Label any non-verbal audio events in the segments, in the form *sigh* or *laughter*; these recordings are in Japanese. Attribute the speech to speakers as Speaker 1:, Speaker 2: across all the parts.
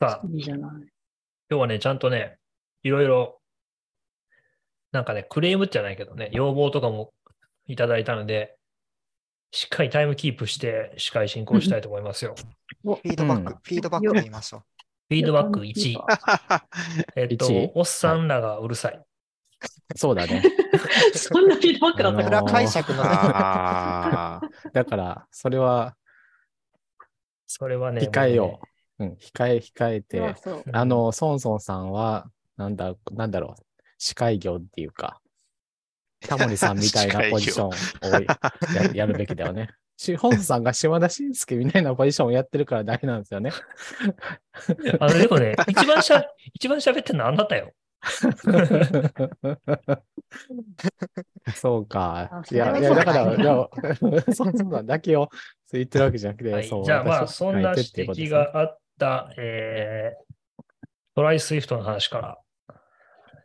Speaker 1: さあ、
Speaker 2: いいじゃない。
Speaker 1: 今日はね、ちゃんとね、いろいろ、なんかね、クレームじゃないけどね、要望とかもいただいたので、しっかりタイムキープして司会進行したいと思いますよ。
Speaker 3: フィードバック、
Speaker 4: う
Speaker 3: フィードバック言いましょう。
Speaker 1: フィードバック1、えっ
Speaker 4: 一
Speaker 1: と、おっさんらがうるさい。
Speaker 4: そうだね。
Speaker 2: そんなフィードバッ *laughs* クだった
Speaker 4: あ
Speaker 3: そ
Speaker 2: か
Speaker 3: れ
Speaker 2: ら。
Speaker 3: は解
Speaker 4: *laughs*
Speaker 3: 釈の。
Speaker 5: ああ。
Speaker 4: だから、それは
Speaker 1: それはね、
Speaker 4: 控え
Speaker 1: も
Speaker 4: よう。うん、控え、控えて。
Speaker 2: そうそう
Speaker 1: うね
Speaker 4: あ、の、ソンソンさんは、なんだ、なんだろう、司会業っていうか、タモリさんみ
Speaker 3: *laughs*
Speaker 4: たいなポジションをややるべきだよね。し、本さんが島田紳介みたいなポジションをやってるから大変なんですよね。
Speaker 1: あの、でも
Speaker 4: *laughs*
Speaker 1: ね、一番しゃ、一番喋ってるのはあなたよ。
Speaker 4: *laughs* そうか
Speaker 2: あ。
Speaker 4: いや、
Speaker 3: そ
Speaker 4: い
Speaker 3: れ
Speaker 4: や
Speaker 3: は
Speaker 4: だか
Speaker 3: そ
Speaker 4: ら、
Speaker 3: う
Speaker 4: いや、
Speaker 3: *laughs*
Speaker 4: そうそうだ、だけを言ってるわけじゃなくて、
Speaker 1: はい
Speaker 4: そう。
Speaker 1: じゃあまあ、
Speaker 4: 私
Speaker 1: そんな
Speaker 4: が言っ
Speaker 1: 指
Speaker 4: てっていうこと
Speaker 1: 摘
Speaker 4: ですね
Speaker 1: があった、えー、トライスイフトの話から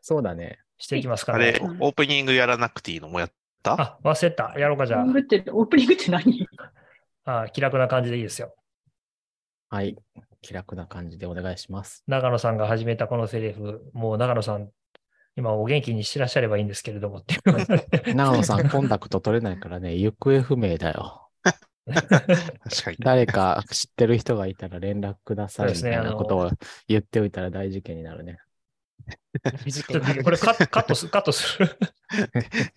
Speaker 4: そうだね。
Speaker 1: していきますか
Speaker 5: *laughs* あ
Speaker 1: ね
Speaker 5: れ。、オープニングやらなくていいのもやった
Speaker 1: あ、忘れた。やろうか、じ
Speaker 2: オー
Speaker 1: ゃ
Speaker 2: プニングって、オープニングって何
Speaker 1: あ。あ気楽な感じでいいですよ。
Speaker 4: はい。気楽な感じでお願いします。
Speaker 1: 長野さんが始めたこのセリフ、もう長野さん、今お元気にしてらっしゃればいいんですけれどもっていう
Speaker 4: 長野さん、コンタクト取れないからね、 *laughs* 行方不明だよ。
Speaker 5: 確かに。
Speaker 4: 誰か知ってる人がいたら連絡ください
Speaker 1: そう
Speaker 4: み
Speaker 1: です
Speaker 4: た
Speaker 1: ね
Speaker 4: いなことを言っておいたら大事件になるね。
Speaker 1: ちょっとこれカッカットすカットする。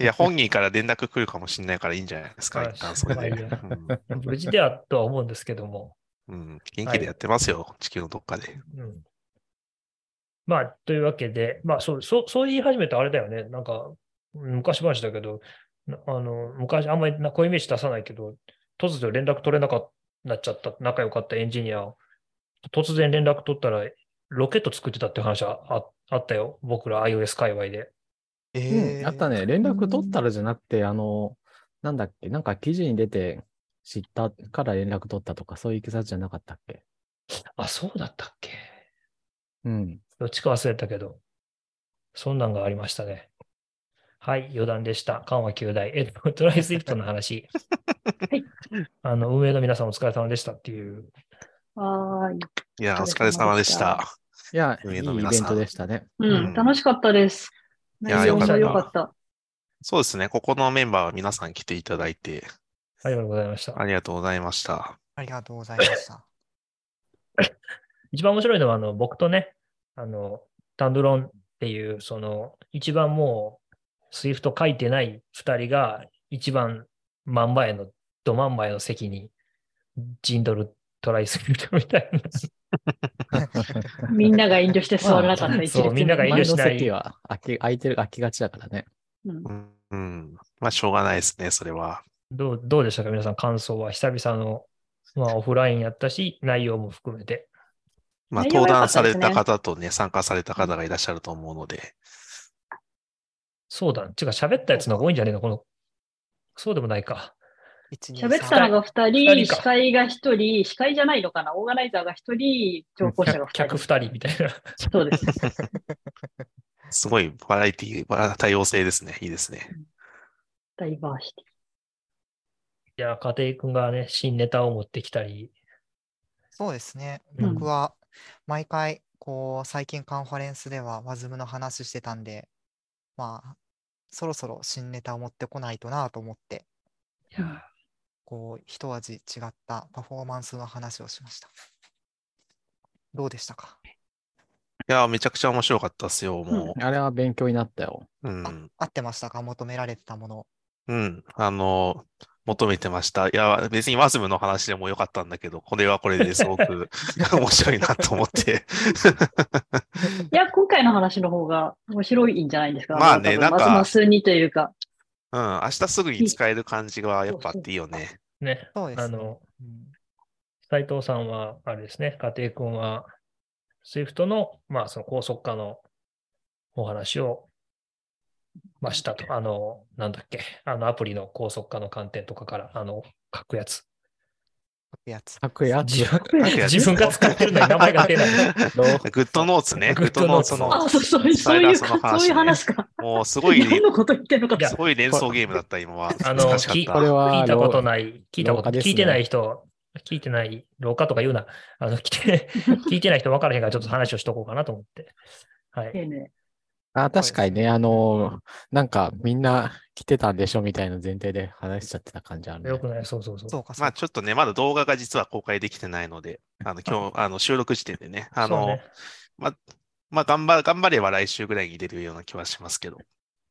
Speaker 5: いや、本人から連絡来るかもしれないからいいんじゃないですか、
Speaker 1: はい
Speaker 5: 一旦それで。
Speaker 1: ま
Speaker 5: *laughs*
Speaker 1: 無事ではとは思うんですけども。
Speaker 5: うんうん元気でやってますよ、地球のどっかで。
Speaker 1: うんまあ、というわけで、まあそう、そう、そう言い始めたらあれだよね。なんか、うん昔話だけど、なあの、昔、あんまりなこういうイメージ出さないけど、突如連絡取れなかなっちゃった、仲良かったエンジニアを、突然連絡取ったら、ロケット作ってたって話はああったよ。僕ら iOS 界隈で。
Speaker 4: うん、あったね、連絡取ったらじゃなくて、あの、なんだっけ、なんか記事に出て知ったから連絡取ったとか、そういういきさつじゃなかったっけ
Speaker 1: あ、そうだったっけ。
Speaker 4: うん。
Speaker 1: どっちか忘れたけど、そんなんがありましたね。はい、余談でした。緩和9大。えっと、ト *laughs* ライスイフトの話。
Speaker 2: はい
Speaker 1: あの、運営の皆さんお疲れ様でしたっていう。
Speaker 2: はーい。
Speaker 5: いや、お疲れ様でした。
Speaker 4: いや、いい
Speaker 5: 運営
Speaker 4: イ
Speaker 5: の皆さん
Speaker 4: ベントでしたね。
Speaker 2: う
Speaker 5: うん
Speaker 2: ん、楽しかったです。
Speaker 5: いや
Speaker 2: 内容も
Speaker 1: よ
Speaker 2: 良
Speaker 1: か
Speaker 2: か
Speaker 5: っ
Speaker 2: った。
Speaker 5: そうですね、ここのメンバーは皆さん来ていただいて、
Speaker 1: ありがとうございました
Speaker 5: あ。りがとうございました。
Speaker 3: ありがとうございま
Speaker 4: *laughs*
Speaker 3: した。
Speaker 1: 一番面白いのは、あの、僕とね、あの、タンドロンっていう、その、一番もう、スイフト書いてない二人が、一番真ん前の、ど真ん前の席に、陣取るトライスイフトみたいな。
Speaker 2: みんなが遠慮して座らなかった
Speaker 4: まあ
Speaker 2: 一
Speaker 1: そう
Speaker 2: 列目
Speaker 1: みんなが遠慮
Speaker 4: 前
Speaker 1: し
Speaker 4: の
Speaker 1: ない
Speaker 4: 席は空き空いてる、空きがちだからね。
Speaker 2: うん
Speaker 5: うんうん。まあ、しょうがないですね、それは。
Speaker 1: どう、どうでしたか皆さん、感想は久々の、まあ、オフラインやったし、内容も含めて。
Speaker 5: まあ、
Speaker 2: 内容
Speaker 5: 登
Speaker 2: が良かっ
Speaker 5: 壇
Speaker 2: た
Speaker 5: さ
Speaker 2: で
Speaker 5: れ
Speaker 2: すね
Speaker 5: た方とね、参加された方がいらっしゃると思うので、
Speaker 1: そうだ、てか喋ったやつの方が多いんじゃねえのこの、そうでもないか。
Speaker 3: 一二
Speaker 2: 喋っ
Speaker 3: 三
Speaker 2: てたのが2
Speaker 1: 二
Speaker 2: 人、
Speaker 1: 人か
Speaker 2: 司会が1人、司会じゃないのかな、オーガナイザーが1人、聴講者が2
Speaker 1: 客
Speaker 2: 人。
Speaker 1: 二人みたいな。
Speaker 2: そうです。
Speaker 5: すごいバラエティ、バラ多様性ですね。いいですね。
Speaker 2: ダイバーシテ
Speaker 1: いや、家庭くんがね、新ネタを持ってきたり、
Speaker 3: そうですね。
Speaker 1: うん
Speaker 3: 僕は毎回、こう、最近カンファレンスでは WASM の話してたんで、まあ、そろそろ新ネタを持ってこないとなと思って、
Speaker 1: いや
Speaker 3: こう、一味違ったパフォーマンスの話をしました。どうでしたか
Speaker 5: いや、めちゃくちゃ面白かったですよ、も
Speaker 4: あれは勉強になったよ。
Speaker 5: う。う
Speaker 3: あ
Speaker 5: ん。
Speaker 3: 合ってましたか求められてたもの。
Speaker 5: うん。あの、求めてました。いや、別にワズムの話でもよかったんだけど、これはこれですごく
Speaker 4: *laughs*
Speaker 5: 面白いなと思って。
Speaker 2: ィ。いや、今回の話の方が面白いんじゃないですか。
Speaker 5: まあねなんか
Speaker 2: まずマスにというか、
Speaker 5: うん。明日すぐに使える感じがやっぱあっていいよね。
Speaker 1: ね、
Speaker 3: そうです
Speaker 1: あ
Speaker 3: ね。
Speaker 1: の、
Speaker 3: うん
Speaker 1: 斉藤さんは、あれですね、家庭くんは、スイフトの、まあ、その高速化のお話を、まあ、したと。あの、なんだっけ、あの、アプリの高速化の観点とかから、あの、書くやつ。
Speaker 3: やつ。
Speaker 4: 昨夜、
Speaker 1: 自
Speaker 5: な
Speaker 1: 分
Speaker 5: んかやつ
Speaker 1: 自分が使ってるのに名前が
Speaker 4: *laughs*
Speaker 1: 出ない。
Speaker 4: どう
Speaker 5: グッドノーツね。
Speaker 1: グ
Speaker 5: グ
Speaker 1: ッ
Speaker 5: ッ
Speaker 1: ド
Speaker 5: ド
Speaker 1: ノ
Speaker 5: ノ
Speaker 1: ー
Speaker 5: ー
Speaker 1: ツ
Speaker 5: ツ
Speaker 1: の
Speaker 5: の。
Speaker 2: あ、そうそう、
Speaker 5: ス
Speaker 2: そ
Speaker 5: タ
Speaker 2: うい
Speaker 5: イラ
Speaker 2: う、
Speaker 5: スの話ね
Speaker 2: そういう話か。
Speaker 5: もうすごい、
Speaker 2: 何のこと言ってるのか
Speaker 1: いや
Speaker 5: すごい連想ゲームだった、今は。
Speaker 1: あの
Speaker 5: 難しかっ
Speaker 1: き
Speaker 5: た。
Speaker 4: これは
Speaker 1: 聞いたことない、聞いたこと、
Speaker 4: 廊下です
Speaker 1: 聞
Speaker 4: ね
Speaker 1: いてない人、聞いてない、廊下とか言うな。あの、聞い
Speaker 4: *laughs*
Speaker 1: て、聞いてない人分からへんから、ちょっと話をしとこうかなと思って。はい。
Speaker 2: 丁寧。
Speaker 4: あ、確かにね、あの、なんかみんな来てたんでしょみたいな前提で話しちゃってた感じあるね、
Speaker 1: よくない、そうそうそう。
Speaker 3: そうか、そ
Speaker 5: まあ
Speaker 3: うか。
Speaker 5: ちょっとね、まだ動画が実は公開できてないので、あの今日、あの収録時点でね、あ
Speaker 1: そう
Speaker 5: の、
Speaker 1: ね
Speaker 5: まあ頑張頑張れば来週ぐらいに出るような気はしますけど。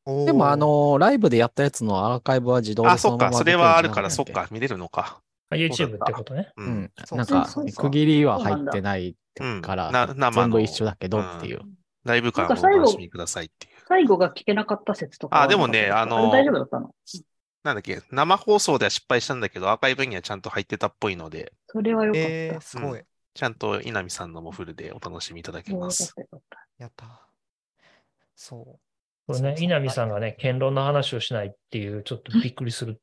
Speaker 3: おー
Speaker 4: でも、あ、の、ライブでやったやつのアーカイブは自動で
Speaker 5: あ、
Speaker 4: そ
Speaker 5: そ
Speaker 4: の
Speaker 5: っ
Speaker 4: ま
Speaker 5: か、
Speaker 4: ま
Speaker 5: そ
Speaker 4: 出て
Speaker 5: れ
Speaker 4: る
Speaker 5: はあ
Speaker 4: んじ
Speaker 5: る
Speaker 4: ゃ
Speaker 5: から、
Speaker 4: な
Speaker 5: そ
Speaker 4: い
Speaker 5: っか、見れるのか。
Speaker 1: あ YouTube ってことね。
Speaker 5: う。
Speaker 4: うんん、
Speaker 3: そう
Speaker 4: なん
Speaker 2: そう
Speaker 4: か
Speaker 2: そう、そう
Speaker 4: 区切りは入ってない
Speaker 5: うん
Speaker 4: から、
Speaker 5: な生
Speaker 4: 全
Speaker 5: の
Speaker 4: 部一緒だけどっていう。
Speaker 5: ライブ感をお
Speaker 2: なんか最後
Speaker 5: 楽しみくださいっていう。
Speaker 2: 最後が聞けなかった説とかは
Speaker 5: あでもね
Speaker 2: なかった
Speaker 5: あの
Speaker 2: 大丈夫だったの
Speaker 5: なんだっけ、生放送では失敗したんだけど、アーカイブにはちゃんと入ってたっぽいので、
Speaker 2: それはよかった。
Speaker 3: えー、すごい。
Speaker 5: ちゃんと稲見さんのもフルでお楽しみいただけ
Speaker 2: もうよ
Speaker 5: ま
Speaker 2: かっ
Speaker 5: す。
Speaker 2: たよかった
Speaker 3: やった。そう。
Speaker 1: これね、
Speaker 3: そう
Speaker 1: 稲見さんがね、堅論の話をしないっていう、ちょっとびっくりする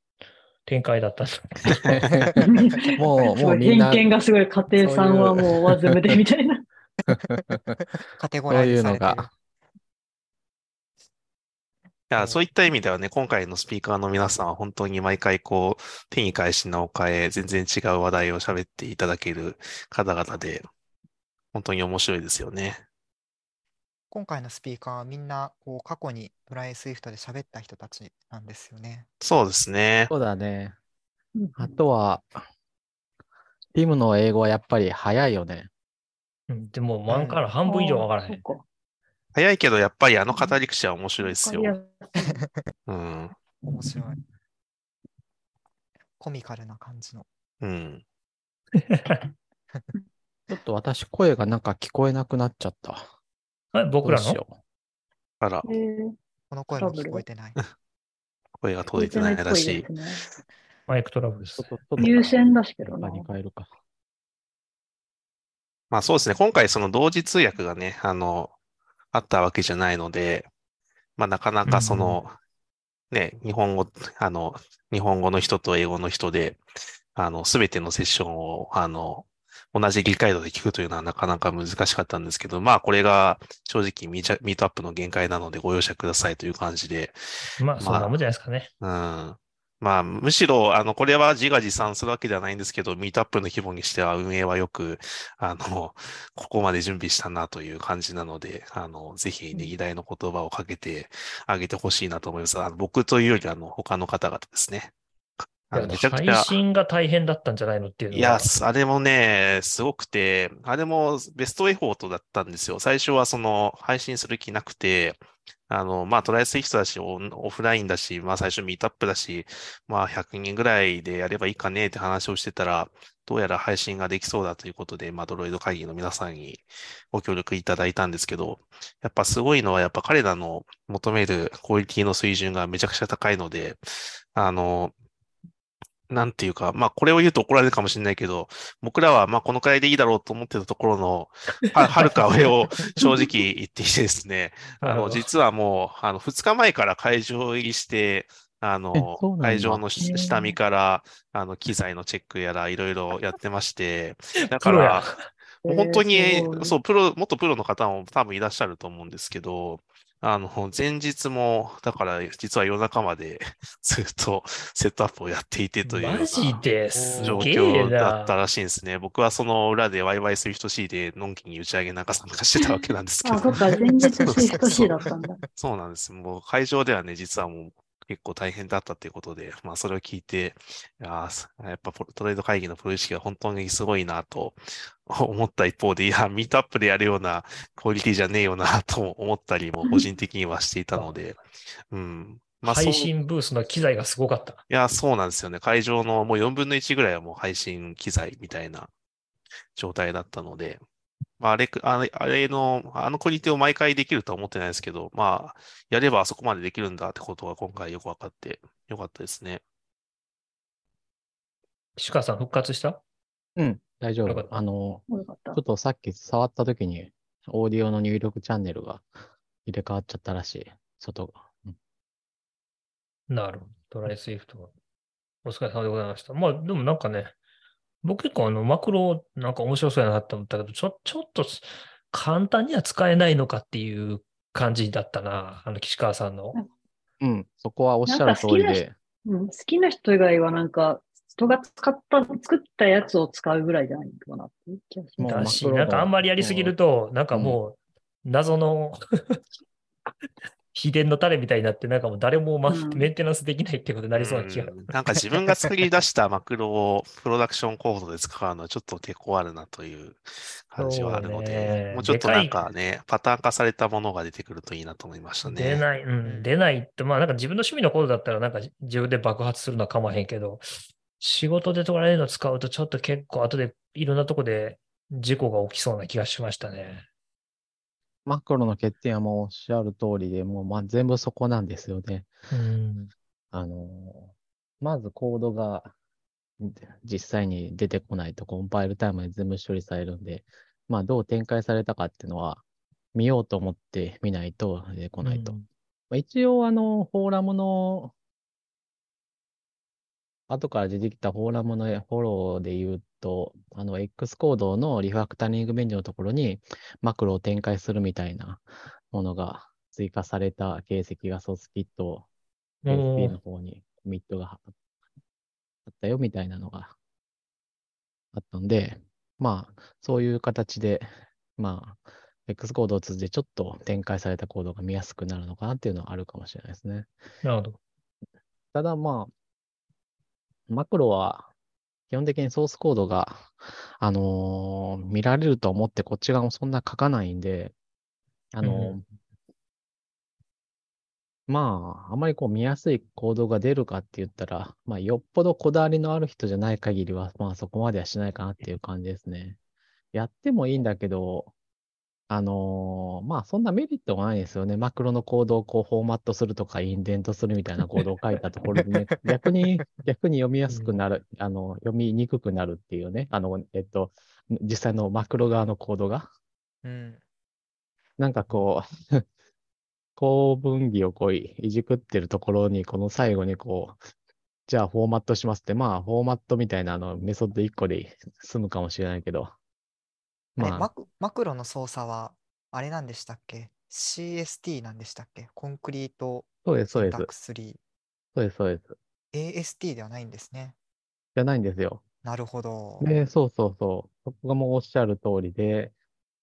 Speaker 1: 展開だったんだけど
Speaker 2: *laughs*
Speaker 4: *laughs* もう、
Speaker 2: す
Speaker 4: も
Speaker 2: ご
Speaker 4: う
Speaker 2: い
Speaker 4: みんな、
Speaker 2: 偏見がすごい家庭さんはもうわずむでみたいな。
Speaker 3: カテゴ
Speaker 4: こ
Speaker 3: ラ
Speaker 4: う
Speaker 3: イ
Speaker 4: い
Speaker 3: ズ
Speaker 4: う
Speaker 3: さ
Speaker 4: の
Speaker 3: れてる
Speaker 4: が。
Speaker 5: いや、そういった意味ではね、今回のスピーカーの皆さんは本当に毎回こう、手に返しなおかえ、全然違う話題を喋っていただける方々で、本当に面白いですよね。
Speaker 3: 今回のスピーカーはみんなこう過去にブライスイフトで喋った人たちなんですよね。
Speaker 5: そうですね。
Speaker 4: そうだね。
Speaker 2: うん
Speaker 4: あとは、ティムの英語はやっぱり早いよね。
Speaker 1: うんでも、ワンから半分以上わからへ
Speaker 2: そ
Speaker 1: ん
Speaker 2: っ。か
Speaker 5: 早いけど、やっぱりあの語り口は面白いです
Speaker 2: わ
Speaker 5: よ。
Speaker 2: かりやすい
Speaker 5: うん。
Speaker 3: 面白い。コミカルな感じの。
Speaker 5: うん。
Speaker 4: ちょっと私、声がなんか聞こえなくなっちゃった。
Speaker 1: はい *laughs* 僕ら
Speaker 4: どう
Speaker 1: の
Speaker 4: しよう
Speaker 5: あら、
Speaker 2: えー
Speaker 3: この声も聞こえてない。
Speaker 5: 声が届いてないらしい。
Speaker 2: 聞てないっぽですね
Speaker 1: マイクトラブルで
Speaker 4: ち
Speaker 1: す
Speaker 4: ょっ。とちょっと
Speaker 2: 優先だしけどな
Speaker 4: 他。に変えるか。
Speaker 5: まあそうですね。今回その同時通訳がね、あの、あったわけじゃないので、まあなかなかその、ね、日本語、あの、日本語の人と英語の人で、あの、すべてのセッションを、あの、同じ理解度で聞くというのはなかなか難しかったんですけど、まあこれが正直ミーチャミートアップの限界なのでご容赦くださいという感じで、
Speaker 1: まあ、そんなもんじゃないですかね。
Speaker 5: うん。まあ、むしろ、あの、これは自画自賛するわけではないんですけど、ミートアップの規模にしては運営はよく、あの、 *laughs* ここまで準備したなという感じなので、あの、ぜひ、ねぎらいの言葉をかけてあげてほしいなと思います。あの僕というより、あの、他の方々ですね。
Speaker 1: い
Speaker 5: あの
Speaker 1: や
Speaker 5: めちゃくち
Speaker 1: 配
Speaker 5: ゃ、
Speaker 1: 信が大変だったんじゃないのっていうの
Speaker 5: いや、すあれもね、すごくて、あれもベストエフォートだったんですよ。最初はその配信する気なくて、あの、まあトライアスイフトだし、オンオフラインだし、まあ最初ミートアップだし、まあ100人ぐらいでやればいいかねって話をしてたら、どうやら配信ができそうだということで、まあドロイド会議の皆さんにご協力いただいたんですけど、やっぱすごいのは、やっぱ彼らの求めるクオリティの水準がめちゃくちゃ高いので、あの、なんていうか、まあこれを言うと怒られるかもしれないけど、僕らはまあこのくらいでいいだろうと思ってたところの、
Speaker 4: *laughs*
Speaker 5: ははるか上を正直言っていてですね、あ
Speaker 1: なる
Speaker 5: の、
Speaker 1: ほど
Speaker 5: 実はもう、あの、2日前から会場入りして、あ
Speaker 4: え
Speaker 5: の
Speaker 4: そうなん、だ
Speaker 5: 会場のし
Speaker 2: へえ
Speaker 5: 下見から、あの、機材のチェックやら、いろいろやってまして、だか
Speaker 1: プロや
Speaker 5: ら、もう本当に、
Speaker 2: えーすごい
Speaker 5: そう、プロ、元プロの方も多分いらっしゃると思うんですけど、あの、前日も、だから、実は夜中まで *laughs* ずっとセットアップをやっていてというような
Speaker 1: マジです
Speaker 5: 状
Speaker 1: げえ
Speaker 5: 況だ
Speaker 1: な
Speaker 5: った。らしいんですね。僕はその裏でワイワイスイフト C でのんきに打ち上げなんか参加してたわけなんですけ
Speaker 2: あ、そ
Speaker 5: ど
Speaker 2: っ、か、前日シフト C だったん
Speaker 5: *laughs*
Speaker 2: だ。
Speaker 5: そうなんです。もう会場ではね、実はもう結構大変だったということで、まあそれを聞いて、いやーすやっぱポトレード会議のプロ意識が本当にすごいなと *laughs* 思った一方で、いや、ミートアップでやるようなクオリティじゃねえよなと思ったりも個人的にはしていたので、うん。まあそう
Speaker 1: 配信ブースの機材がすごかった。
Speaker 5: いや、そうなんですよね。会場のもう4分の1ぐらいはもう配信機材みたいな状態だったので、まあ、あれく、あれ、あれの、あのクオリティを毎回できるとは思ってないですけど、まあ、やればあそこまでできるんだってことが今回よく分かって、よかったですね。
Speaker 1: シュカさん復活した
Speaker 4: うん、大丈
Speaker 1: よかっ
Speaker 4: 夫。
Speaker 1: た
Speaker 4: あの、
Speaker 2: よかった
Speaker 4: ちょっ。とさっき触った時に、オーディオの入力チャンネルが入れ替わっちゃったらしい。ちょっと、うん
Speaker 1: なるほど。トライスイフト。お疲れ様でございました。まあ、でもなんかね、僕結構あの、マクロ、なんか面白そうやなって思ったけど、ちょ、ちょっと簡単には使えないのかっていう感じだったな。あの、岸川さんの。
Speaker 4: うん、そこはおっしゃる通り
Speaker 2: なんか好き
Speaker 4: で、
Speaker 2: うん、好きな人以外はなんか、人が使った、作ったやつを使うぐらいじゃないのかなっていう気がします。
Speaker 4: もう
Speaker 1: だし、
Speaker 4: マクロの
Speaker 1: なんかあんまりやりすぎると、なんかもう、謎の *laughs* 秘伝のタレみたいになって、なんかもう誰もま
Speaker 2: うん
Speaker 1: メンテナンスできないってことになりそうな気が。
Speaker 5: うんなんか自分が作り出した *laughs* マクロをプロダクションコードで使うのはちょっと抵抗あるなという感じはあるの
Speaker 1: そうね
Speaker 5: で、もうちょっとなんかね、パターン化されたものが出てくるといいなと思いました
Speaker 1: 出
Speaker 5: ね。
Speaker 1: ない、うん、出ないって、まあなんか自分の趣味のことだったら、なんか自分で爆発するのはかまへんけど、仕事で取られるの使うと、ちょっと結構後でいろんなとこで事故が起きそうな気がしましたね。
Speaker 4: マクロの欠点はもうおっしゃる通りで、もうまあ全部そこなんですよね。
Speaker 1: うん。
Speaker 4: あのー、まずコードが実際に出てこないとコンパイルタイムで全部処理されるんで、まあどう展開されたかっていうのは見ようと思って見ないと出てこないと。
Speaker 1: う
Speaker 4: ま
Speaker 1: ん
Speaker 4: あ一応あの、フォーラムの、後から出てきたフォーラムのフォローで言うと、あの、X コードのリファクタリング便利のところにマクロを展開するみたいなものが追加された形跡がソースキット ASP の方にコミットがあったよみたいなのがあったんで、まあ、そういう形で、まあ、X コードを通じてちょっと展開されたコードが見やすくなるのかなっていうのはあるかもしれないですね。
Speaker 1: なるほど。
Speaker 4: ただまあ、マクロは基本的にソースコードが、あのー見られると思ってこっち側もそんな書かないんで、あのー
Speaker 1: うんう
Speaker 4: まあ、あまりこう見やすいコードが出るかって言ったら、まあ、よっぽどこだわりのある人じゃない限りは、まあそこまではしないかなっていう感じですね。やってもいいんだけど、あのーまあそんなメリットがないですよね。マクロのコードをこうフォーマットするとか、インデントするみたいなコードを書いたところでね、逆に、逆に読みやすくなる、あの、読みにくくなるっていうね、あの、えっと、実際のマクロ側のコードが、
Speaker 3: うん。
Speaker 4: なんかこう、 *laughs* 公文儀をこういいじくってるところに、この最後にこう、じゃあフォーマットしますって、まあフォーマットみたいなあのメソッド1個で済むかもしれないけど、
Speaker 3: あれ
Speaker 4: *laughs* まあ
Speaker 3: マク、マクロの操作は、あれなんでしたっけ ?CST なんでしたっけコンクリート
Speaker 4: そうです、そう
Speaker 3: ダ
Speaker 4: です
Speaker 3: ッ、クスリ
Speaker 4: そうです、そうです。
Speaker 3: ー AST ではないんですね。
Speaker 4: じゃないんですよ。
Speaker 3: なるほど。
Speaker 4: で、そうそうそう。そこがもうおっしゃる通りで、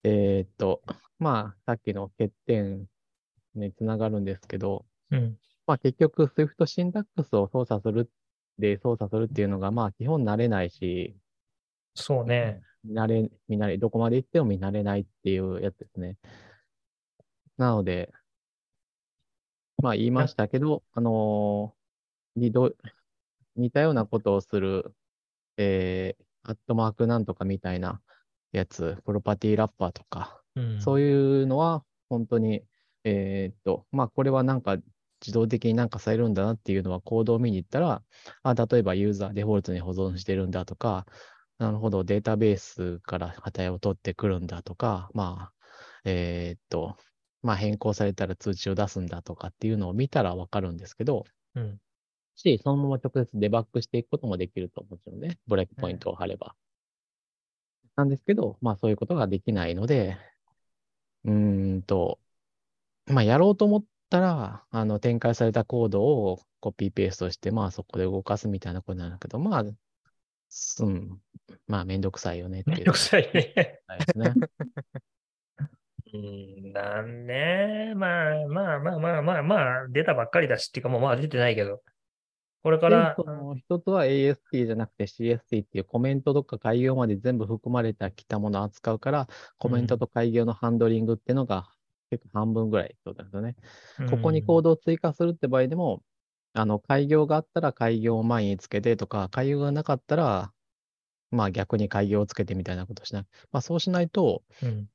Speaker 4: えーっと、まあ、さっきの欠点につながるんですけど、
Speaker 1: うん。
Speaker 4: まあ結局 Swift シンタックスを操作する、で操作するっていうのが、まあ基本慣れないし、
Speaker 1: そうね。
Speaker 4: 見慣れ、見慣れ、どこまで行っても見慣れないっていうやつですね。なので、まあ言いましたけど、あのー似ど似たようなことをする、えー、アットマークなんとかみたいなやつ、プロパティラッパーとか、
Speaker 1: うん、
Speaker 4: そういうのは本当に、えーっと、まあこれはなんか自動的になんかされるんだなっていうのはコードを見に行ったら、あ、例えばユーザーデフォルトに保存してるんだとか、なるほど、データベースから値を取ってくるんだとか、まあ、えーっと、まあ変更されたら通知を出すんだとかっていうのを見たらわかるんですけど、
Speaker 1: うん
Speaker 4: し、そのまま直接デバッグしていくこともできるともちろんね、ブレイクポイントを貼れば。なんですけど、まあそういうことができないので、うーんと、まあ、やろうと思ったら、あの、展開されたコードをコピーペーストして、まあ、そこで動かすみたいなことなんだけど、まあ、すうん、まあ、めんどくさいよねって
Speaker 1: め
Speaker 4: い
Speaker 1: ん
Speaker 4: う
Speaker 1: どくさいね。
Speaker 4: はいですね。
Speaker 1: うん、なんね。まあまあまあまあまあまあ、出たばっかりだしっていうか、もうまあ出てないけど。これから
Speaker 4: で、その一つは AST じゃなくて CST っていうコメントとか開業まで全部含まれたきたものを扱うから、コメントと開業のハンドリングっていうのが結構半分ぐらいそうだよね。ここにコードを追加するって場合でも、あの、開業があったら開業を前につけてとか、開業がなかったら、まあ逆に開業をつけてみたいなことをしない。まあそうしないと、
Speaker 1: うん、うん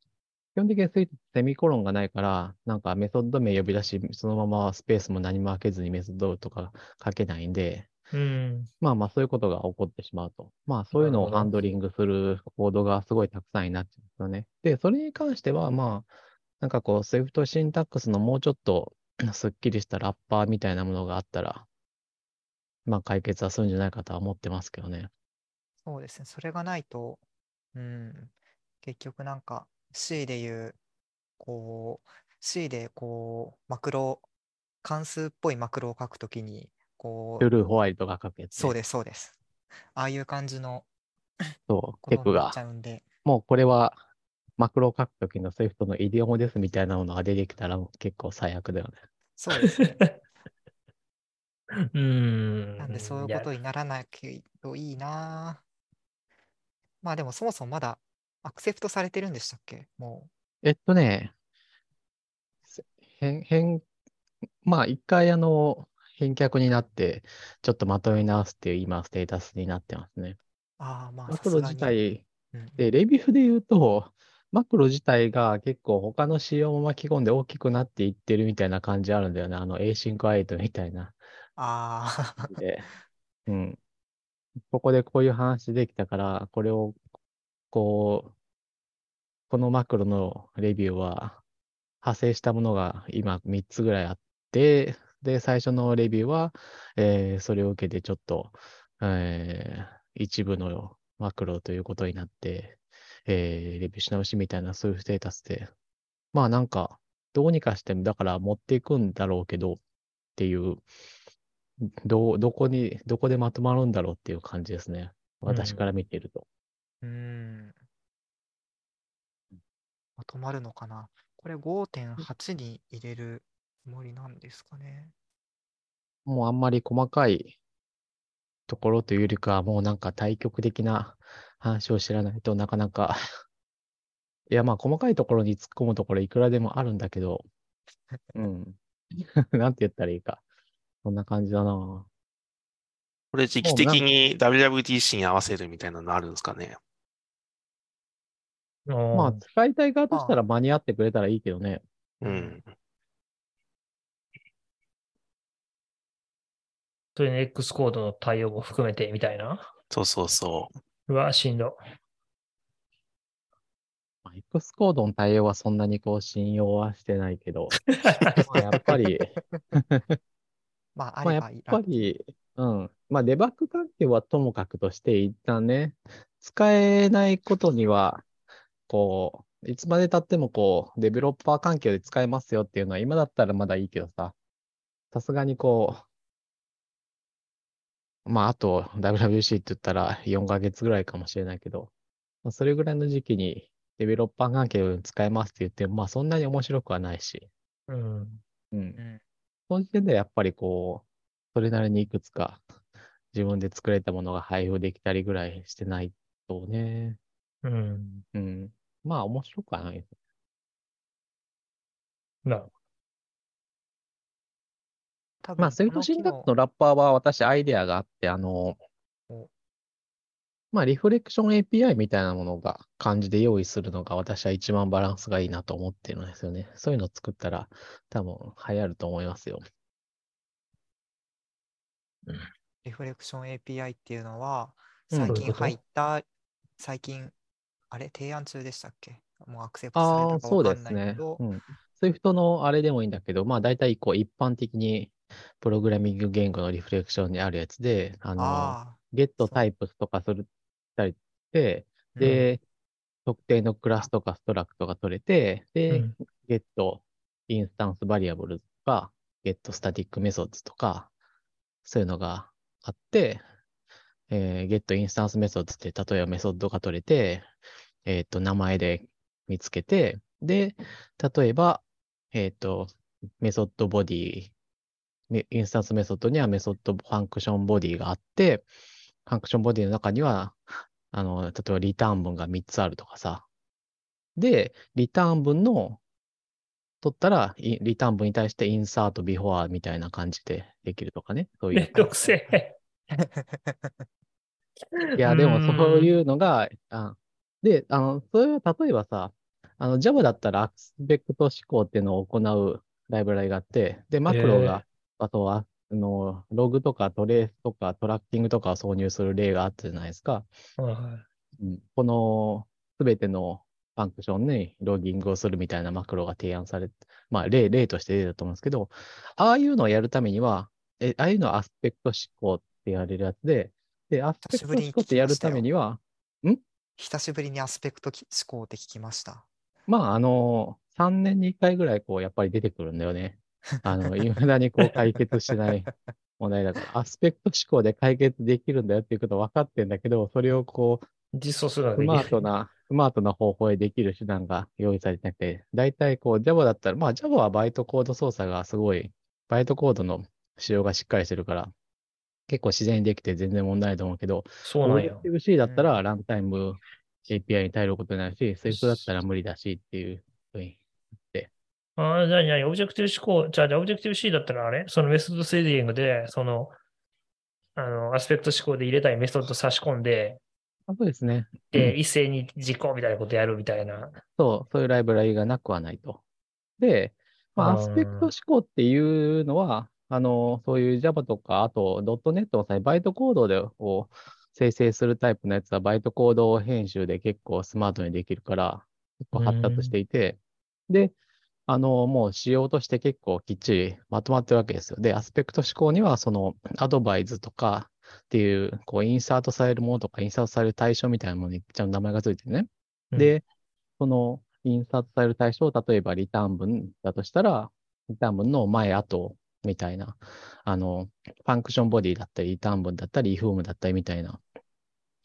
Speaker 4: 基本的にセミコロンがないから、なんかメソッド名呼び出し、そのままスペースも何も開けずにメソッドとか書けないんで、
Speaker 1: うん。 *laughs*
Speaker 4: まあまあそういうことが起こってしまうと。まあそういうのをハンドリングするコードがすごいたくさんになっちゃうんですよね。で、それに関してはまあ、なんかこう Swift シンタックスのもうちょっと *clears throat* すっきりしたラッパーみたいなものがあったら、まあ解決はするんじゃないかとは思ってますけどね。
Speaker 3: そうですね。それがないと、うん、結局なんか C でいう、こう、C でこう、マクロ、関数っぽいマクロを書くときに、こ
Speaker 4: トゥ
Speaker 3: う、
Speaker 4: ルーホワイトが書くやつね、
Speaker 3: そうです、そうです。ああいう感じの
Speaker 4: そう、
Speaker 3: こ
Speaker 4: テ
Speaker 3: と
Speaker 4: ク
Speaker 3: にな
Speaker 4: が
Speaker 3: っち、ゃうんで、
Speaker 4: もうこれはマクロを書くときの Swift のイディオムですみたいなものが出てきたら結構最悪だよね。
Speaker 3: そうですね。
Speaker 1: *laughs* うん。
Speaker 3: なんでそういうことにならないといいなぁまあでもそもそもまだアクセプトされてるんでしたっけも
Speaker 4: えっとね、せ変、変、まあ一回あの、返却になって、ちょっとまとめ直すっていう今ステータスになってますね。
Speaker 3: う。ああまあ
Speaker 4: マ
Speaker 3: さ
Speaker 4: ク
Speaker 3: す
Speaker 4: ロ
Speaker 3: が
Speaker 4: 自
Speaker 3: に。
Speaker 4: 体、
Speaker 3: うん
Speaker 4: で、レビューで言うと、マクロ自体が結構他の仕様も巻き込んで大きくなっていってるみたいな感じあるんだよね。あの、Async8 みたい
Speaker 3: *laughs*
Speaker 4: な。
Speaker 3: ああ、
Speaker 4: で、うん。ここでこういう話できたから、これを、こう、このマクロのレビューは、派生したものが今3つぐらいあって、で、最初のレビューは、えーそれを受けてちょっと、えー一部のマクロということになって、えーレビューし直しみたいな、そういうステータスで、まあなんか、どうにかして、だから持っていくんだろうけど、っていうどう、どこに、どこでまとまるんだろうっていう感じですね。私から見ていると。
Speaker 3: うーん。まとまるのかなこれ5.8に入れるつもりなんですかね
Speaker 4: もうあんまり細かいところというよりかは、もうなんか対極的な話を知らないとなかなか、 *laughs* いや、まあ細かいところに突っ込むところいくらでもあるんだけど、うん。 *laughs* なんて言ったらいいか。そんな感じだな。
Speaker 5: これ時期的に WWDC に合わせるみたいなのあるんですかね。
Speaker 4: ま
Speaker 1: ま
Speaker 4: あ使いたい側としたら間に合ってくれたらいいけどね。
Speaker 5: うん。
Speaker 1: それに X コードの対応も含めてみたいな。
Speaker 5: そうそうそう。
Speaker 1: うわ、しん
Speaker 4: *laughs*
Speaker 1: ど。
Speaker 4: まあ X コードの対応はそんなにこう信用はしてないけ *laughs* ど、まあやっぱり、
Speaker 3: まあ、あ
Speaker 4: まあ、
Speaker 3: れ
Speaker 4: や
Speaker 3: ばい
Speaker 4: っ
Speaker 3: い
Speaker 4: ぱり、うん。まあ、デバッグ関係はともかくとして、一旦ね、使えないことには、こう、いつまで経っても、こう、デベロッパー環境で使えますよっていうのは、今だったらまだいいけどさ、さすがにこう、まあ、あと、WWC って言ったら4ヶ月ぐらいかもしれないけど、まあ、それぐらいの時期に、デベロッパー関係を使えますって言っても、まあ、そんなに面白くはないし、
Speaker 1: うん。
Speaker 4: うん
Speaker 3: うん。
Speaker 4: その時点ではやっぱりこう、それなりにいくつか *laughs* 自分で作れたものが配布できたりぐらいしてないとね。
Speaker 1: うん。
Speaker 4: うん。まあ面白くはない。
Speaker 1: なるほ
Speaker 3: 多分
Speaker 4: まあ、スイートシンダックのラッパーは私アイデアがあって、あの
Speaker 3: お、
Speaker 4: まあリフレクション API みたいなものが感じで用意するのが私は一番バランスがいいなと思ってるんですよね。そういうのを作ったら多分流行ると思いますよ。
Speaker 3: リフレクション API っていうのは、
Speaker 4: うん
Speaker 3: 最
Speaker 1: どういう
Speaker 3: 近
Speaker 1: こと
Speaker 3: 入った、最近、あれ、提案中でしたっけもうアクセプトさ
Speaker 4: あ
Speaker 3: れ
Speaker 4: あ、
Speaker 3: たか
Speaker 4: そう
Speaker 3: わか
Speaker 4: です
Speaker 3: んないけ
Speaker 4: ね。
Speaker 3: ど
Speaker 4: う、ん。Swift のあれでもいいんだけど、まあ大体こう一般的にプログラミング言語のリフレクションにあるやつで、あの、
Speaker 3: ああ、
Speaker 4: get
Speaker 3: う
Speaker 4: types とかするたりして、
Speaker 3: うん
Speaker 4: で、特定のクラスとかストラクトが取れて、
Speaker 1: ど。
Speaker 4: で、
Speaker 1: うん
Speaker 4: get instance variables とか、get static methods とか、そういうのがあって、えー get instance methods って例えばメソッドが取れて、えっ、と、名前で見つけて、で、例えば、えっ、と、メソッドボディ、メインスタンスメソッドにはメソッドファンクションボディがあって、ファンクションボディの中には、あの、例えばリターン文が3つあるとかさ。で、リターン文の、取ったら、いリターン文に対してインサート、ビフォアみたいな感じでできるとかね。そういう
Speaker 1: めんどくせえ。
Speaker 4: いや、でも
Speaker 1: うん
Speaker 4: そういうのが、あで、あの、それは例えばさ、あの、Java だったらアスペクト思考っていうのを行うライブラリがあって、で、マクロが、あとは、あの、ログとかトレースとかトラッキングとかを挿入する例があったじゃないですか。
Speaker 1: は
Speaker 4: このすべてのファンクションにロギングをするみたいなマクロが提案されて、まあ例、例として例だと思うんですけど、ああいうのをやるためには、えああいうのはアスペクト思考って言われるやつで、で、アスペクト思考ってやるためには、
Speaker 3: *laughs* 久しぶりにアスペクト思考って聞きました。
Speaker 4: まあ、あの、3年に1回ぐらい、こう、やっぱり出てくるんだよね。あの、いまだにこう解決してない問題だから、アスペクト思考で解決できるんだよっていうことは分かってんだけど、それをこ
Speaker 1: 実装するのが
Speaker 4: う、ス
Speaker 1: でき
Speaker 4: マ
Speaker 1: ない
Speaker 4: ートな、スマートな方法へできる手段が用意されてなくて、大体こう Java だったら、まあ Java はバイトコード操作がすごい、バイトコードの使用がしっかりしてるから、結構自然にできて全然問題ないと思うけど、
Speaker 1: そうなんや。
Speaker 4: Objective-C だったらランタイム API に頼ることになるし、Swift だったら無理だしっていうふうに。
Speaker 1: ああ、じゃあ、じゃあ、オブジェクティブ思考、じゃあ、じゃあ、オブジェクティブ C だったらあれそのメソッドセディングで、その、あの、アスペクト思考で入れたいメソッド差し込んで、
Speaker 4: あそうですね。
Speaker 1: で、一斉に実行みたいなことやるみたいな。
Speaker 4: そう、そういうライブラリがなくはないと。で、まあ、
Speaker 1: あ
Speaker 4: ア
Speaker 1: ー
Speaker 4: スペクト思考っていうのは、あの、そういう Java とか、あと .NET の際、バイトコードでを生成するタイプのやつは、バイトコード編集で結構スマートにできるから、結構発達していて、で、あの、もう仕様として結構きっちりまとまってるわけですよ。で、アスペクト思考には、その、アドバイズとかっていう、こう、インサートされるものとか、インサートされる対象みたいなものにちゃんと名前がついてるね。
Speaker 1: うん
Speaker 4: で、その、インサートされる対象を、例えばリターン文だとしたら、リターン文の前、後、みたいな、あの、ファンクションボディだったり、リターン文だったり、イフームだったりみたいなこ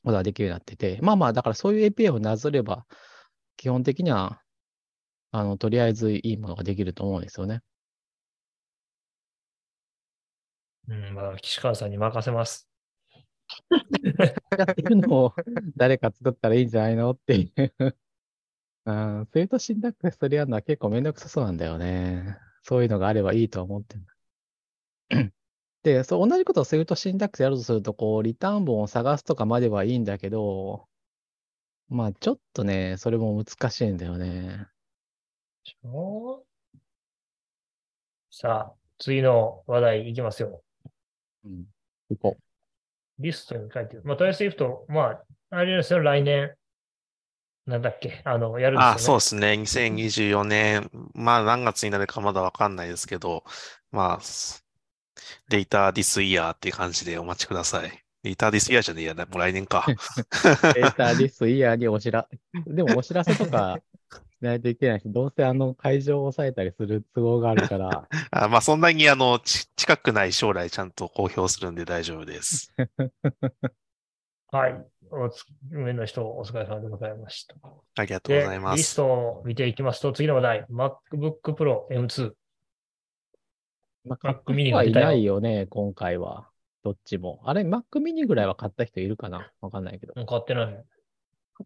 Speaker 4: とができるようになってて、まあまあ、だからそういう API をなぞれば、基本的には、あの、とりあえずいいものができると思うんですよね。
Speaker 1: うん、まあ、岸川さんに任せます。
Speaker 4: やってるのを *laughs* 誰か作ったらいいんじゃないのっていう。 *laughs* うん、それとシンタックス取り合うのは結構めんどくさそうなんだよね。そういうのがあればいいとは思ってんだ。 *clears throat* で、そう、同じことをするとシンタックスやろうとすると、こう、リターン文を探すとかまではいいんだけど、まあ、ちょっとね、それも難しいんだよね。
Speaker 1: さあ、次の話題いきますよ。
Speaker 4: うん。行こ
Speaker 1: リストに書いてる。まあ、トライスイフト、まあ、あれですよ、来年、なんだっけ、あの、やるんですよ、ね。
Speaker 5: あ、そうですね。2024年、まあ何月になるかまだわかんないですけど、まあ、later this year っていう感じでお待ちください。later this year じゃねえやな、もう来年 *laughs* か。
Speaker 4: う。データリストイヤーにお知ら、でもお知らせとかしないといけないし、どうせあの会場を抑えたりする都合があるから、
Speaker 5: *laughs* あまあそんなにあの、ち近くない将来ちゃんと公表するんで大丈夫です。
Speaker 1: はい。おつ上の人、お疲れ様でございました。
Speaker 5: ありがとう
Speaker 1: で、
Speaker 5: ございま
Speaker 1: リス
Speaker 5: す。
Speaker 1: トを見ていきますと、次の話題、MacBook Pro M2。
Speaker 4: まあ、
Speaker 1: Mac
Speaker 4: 買った人
Speaker 1: mini が
Speaker 4: は
Speaker 1: 出
Speaker 4: い
Speaker 1: たよ
Speaker 4: ないよね、今回は。どっちも。あれ、Mac mini ぐらいは買った人いるかなわかんないけど。
Speaker 1: もう買ってない。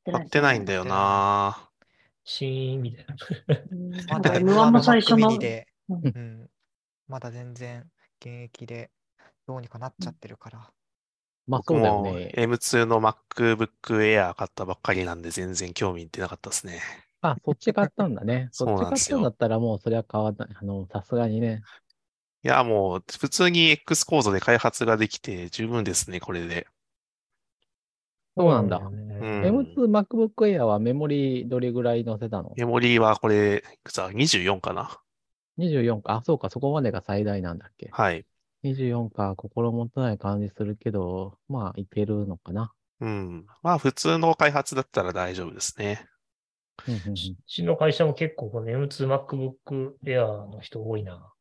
Speaker 2: 買
Speaker 5: 買ってないんだよな。
Speaker 1: シーンみたいな。
Speaker 2: うん
Speaker 3: ま
Speaker 2: なん
Speaker 3: だ
Speaker 2: か M1 の最初の
Speaker 3: Mac mini で、
Speaker 2: う
Speaker 3: うんん、まだ全然現役でどうにかなっちゃって
Speaker 4: *laughs*
Speaker 3: るから。
Speaker 4: まあ、
Speaker 5: 僕
Speaker 4: そうだよ
Speaker 5: も
Speaker 4: ね。
Speaker 5: M2 の MacBook Air 買ったばっかりなんで全然興味出なかったですね。
Speaker 4: あ、そっち買ったんだね。
Speaker 5: *laughs* そ
Speaker 4: そうっち
Speaker 5: なんで
Speaker 4: 買っ
Speaker 5: す
Speaker 4: た
Speaker 5: よ
Speaker 4: んだったらもうそれは変わらない。あの、さすがにね。
Speaker 5: いや、もう普通に X コードで開発ができて十分ですね、これで。
Speaker 4: そうなんだ。
Speaker 1: よ
Speaker 5: う
Speaker 1: ね
Speaker 5: ん
Speaker 4: M2 MacBook Air はメモリどれぐらい載せたの
Speaker 5: メモリーはこれ、いくつだ ?24 かな
Speaker 4: ?24 か。あ、そうか。そこまでが最大なんだっけ。
Speaker 5: はい。
Speaker 4: 24か。心もとない感じするけど、まあ、いけるのかな。
Speaker 5: うん。まあ、普通の開発だったら大丈夫ですね。
Speaker 4: うんうんうん
Speaker 1: うちの会社も結構この M2 MacBook Air の人多いな。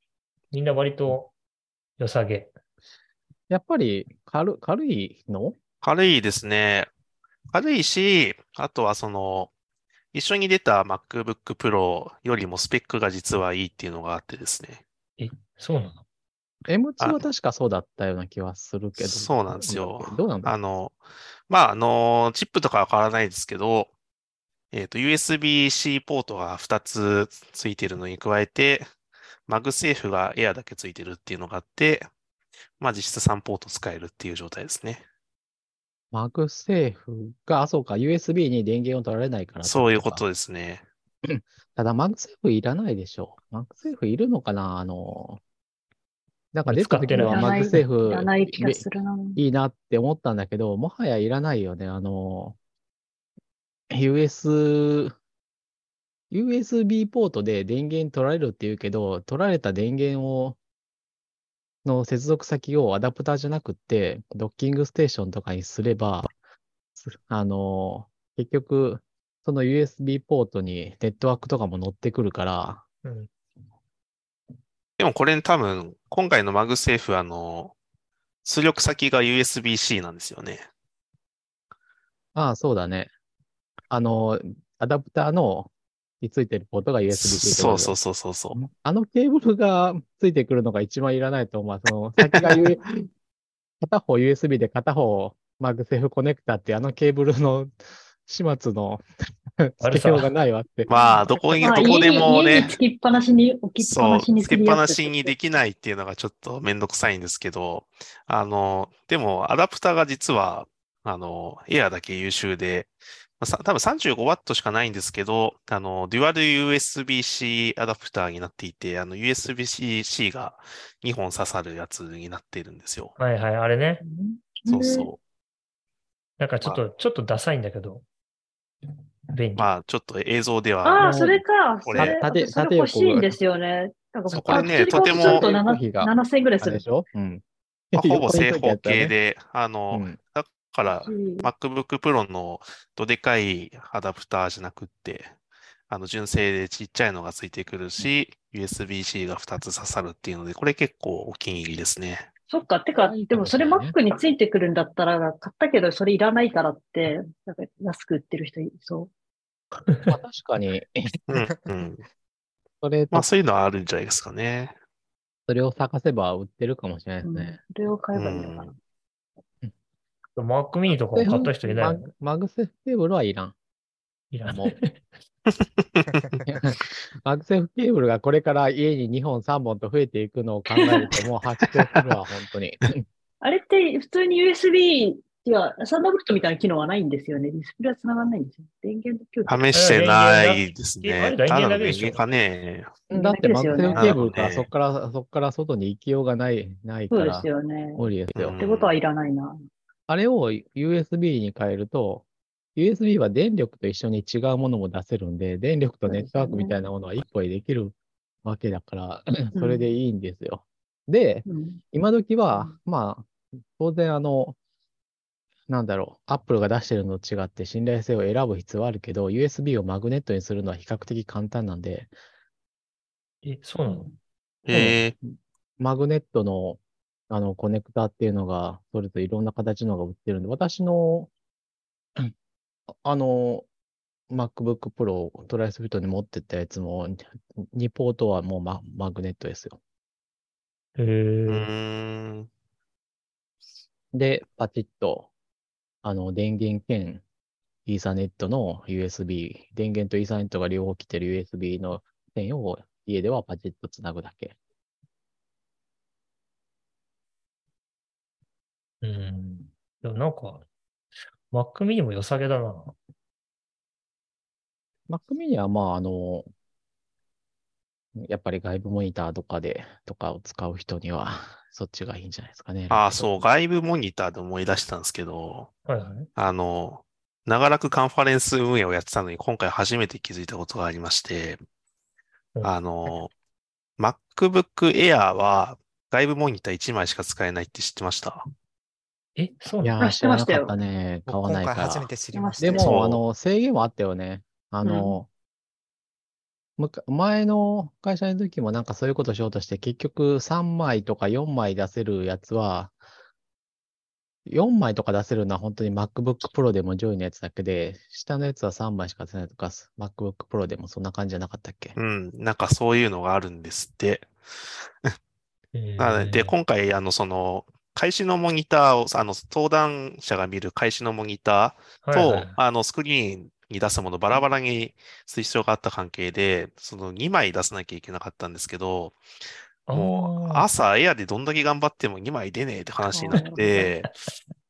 Speaker 1: みんな割と良さげ。
Speaker 4: やっぱり軽、軽いの
Speaker 5: 軽いですね。軽いし、あとはその、一緒に出た MacBook Pro よりもスペックが実はいいっていうのがあってですね。
Speaker 1: え、そうなの
Speaker 4: M2
Speaker 5: あ
Speaker 4: は確かそうだったような気はするけど。
Speaker 5: そうなんですよ
Speaker 4: どうなんだっ
Speaker 5: あ
Speaker 4: け
Speaker 5: の、まあ、あの、チップとかは変わらないですけど、えっと、USB-C ポートが2つついてるのに加えて、マグセーフが Air だけついてるっていうのがあって、まあ、実質3ポート使えるっていう状態ですね。
Speaker 4: マグセーフが、あ、そうか、USB に電源を取られないから。
Speaker 5: そういうこと
Speaker 4: で。
Speaker 5: ですね。
Speaker 4: ただ、マグセーフいらないでしょマグセーフいるのかなあの、なんか出た時
Speaker 1: 使
Speaker 4: は
Speaker 1: って
Speaker 4: マ
Speaker 2: ない
Speaker 4: グセー
Speaker 2: い
Speaker 4: フ
Speaker 2: らない気がするな。
Speaker 4: いいなって思ったんだけど、もはやいらないよね。あの、US、USB ポートで電源取られるっていうけど、取られた電源を、の接続先をアダプターじゃなくって、ドッキングステーションとかにすれば、すあの、結局、その USB ポートにネットワークとかも乗ってくるから、
Speaker 1: うん。
Speaker 5: でもこれ多分、今回のマグセーフあの、出力先が USB-C なんですよね。
Speaker 4: ああ、そうだね。あの、アダプターの、についてるポートが USB-C ってこ
Speaker 5: そ
Speaker 4: と
Speaker 5: うそうそうそうそう。
Speaker 4: あのケーブルがついてくるのが一番いらないと思う。その先が
Speaker 1: *laughs*
Speaker 4: U 片方 USB で片方マグセフコネクタっていうあのケーブルの始末の
Speaker 1: あれ
Speaker 4: 付
Speaker 1: さ
Speaker 4: けようがないわって。
Speaker 5: まあ、どこに、ど
Speaker 2: まあ
Speaker 5: こ
Speaker 2: 家
Speaker 5: でも
Speaker 2: に家に
Speaker 5: ね
Speaker 2: つ、きっぱなしに置きっぱ
Speaker 5: そ
Speaker 2: な
Speaker 5: う、
Speaker 2: しに
Speaker 5: つ
Speaker 2: す
Speaker 5: けっ
Speaker 2: る
Speaker 5: ぱ
Speaker 2: や
Speaker 5: な
Speaker 2: つ
Speaker 5: しにできないっていうのがちょっとめんどくさいんですけど、あの、でも、アダプターが実は、あの、エアだけ優秀で、まあさ多分 35W しかないんですけど、あの、デュアル USB-C アダプターになっていて、あの、USB-C が2本刺さるやつになっているんですよ。
Speaker 1: はいはい、あれね。
Speaker 5: そうそ
Speaker 1: なんかちょっと、ちょっとダサいんだけど、便利。
Speaker 5: う。まあ、ちょっと映像では、
Speaker 2: ああ、それか。
Speaker 5: こ
Speaker 2: そ
Speaker 5: れ
Speaker 2: れ、
Speaker 4: 縦
Speaker 2: 私それ
Speaker 4: 縦
Speaker 2: 欲
Speaker 4: 横
Speaker 2: しいんですよね。なんか
Speaker 5: そうこれね
Speaker 2: 普通に買うとちょっと
Speaker 4: とても
Speaker 2: なな
Speaker 4: 費が
Speaker 2: 7000円ぐらい
Speaker 4: あ
Speaker 2: す
Speaker 4: れ
Speaker 2: る
Speaker 4: でし。ょうん。
Speaker 5: まあほぼ正方
Speaker 4: 横についてるや
Speaker 5: 形
Speaker 4: つだね。
Speaker 5: で、あ
Speaker 4: う
Speaker 5: の、
Speaker 4: ん、
Speaker 5: だから、
Speaker 2: うん
Speaker 5: MacBook Pro のどでかいアダプターじゃなくって、あの純正でちっちゃいのがついてくるし、USB-C が2つ刺さるっていうので、これ結構お気に入りですね。
Speaker 2: そっか、てか、でもそれ
Speaker 4: いいかもしれ
Speaker 2: Mac についてくるんだったら、買ったけどそれいらないからって、なんか安く売ってる人いそう。
Speaker 4: まあ確かに、
Speaker 5: うん、うん。
Speaker 4: それと
Speaker 5: まあそういうのはあるんじゃないですかね。
Speaker 4: それを探せば売ってるかもしれないですね。
Speaker 2: それを買えばいいのかな。
Speaker 5: うん
Speaker 1: マックミニとかも買った人いないよ
Speaker 4: マ
Speaker 1: ね
Speaker 4: グマグセフケーブルはいらん。
Speaker 1: いらん
Speaker 4: もうマグセフケーブルがこれから家に2本3本と増えていくのを考えるともう発狂するわ、本当に。
Speaker 2: あれって普通に USB、いや、サンダーボルトみたいな機能はないんんですよね。ディスプレイは繋がらないんですよ。電源の供与
Speaker 5: 試してないです
Speaker 1: えあ
Speaker 5: ね
Speaker 1: れ。電
Speaker 5: ただ
Speaker 1: 源だ
Speaker 5: の
Speaker 1: けで
Speaker 5: 電
Speaker 1: しょ
Speaker 5: 源かね。
Speaker 4: だってマグセフケーブルから
Speaker 5: なるほどね
Speaker 4: そこから、そこから外に行きようがない、ないか
Speaker 2: そうで
Speaker 4: ら
Speaker 2: すよね。
Speaker 4: 無理ですよ。
Speaker 2: ってことはいらないな。
Speaker 4: あれを USB に変えると、USB は電力と一緒に違うものも出せるんで、電力とネットワークみたいなものは一個でできるわけだから、
Speaker 2: うん
Speaker 4: それでいいんですよ。で、
Speaker 2: うん
Speaker 4: 今時は、まあ、当然あの、なんだろう、Apple が出してるのと違って信頼性を選ぶ必要はあるけど、USB をマグネットにするのは比較的簡単なんで、
Speaker 1: *laughs* え、そうなの
Speaker 5: え
Speaker 4: マグネットの、あの、コネクタっていうのが、それといろんな形のが売ってるんで、私の、あの、MacBook Pro トライスフィットに持ってったやつも、2ポートはもうママグネットですよ。
Speaker 1: へ
Speaker 5: ー、
Speaker 1: ー
Speaker 5: うーん。
Speaker 4: で、パチッと、あの、電源兼、イーサネットの USB、電源とイーサネットが両方来てる USB の線を家ではパチッとつなぐだけ。
Speaker 1: うん。でもなんか、マックミニも良さげだな。
Speaker 4: Mac mini は、まあ、あの、やっぱり外部モニターとかで、とかを使う人には、そっちがいいんじゃないですかね。
Speaker 5: ああ、そう、外部モニターで思い出したんですけど、
Speaker 1: はいはい。
Speaker 5: あの、長らくカンファレンス運営をやってたのに、今回初めて気づいたことがありまして
Speaker 1: う、ん
Speaker 5: あの、MacBook Air は外部モニター1枚しか使えないって知ってました
Speaker 1: え、そう
Speaker 4: い
Speaker 1: なの
Speaker 4: やー、
Speaker 2: あ
Speaker 4: 知
Speaker 2: 知っ
Speaker 4: ら
Speaker 2: てまし
Speaker 4: な
Speaker 2: た
Speaker 4: か
Speaker 2: よ
Speaker 4: ったね。買わ
Speaker 3: 今
Speaker 4: ない
Speaker 3: 回
Speaker 4: か
Speaker 3: 初め
Speaker 4: ら。
Speaker 3: て知りまし
Speaker 4: で
Speaker 3: た。
Speaker 5: そう
Speaker 4: も、あの、制限はあったよね。あの、むか前の会社の時もなんかそういうことしようとして、結局3枚とか4枚出せるやつは、4枚とか出せるのは本当に MacBook Pro でも上位のやつだけで、下のやつは3枚しか出せないとか、MacBook Pro でもそんな感じじゃなかったっけ
Speaker 5: うん、なんかそういうのがあるんですって。なので、
Speaker 1: へー
Speaker 5: 今回、あの、その、開始のモニターを、あの、登壇者が見る開始のモニター
Speaker 1: はい
Speaker 5: と、
Speaker 1: はい
Speaker 5: あの、スクリーンに出すものバラバラに推奨があった関係で、その2枚出さなきゃいけなかったんですけど、も
Speaker 1: あ
Speaker 5: う
Speaker 1: ー
Speaker 5: 朝エアでどんだけ頑張っても2枚出ねえって話になって、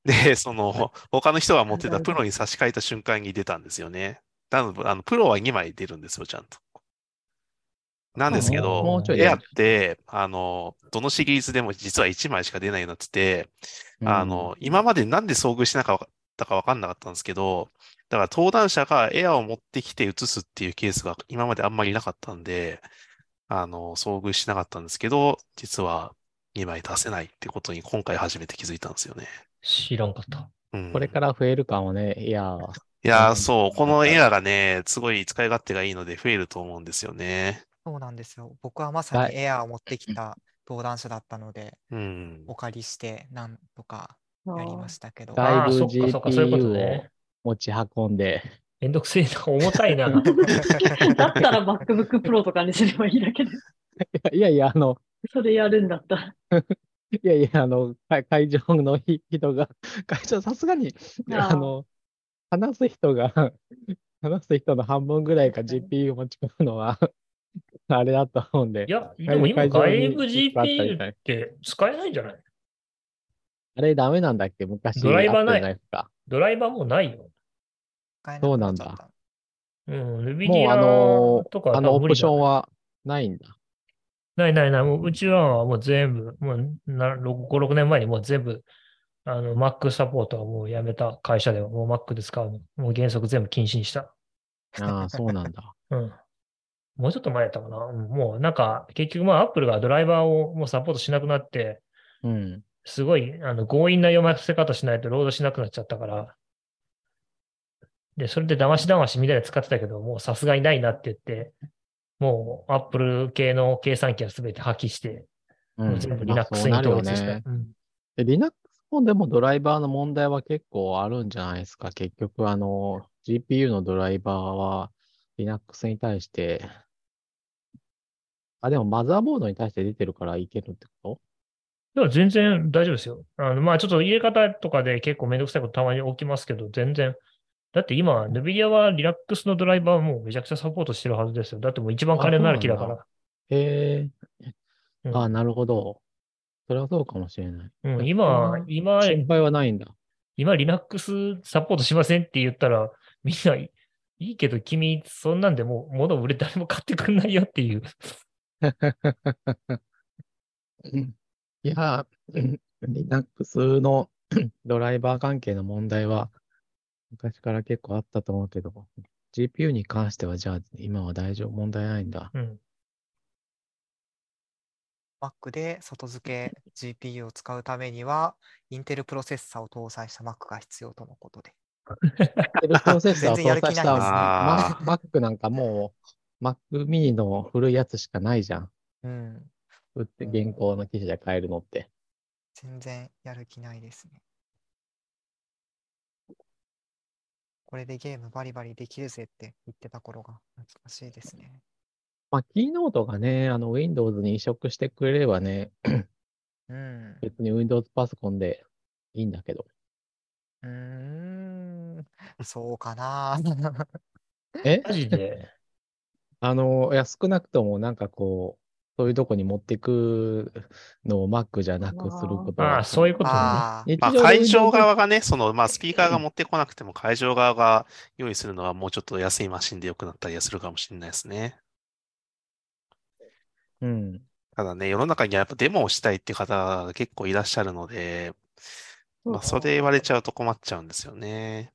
Speaker 5: で、そ
Speaker 4: *laughs*
Speaker 5: の、他の人が持ってたプロに差し替えた瞬間に出たんですよね。なので、あの、プロは2枚出るんですよ、ちゃんと。なんですけど、
Speaker 4: もうちょい
Speaker 5: エ
Speaker 4: で
Speaker 5: アって、あの、どのシリーズでも実は1枚しか出ないようになってて、あの、今までなんで遭遇しなかったかわかんなかったんですけど、だから登壇者がエアを持ってきて映すっていうケースが今まであんまりなかったんで、あの、遭遇しなかったんですけど、実は2枚出せないってことに今回初めて気づいたんですよね。
Speaker 1: 知らんかった。
Speaker 5: うん。
Speaker 4: これから増えるかもね。いやー、
Speaker 5: いやー、そう、このエアがね、すごい使い勝手がいいので増えると思うんですよね。
Speaker 3: そうなんですよ。僕はまさ
Speaker 4: はい
Speaker 3: にエアーを持ってきた登壇者だったので、
Speaker 5: うん。
Speaker 3: お借りしてなんとかやりましたけど、
Speaker 1: あ
Speaker 4: だ
Speaker 1: あ
Speaker 4: い
Speaker 1: ー、
Speaker 4: ぶ
Speaker 1: そっかそっか、そういうこと
Speaker 4: を
Speaker 1: ね。
Speaker 4: 持ち運んで、 *laughs*
Speaker 1: めんどくせえな、重たいな。
Speaker 2: だったら MacBook Pro とかにすればいいだけで、
Speaker 4: いやいや、あの、
Speaker 2: それやるんだったら。
Speaker 4: いやいや、あの、会会場のひ人が、 *laughs* 会場さすがに、
Speaker 2: あー
Speaker 4: あの、話す人が、 *laughs* 話す人の半分ぐらいが
Speaker 2: 確か
Speaker 4: GPU 持ち込むのは、 *laughs* あれだと思うんで
Speaker 1: い、や、でも今、
Speaker 4: 会場
Speaker 1: 外
Speaker 4: に
Speaker 1: 部
Speaker 4: いっぱいあったみた
Speaker 1: GPU
Speaker 4: い
Speaker 1: って使えないんじゃない
Speaker 4: あれダメなんだっけ昔
Speaker 1: ドライバーない
Speaker 4: あったじゃですか。
Speaker 1: ドライバーもうないよ。
Speaker 3: 使え
Speaker 4: そう
Speaker 3: く
Speaker 4: なん
Speaker 3: っちゃ
Speaker 4: だ
Speaker 3: った
Speaker 1: うん、
Speaker 4: もうあ
Speaker 1: NVIDIA
Speaker 4: の
Speaker 1: とかは
Speaker 4: あの
Speaker 1: 多
Speaker 4: オ
Speaker 1: 分無
Speaker 4: プ
Speaker 1: 理
Speaker 4: シ
Speaker 1: だ
Speaker 4: ョンはないんだ。
Speaker 1: ないないない、もううちはもう全部、もうな6 5、6年前にもう全部、あの、Mac サポートはもうやめた会社では、もう Mac で使うの、もう原則全部禁止にした。
Speaker 4: ああ、そうなんだ。
Speaker 1: うん。もうちょっと前だったかな。うんもうなんか、結局まあ Apple がドライバーをもうサポートしなくなって、
Speaker 4: うん。
Speaker 1: すごいあの強引な読ませ方しないとロードしなくなっちゃったから、で、それで騙し騙しみたいなの使ってたけど、もうさすがにないなって言って、もう Apple 系の計算機は全て破棄して、
Speaker 4: う
Speaker 1: *laughs*
Speaker 4: ん
Speaker 1: 全部
Speaker 4: まあそ
Speaker 1: Linux
Speaker 4: う
Speaker 1: に
Speaker 4: なる
Speaker 1: 統
Speaker 4: よ
Speaker 1: 一した。
Speaker 4: ね。
Speaker 1: うん
Speaker 4: で Linux もでもドライバーの問題は結構あるんじゃないですか。結局、あの、GPU のドライバーは Linux に対して、あ、でもマザーボードに対して出てるからいけるってこ
Speaker 1: いや、全然大丈夫ですよ。あの、まあ、ちょっと入れ方とかで結構めんどくさいことたまに起きますけど、全然。だって今、NVIDIA は Linux のドライバーもうめちゃくちゃサポートしてるはずですよ。だってもう一番金のある気だか
Speaker 4: あ
Speaker 1: ら。
Speaker 4: とへえ。
Speaker 1: うん
Speaker 4: あ、なるほど。それはそうかもしれない。
Speaker 1: うん、
Speaker 4: う
Speaker 1: 今
Speaker 4: ん、
Speaker 1: 今、
Speaker 4: 心配はないんだ。
Speaker 1: 今 Linux サポートしませんって言ったら、みんないいいいけど君、そんなんでもう物売れ誰も買ってくんないよっていう。
Speaker 4: うん *laughs* いやー、うん Linux の *clears throat* うんドライバー関係の問題は昔から結構あったと思うけど、GPU に関してはじゃあ今は大丈夫、問題ないん
Speaker 3: *laughs*
Speaker 4: だ。
Speaker 1: うん。
Speaker 3: Mac で外付け GPU を使うためには、インテルプロセッサーを搭載した Mac が必要とのことで。
Speaker 4: プロセッサーを
Speaker 3: 全然
Speaker 4: 搭
Speaker 3: やる気な
Speaker 4: 載し
Speaker 3: いですね
Speaker 4: た Mac Mac なんかもう Mac mini の古いやつしかないじゃん。
Speaker 3: うん、
Speaker 4: 売って現行の機種で買えるのって。
Speaker 3: 全然やる気ないですね。これでゲームバリバリできるぜって言ってた頃が懐かしいですね。
Speaker 4: まあ、キーノートがね、あの Windows に移植してくれればね、
Speaker 3: うん。う
Speaker 4: 別に Windows パソコンでいいんだけど。
Speaker 3: ーん。そうかな。う
Speaker 4: え
Speaker 1: マジで。
Speaker 4: あの、いや、少なくともなんかこう、そういうとこに持ってくのを Mac じゃなくすること
Speaker 1: ああ、そういうことね。
Speaker 3: ああ。
Speaker 4: 日
Speaker 5: まあ、
Speaker 4: 常の
Speaker 5: 会場
Speaker 4: Windows
Speaker 5: 側がね、その、まあ、スピーカーが持ってこなくても、会場側が用意するのはもうちょっと安いマシンで良くなったりはするかもしれないですね。
Speaker 4: うん。
Speaker 5: ただね、世の中にはやっぱデモをしたいって方が結構いらっしゃるので、まあ、それ言われちゃうと困っちゃうんですよね。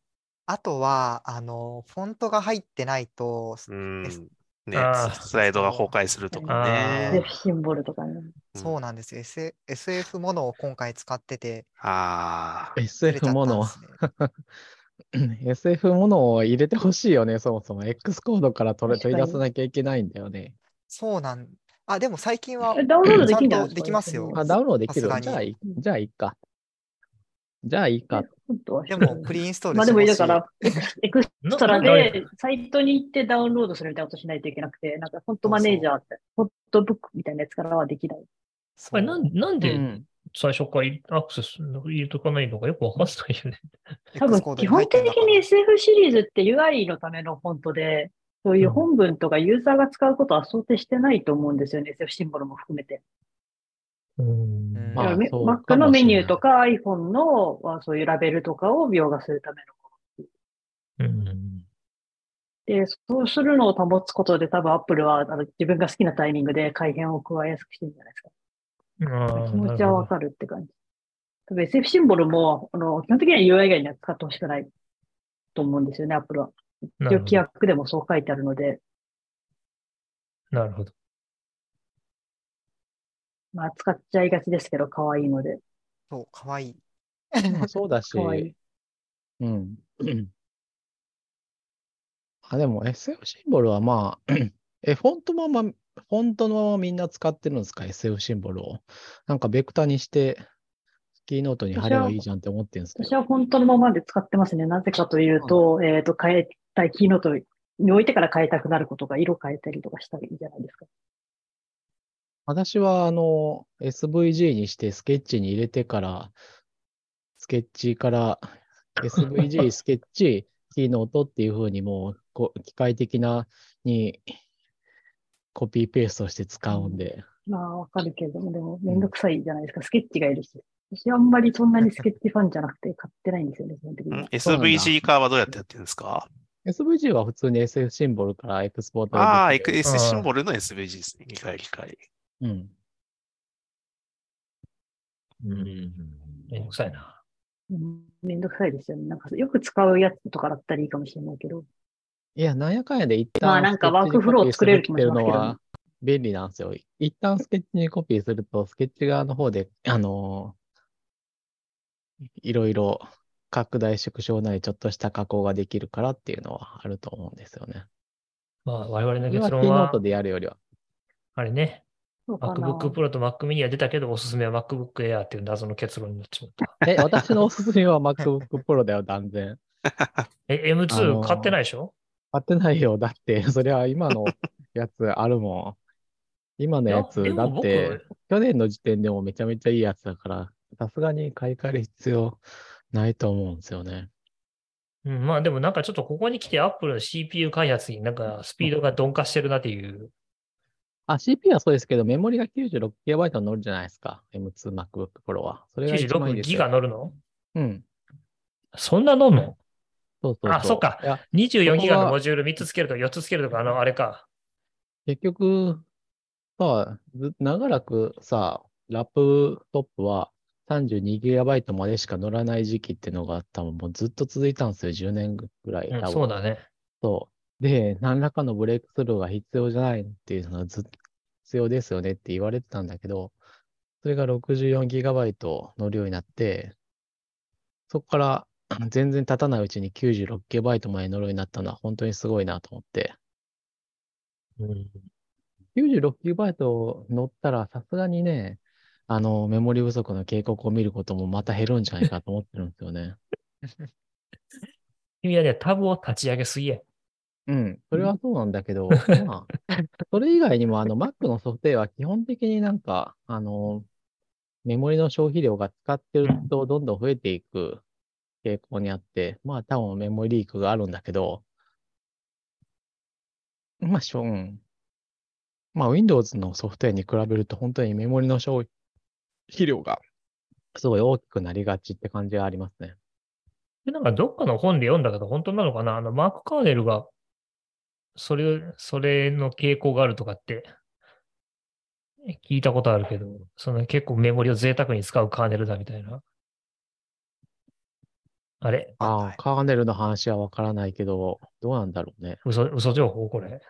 Speaker 3: あとは、あの、フォントが入ってないと、
Speaker 5: うん
Speaker 3: です。
Speaker 5: ね
Speaker 1: あー、
Speaker 5: スライドが崩壊するとか
Speaker 1: あ
Speaker 2: デ
Speaker 5: ね
Speaker 2: フ。シンボルとかね。
Speaker 3: そうなんですよ。S、SF ものを今回使ってて、
Speaker 5: あ
Speaker 3: 忘
Speaker 5: あ、
Speaker 3: れちゃ
Speaker 4: SF
Speaker 3: った
Speaker 4: も
Speaker 3: ん
Speaker 4: の *laughs*
Speaker 3: で、すね
Speaker 4: SF ものを入れてほしいよね、そもそも。X コードから取れ
Speaker 2: 確
Speaker 4: 取
Speaker 2: か
Speaker 4: り
Speaker 2: に
Speaker 4: 出さなきゃいけないんだよね。
Speaker 3: そうなん。あ、でも最近は
Speaker 2: えダウンロードできんじゃない
Speaker 3: ちゃんとできますよ
Speaker 4: あ、ダウンロードできる
Speaker 3: さすがに
Speaker 4: じゃあいい、じゃあいいか。じゃあいいか。
Speaker 2: 本当は
Speaker 3: でもプリインストール
Speaker 2: *laughs* まあで
Speaker 3: して
Speaker 2: もいいだ
Speaker 3: ほし *laughs*
Speaker 2: から、エクスエクス
Speaker 1: な
Speaker 2: トラ
Speaker 1: ななん
Speaker 2: でサイトに行ってダウンロードするみたいなことしないといけなくて、なんかフォントマネージャーって、フォントブックみたいなやつからはできない。
Speaker 1: これなんなん
Speaker 4: う
Speaker 1: で
Speaker 4: ん
Speaker 1: 最初からいアクセス入れとかないのかよくわかんないよね。
Speaker 2: 多分
Speaker 3: X コード
Speaker 2: 基
Speaker 3: に入
Speaker 2: 本
Speaker 3: っ
Speaker 2: 的
Speaker 3: てんだから
Speaker 2: に SF シリーズって UI のためのフォントで、そういう本文とかユーザーが使うことは想定してないと思うんですよね、SF シンボルも含めて。
Speaker 1: うん
Speaker 3: うん
Speaker 4: ま
Speaker 2: だ
Speaker 4: あ
Speaker 2: からめ
Speaker 4: そうかもし
Speaker 2: Mac
Speaker 4: れない
Speaker 2: のメニューとか iPhone のあそういうラベルとかを描画するための。
Speaker 1: うん
Speaker 2: で、そうするのを保つことで多分 Apple はあの自分が好きなタイミングで改変を加えやすくしてるんじゃないですか。
Speaker 1: あー
Speaker 2: 気持ちはわ
Speaker 1: なる
Speaker 2: かるって感じ。多分 SF シンボルも、あの、基本的には UI 以外には使ってほしくないと思うんですよね、Apple は。
Speaker 1: ほど
Speaker 2: 一応規約でもそう書いてあるので、
Speaker 1: なるほど。
Speaker 2: まあ使っちゃいがちですけど、可愛いので。
Speaker 3: そう、かわいい。
Speaker 4: まあ *laughs* そうだし、
Speaker 2: かわいい
Speaker 4: うん。 *clears throat* *clears throat* あ、でも SF シンボルはまあ、え、フォントもまあ、本当のままみんな使ってるんですか ?SF シンボルを。なんかベクタにして、キーノートに貼ればいいじゃんって思ってるんですけ
Speaker 2: 私
Speaker 4: ど。
Speaker 2: は本当のままで使ってますね。なぜかというと、えっ、と、変えたい、キーノートに置いてから変えたくなることが、色変えたりとかしたらいいんじゃないですか。
Speaker 4: 私は、あの、SVG にしてスケッチに入れてから、スケッチから SVG、スケッチ、キーノートっていう風にもうこう、機械的なにコピーペーストして使うんで、
Speaker 2: まあ、わかるけれども、でも、めんどくさいじゃないですか。スケッチがいるし。私あんまりそんなにスケッチファンじゃなくて、買ってないんですよね、基本的に
Speaker 5: ん
Speaker 2: は。
Speaker 4: そうなんだ
Speaker 5: SVG 化はどうやってやってるんですか
Speaker 4: SVG は普通に SF シンボルからエクスポート
Speaker 5: ああ、
Speaker 4: できる
Speaker 5: S シンボルの SVG ですね。理解理解。
Speaker 4: うん。
Speaker 5: うん。
Speaker 1: めんどくさいな。
Speaker 2: うんめんどくさいですよね。なんか、よく使うやつとかだったらいいかもしれないけど。
Speaker 4: いや、なんやかんやで一旦。
Speaker 2: まあなんかワークフローを作れる気もしますけどね
Speaker 4: っていうのは便利なんですよ。一旦スケッチにコピーすると、スケッチ側の方で、あのーいろいろ拡大縮小なり、ちょっとした加工ができるからっていうのはあると思うんですよね。
Speaker 1: まあ、我々の
Speaker 4: それ
Speaker 1: 結
Speaker 4: はキ
Speaker 1: 論
Speaker 4: ーノー
Speaker 1: は
Speaker 4: ト、でやるよりは。
Speaker 1: あれね、
Speaker 2: そうかな
Speaker 1: MacBook Pro と Mac mini は出たけど、おすすめは MacBook Air っていう謎の結論になっちまった。
Speaker 4: え、私のおすすめは MacBook Pro だよ、断然。
Speaker 1: え、
Speaker 4: あの
Speaker 1: M2
Speaker 4: ー
Speaker 1: 買ってないでしょ
Speaker 4: 買ってないよ。だって、それは今のやつあるもん。今のやつ
Speaker 1: い、で
Speaker 4: だ
Speaker 1: も
Speaker 4: っ
Speaker 1: 僕
Speaker 4: て、去年の時点でもめちゃめちゃいいやつだから、さすがに買い替える必要ないと思うんですよね。
Speaker 1: うん、まあでもなんかちょっとここに来て Apple の CPU 開発になんかスピードが鈍化してるなっていう。
Speaker 4: あ、CPU はそうですけど、メモリが 96GB 乗るじゃないですか。M2 MacBook Pro は。それが一番いい
Speaker 1: 96
Speaker 4: です
Speaker 1: ギ
Speaker 4: よ
Speaker 1: ガ乗るの
Speaker 4: うん。
Speaker 1: そんな乗るの
Speaker 4: そうそうそう。
Speaker 1: あそっか
Speaker 4: いや、
Speaker 1: ?24 ギガ
Speaker 4: そ
Speaker 1: の
Speaker 4: こは
Speaker 1: モジュール3つつけるとか4つつけるとか、あの、あれか。
Speaker 4: 結局、さあ、ず長らくさ、ラップトップは 32GB までしか乗らない時期ってのが多分もうずっと続いたんですよ。10年ぐらい。
Speaker 1: うん
Speaker 4: 多分
Speaker 1: そうだね。
Speaker 4: そう。で、何らかのブレイクスルーが必要じゃないっていうのはずっと必要ですよねって言われてたんだけど、それが 64GB 乗るようになって、そこから *clears throat* あ全然経たないうちに 96GB まで乗るようになったのは本当にすごいなと思って。
Speaker 1: うん、
Speaker 4: 96GB 乗ったらさすがにね、あの、メモリ不足の警告を見ることもまた減るんじゃないかと思ってるんですよね。
Speaker 1: 君はね、タブを立ち上げすぎや。
Speaker 4: うん、それはそうなんだけ *laughs* ど、まあ、それ以外にも、 *laughs* あの、Mac のソフトウェアは基本的になんか、あの、メモリの消費量が使ってるとどんどん増えていく傾向にあって、まあ、多分メモリリークがあるんだけど、まあ、しょうん。まあ、Windows のソフトウェアに比べると本当にメモリの消費量がすごい大きくなりがちって感じがありますね。
Speaker 1: でなんかどっかの本で読んだけど、本当なのかなあの、マーク・カーネルが、それ、それの傾向があるとかって、聞いたことあるけど、その結構メモリを贅沢に使うカーネルだみたいな。あれ
Speaker 3: わかん
Speaker 4: あ
Speaker 3: ない
Speaker 4: あ、カーネルの話はわからないけど、どうなんだろうね。
Speaker 1: 嘘、嘘情報これ。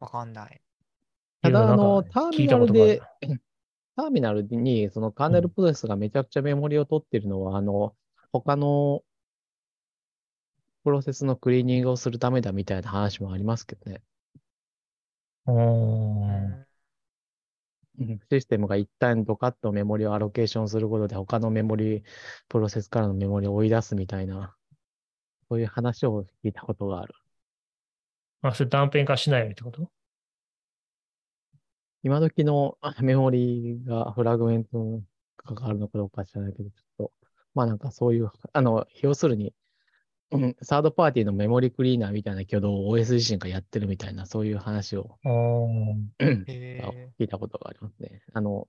Speaker 3: わかんない。
Speaker 4: ただ、あの、
Speaker 1: い
Speaker 4: ター
Speaker 1: う
Speaker 4: ミナ
Speaker 1: なん
Speaker 4: ル
Speaker 1: か聞い
Speaker 4: で
Speaker 1: たこ、
Speaker 4: ターミナルに、そのカーネルプロセスがめちゃくちゃメモリを取ってるのは、あの、他のプロセスのクリーニングをするためだみたいな話もありますけどね。
Speaker 1: とがあるう
Speaker 3: う
Speaker 1: ーん
Speaker 3: ん
Speaker 4: うんシステムが一旦ドカッとメモリをアロケーションすることで、他のメモリ、プロセスからのメモリを追い出すみたいな、そういう話を聞いたことがある。
Speaker 1: あ、それ断片化しないようにってこと
Speaker 4: 今時のあ *laughs* メモリがフラグメントに関わるのかどうか知らないけど、ちょっと、まあなんかそういう、あの、要するに、うん、サードパーティーのメモリクリーナーみたいな挙動を OS 自身がやってるみたいな、そういう話を
Speaker 1: あー
Speaker 3: へ
Speaker 4: あ
Speaker 3: え。
Speaker 4: 聞いたことがありますね。あの、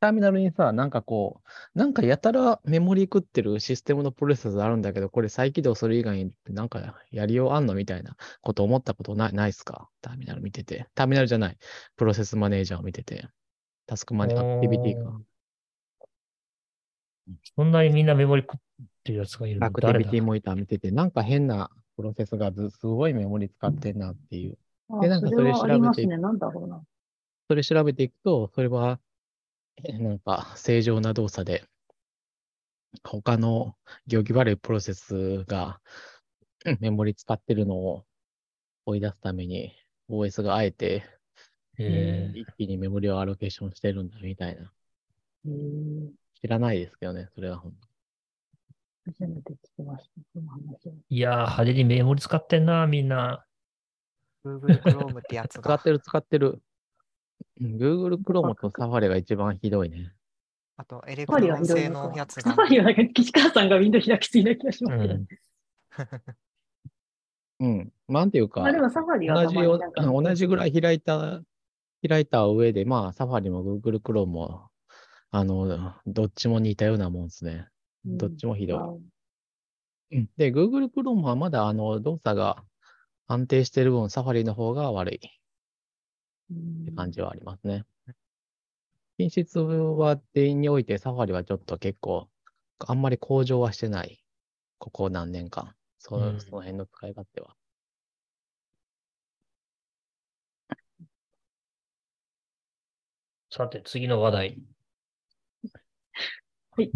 Speaker 4: ターミナルにさ、なんかこう、なんかやたらメモリ食ってるシステムのプロセスあるんだけど、これ再起動する以外になんかやりようあんのみたいなこと思ったことない、ないっすかターミナル見てて。ターミナルじゃない。プロセスマネージャーを見てて。タスクマネ、アクティビティ
Speaker 1: お
Speaker 4: か
Speaker 1: ー。そんなにみんなメモリ食ってるやつがいるの
Speaker 4: アクティビティ
Speaker 1: 誰だ
Speaker 4: モニター見てて、なんか変なプロセスがずすごいメモリ使ってんなっていう。
Speaker 2: あ
Speaker 4: でなんかそれ
Speaker 2: はあ
Speaker 4: 調べて
Speaker 2: り
Speaker 4: いく
Speaker 2: ますね。なんだろうな。
Speaker 4: それ調べていくと、それは、えなんか正常な動作で、他の行儀悪いプロセスがうんメモリ使ってるのを追い出すために、OS があえて
Speaker 1: えー
Speaker 4: 一気にメモリをアロケーションしてるんだみたいな。
Speaker 2: うん
Speaker 4: 知らないですけどね、それは本
Speaker 2: 初めて聞きました、この話を。
Speaker 1: いやー、派手にメモリ使ってんな、みんな。
Speaker 3: Google Chrome ってやつ
Speaker 4: 当。使
Speaker 3: が
Speaker 4: っ。てる使ってる。うん Google Chrome と Safari が一番ひどいね。
Speaker 3: あと、エレ
Speaker 2: サファ
Speaker 3: ク
Speaker 2: リ
Speaker 3: ト
Speaker 2: は
Speaker 3: ロン
Speaker 2: ひどい
Speaker 3: 製
Speaker 2: の
Speaker 3: の
Speaker 2: か
Speaker 3: やつ
Speaker 2: サ
Speaker 3: が
Speaker 2: フ。ァリはなんか岸川さんがウィンドウ開きすぎな気がし
Speaker 1: う
Speaker 2: *laughs* ますけど。
Speaker 1: ん。
Speaker 4: うん。なんていうか、
Speaker 2: まあでもサファリは
Speaker 4: 同
Speaker 2: た
Speaker 4: じ
Speaker 2: まに
Speaker 4: よ
Speaker 2: なんか
Speaker 4: 同じぐらい開いた、開いた上で、まあ、Safari も Google Chrome も、あの、どっちも似たようなもんですね。
Speaker 2: うん
Speaker 4: どっちもひどい。
Speaker 2: あ
Speaker 4: うんで、Google Chrome はまだあの動作が安定してる分、サファリの方が悪いっ
Speaker 2: うん
Speaker 4: て感じはありますね。品質は定においてサファリはちょっと結構、あんまり向上はしてない。ここ何年間。そ
Speaker 1: うん
Speaker 4: のその辺の使い勝手は。
Speaker 1: さて、次の話題。
Speaker 2: はい。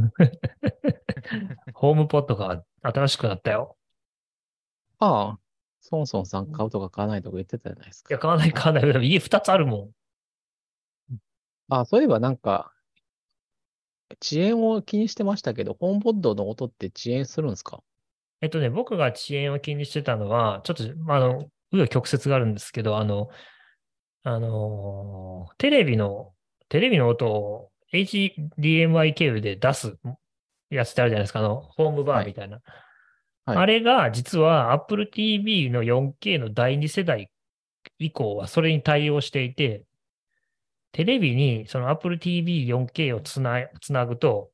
Speaker 1: ホームポットが新しくなったよ。
Speaker 4: ああ、ソンソンさん買うとか買わないとか言ってたじゃないです
Speaker 1: いや、
Speaker 4: か。
Speaker 1: 買わない、買わない。家2つあるも
Speaker 4: ああ、そういえばなんか、遅延を気にしてましたけど、ホームポッドの音って遅延するんですか
Speaker 1: ん。えっとね、僕が遅延を気にしてたのは、ちょっと、まああの、紆余曲折があるんですけど、あの、あのーテレビの、テレビの音を HDMI ケーブルで出すやつってあるじゃないですか、あの、ホームバーみたいな。
Speaker 4: はい
Speaker 1: あれが、実は Apple TV の 4K の第2世代以降はそれに対応していて、テレビにその Apple TV4K をつなつなぐと、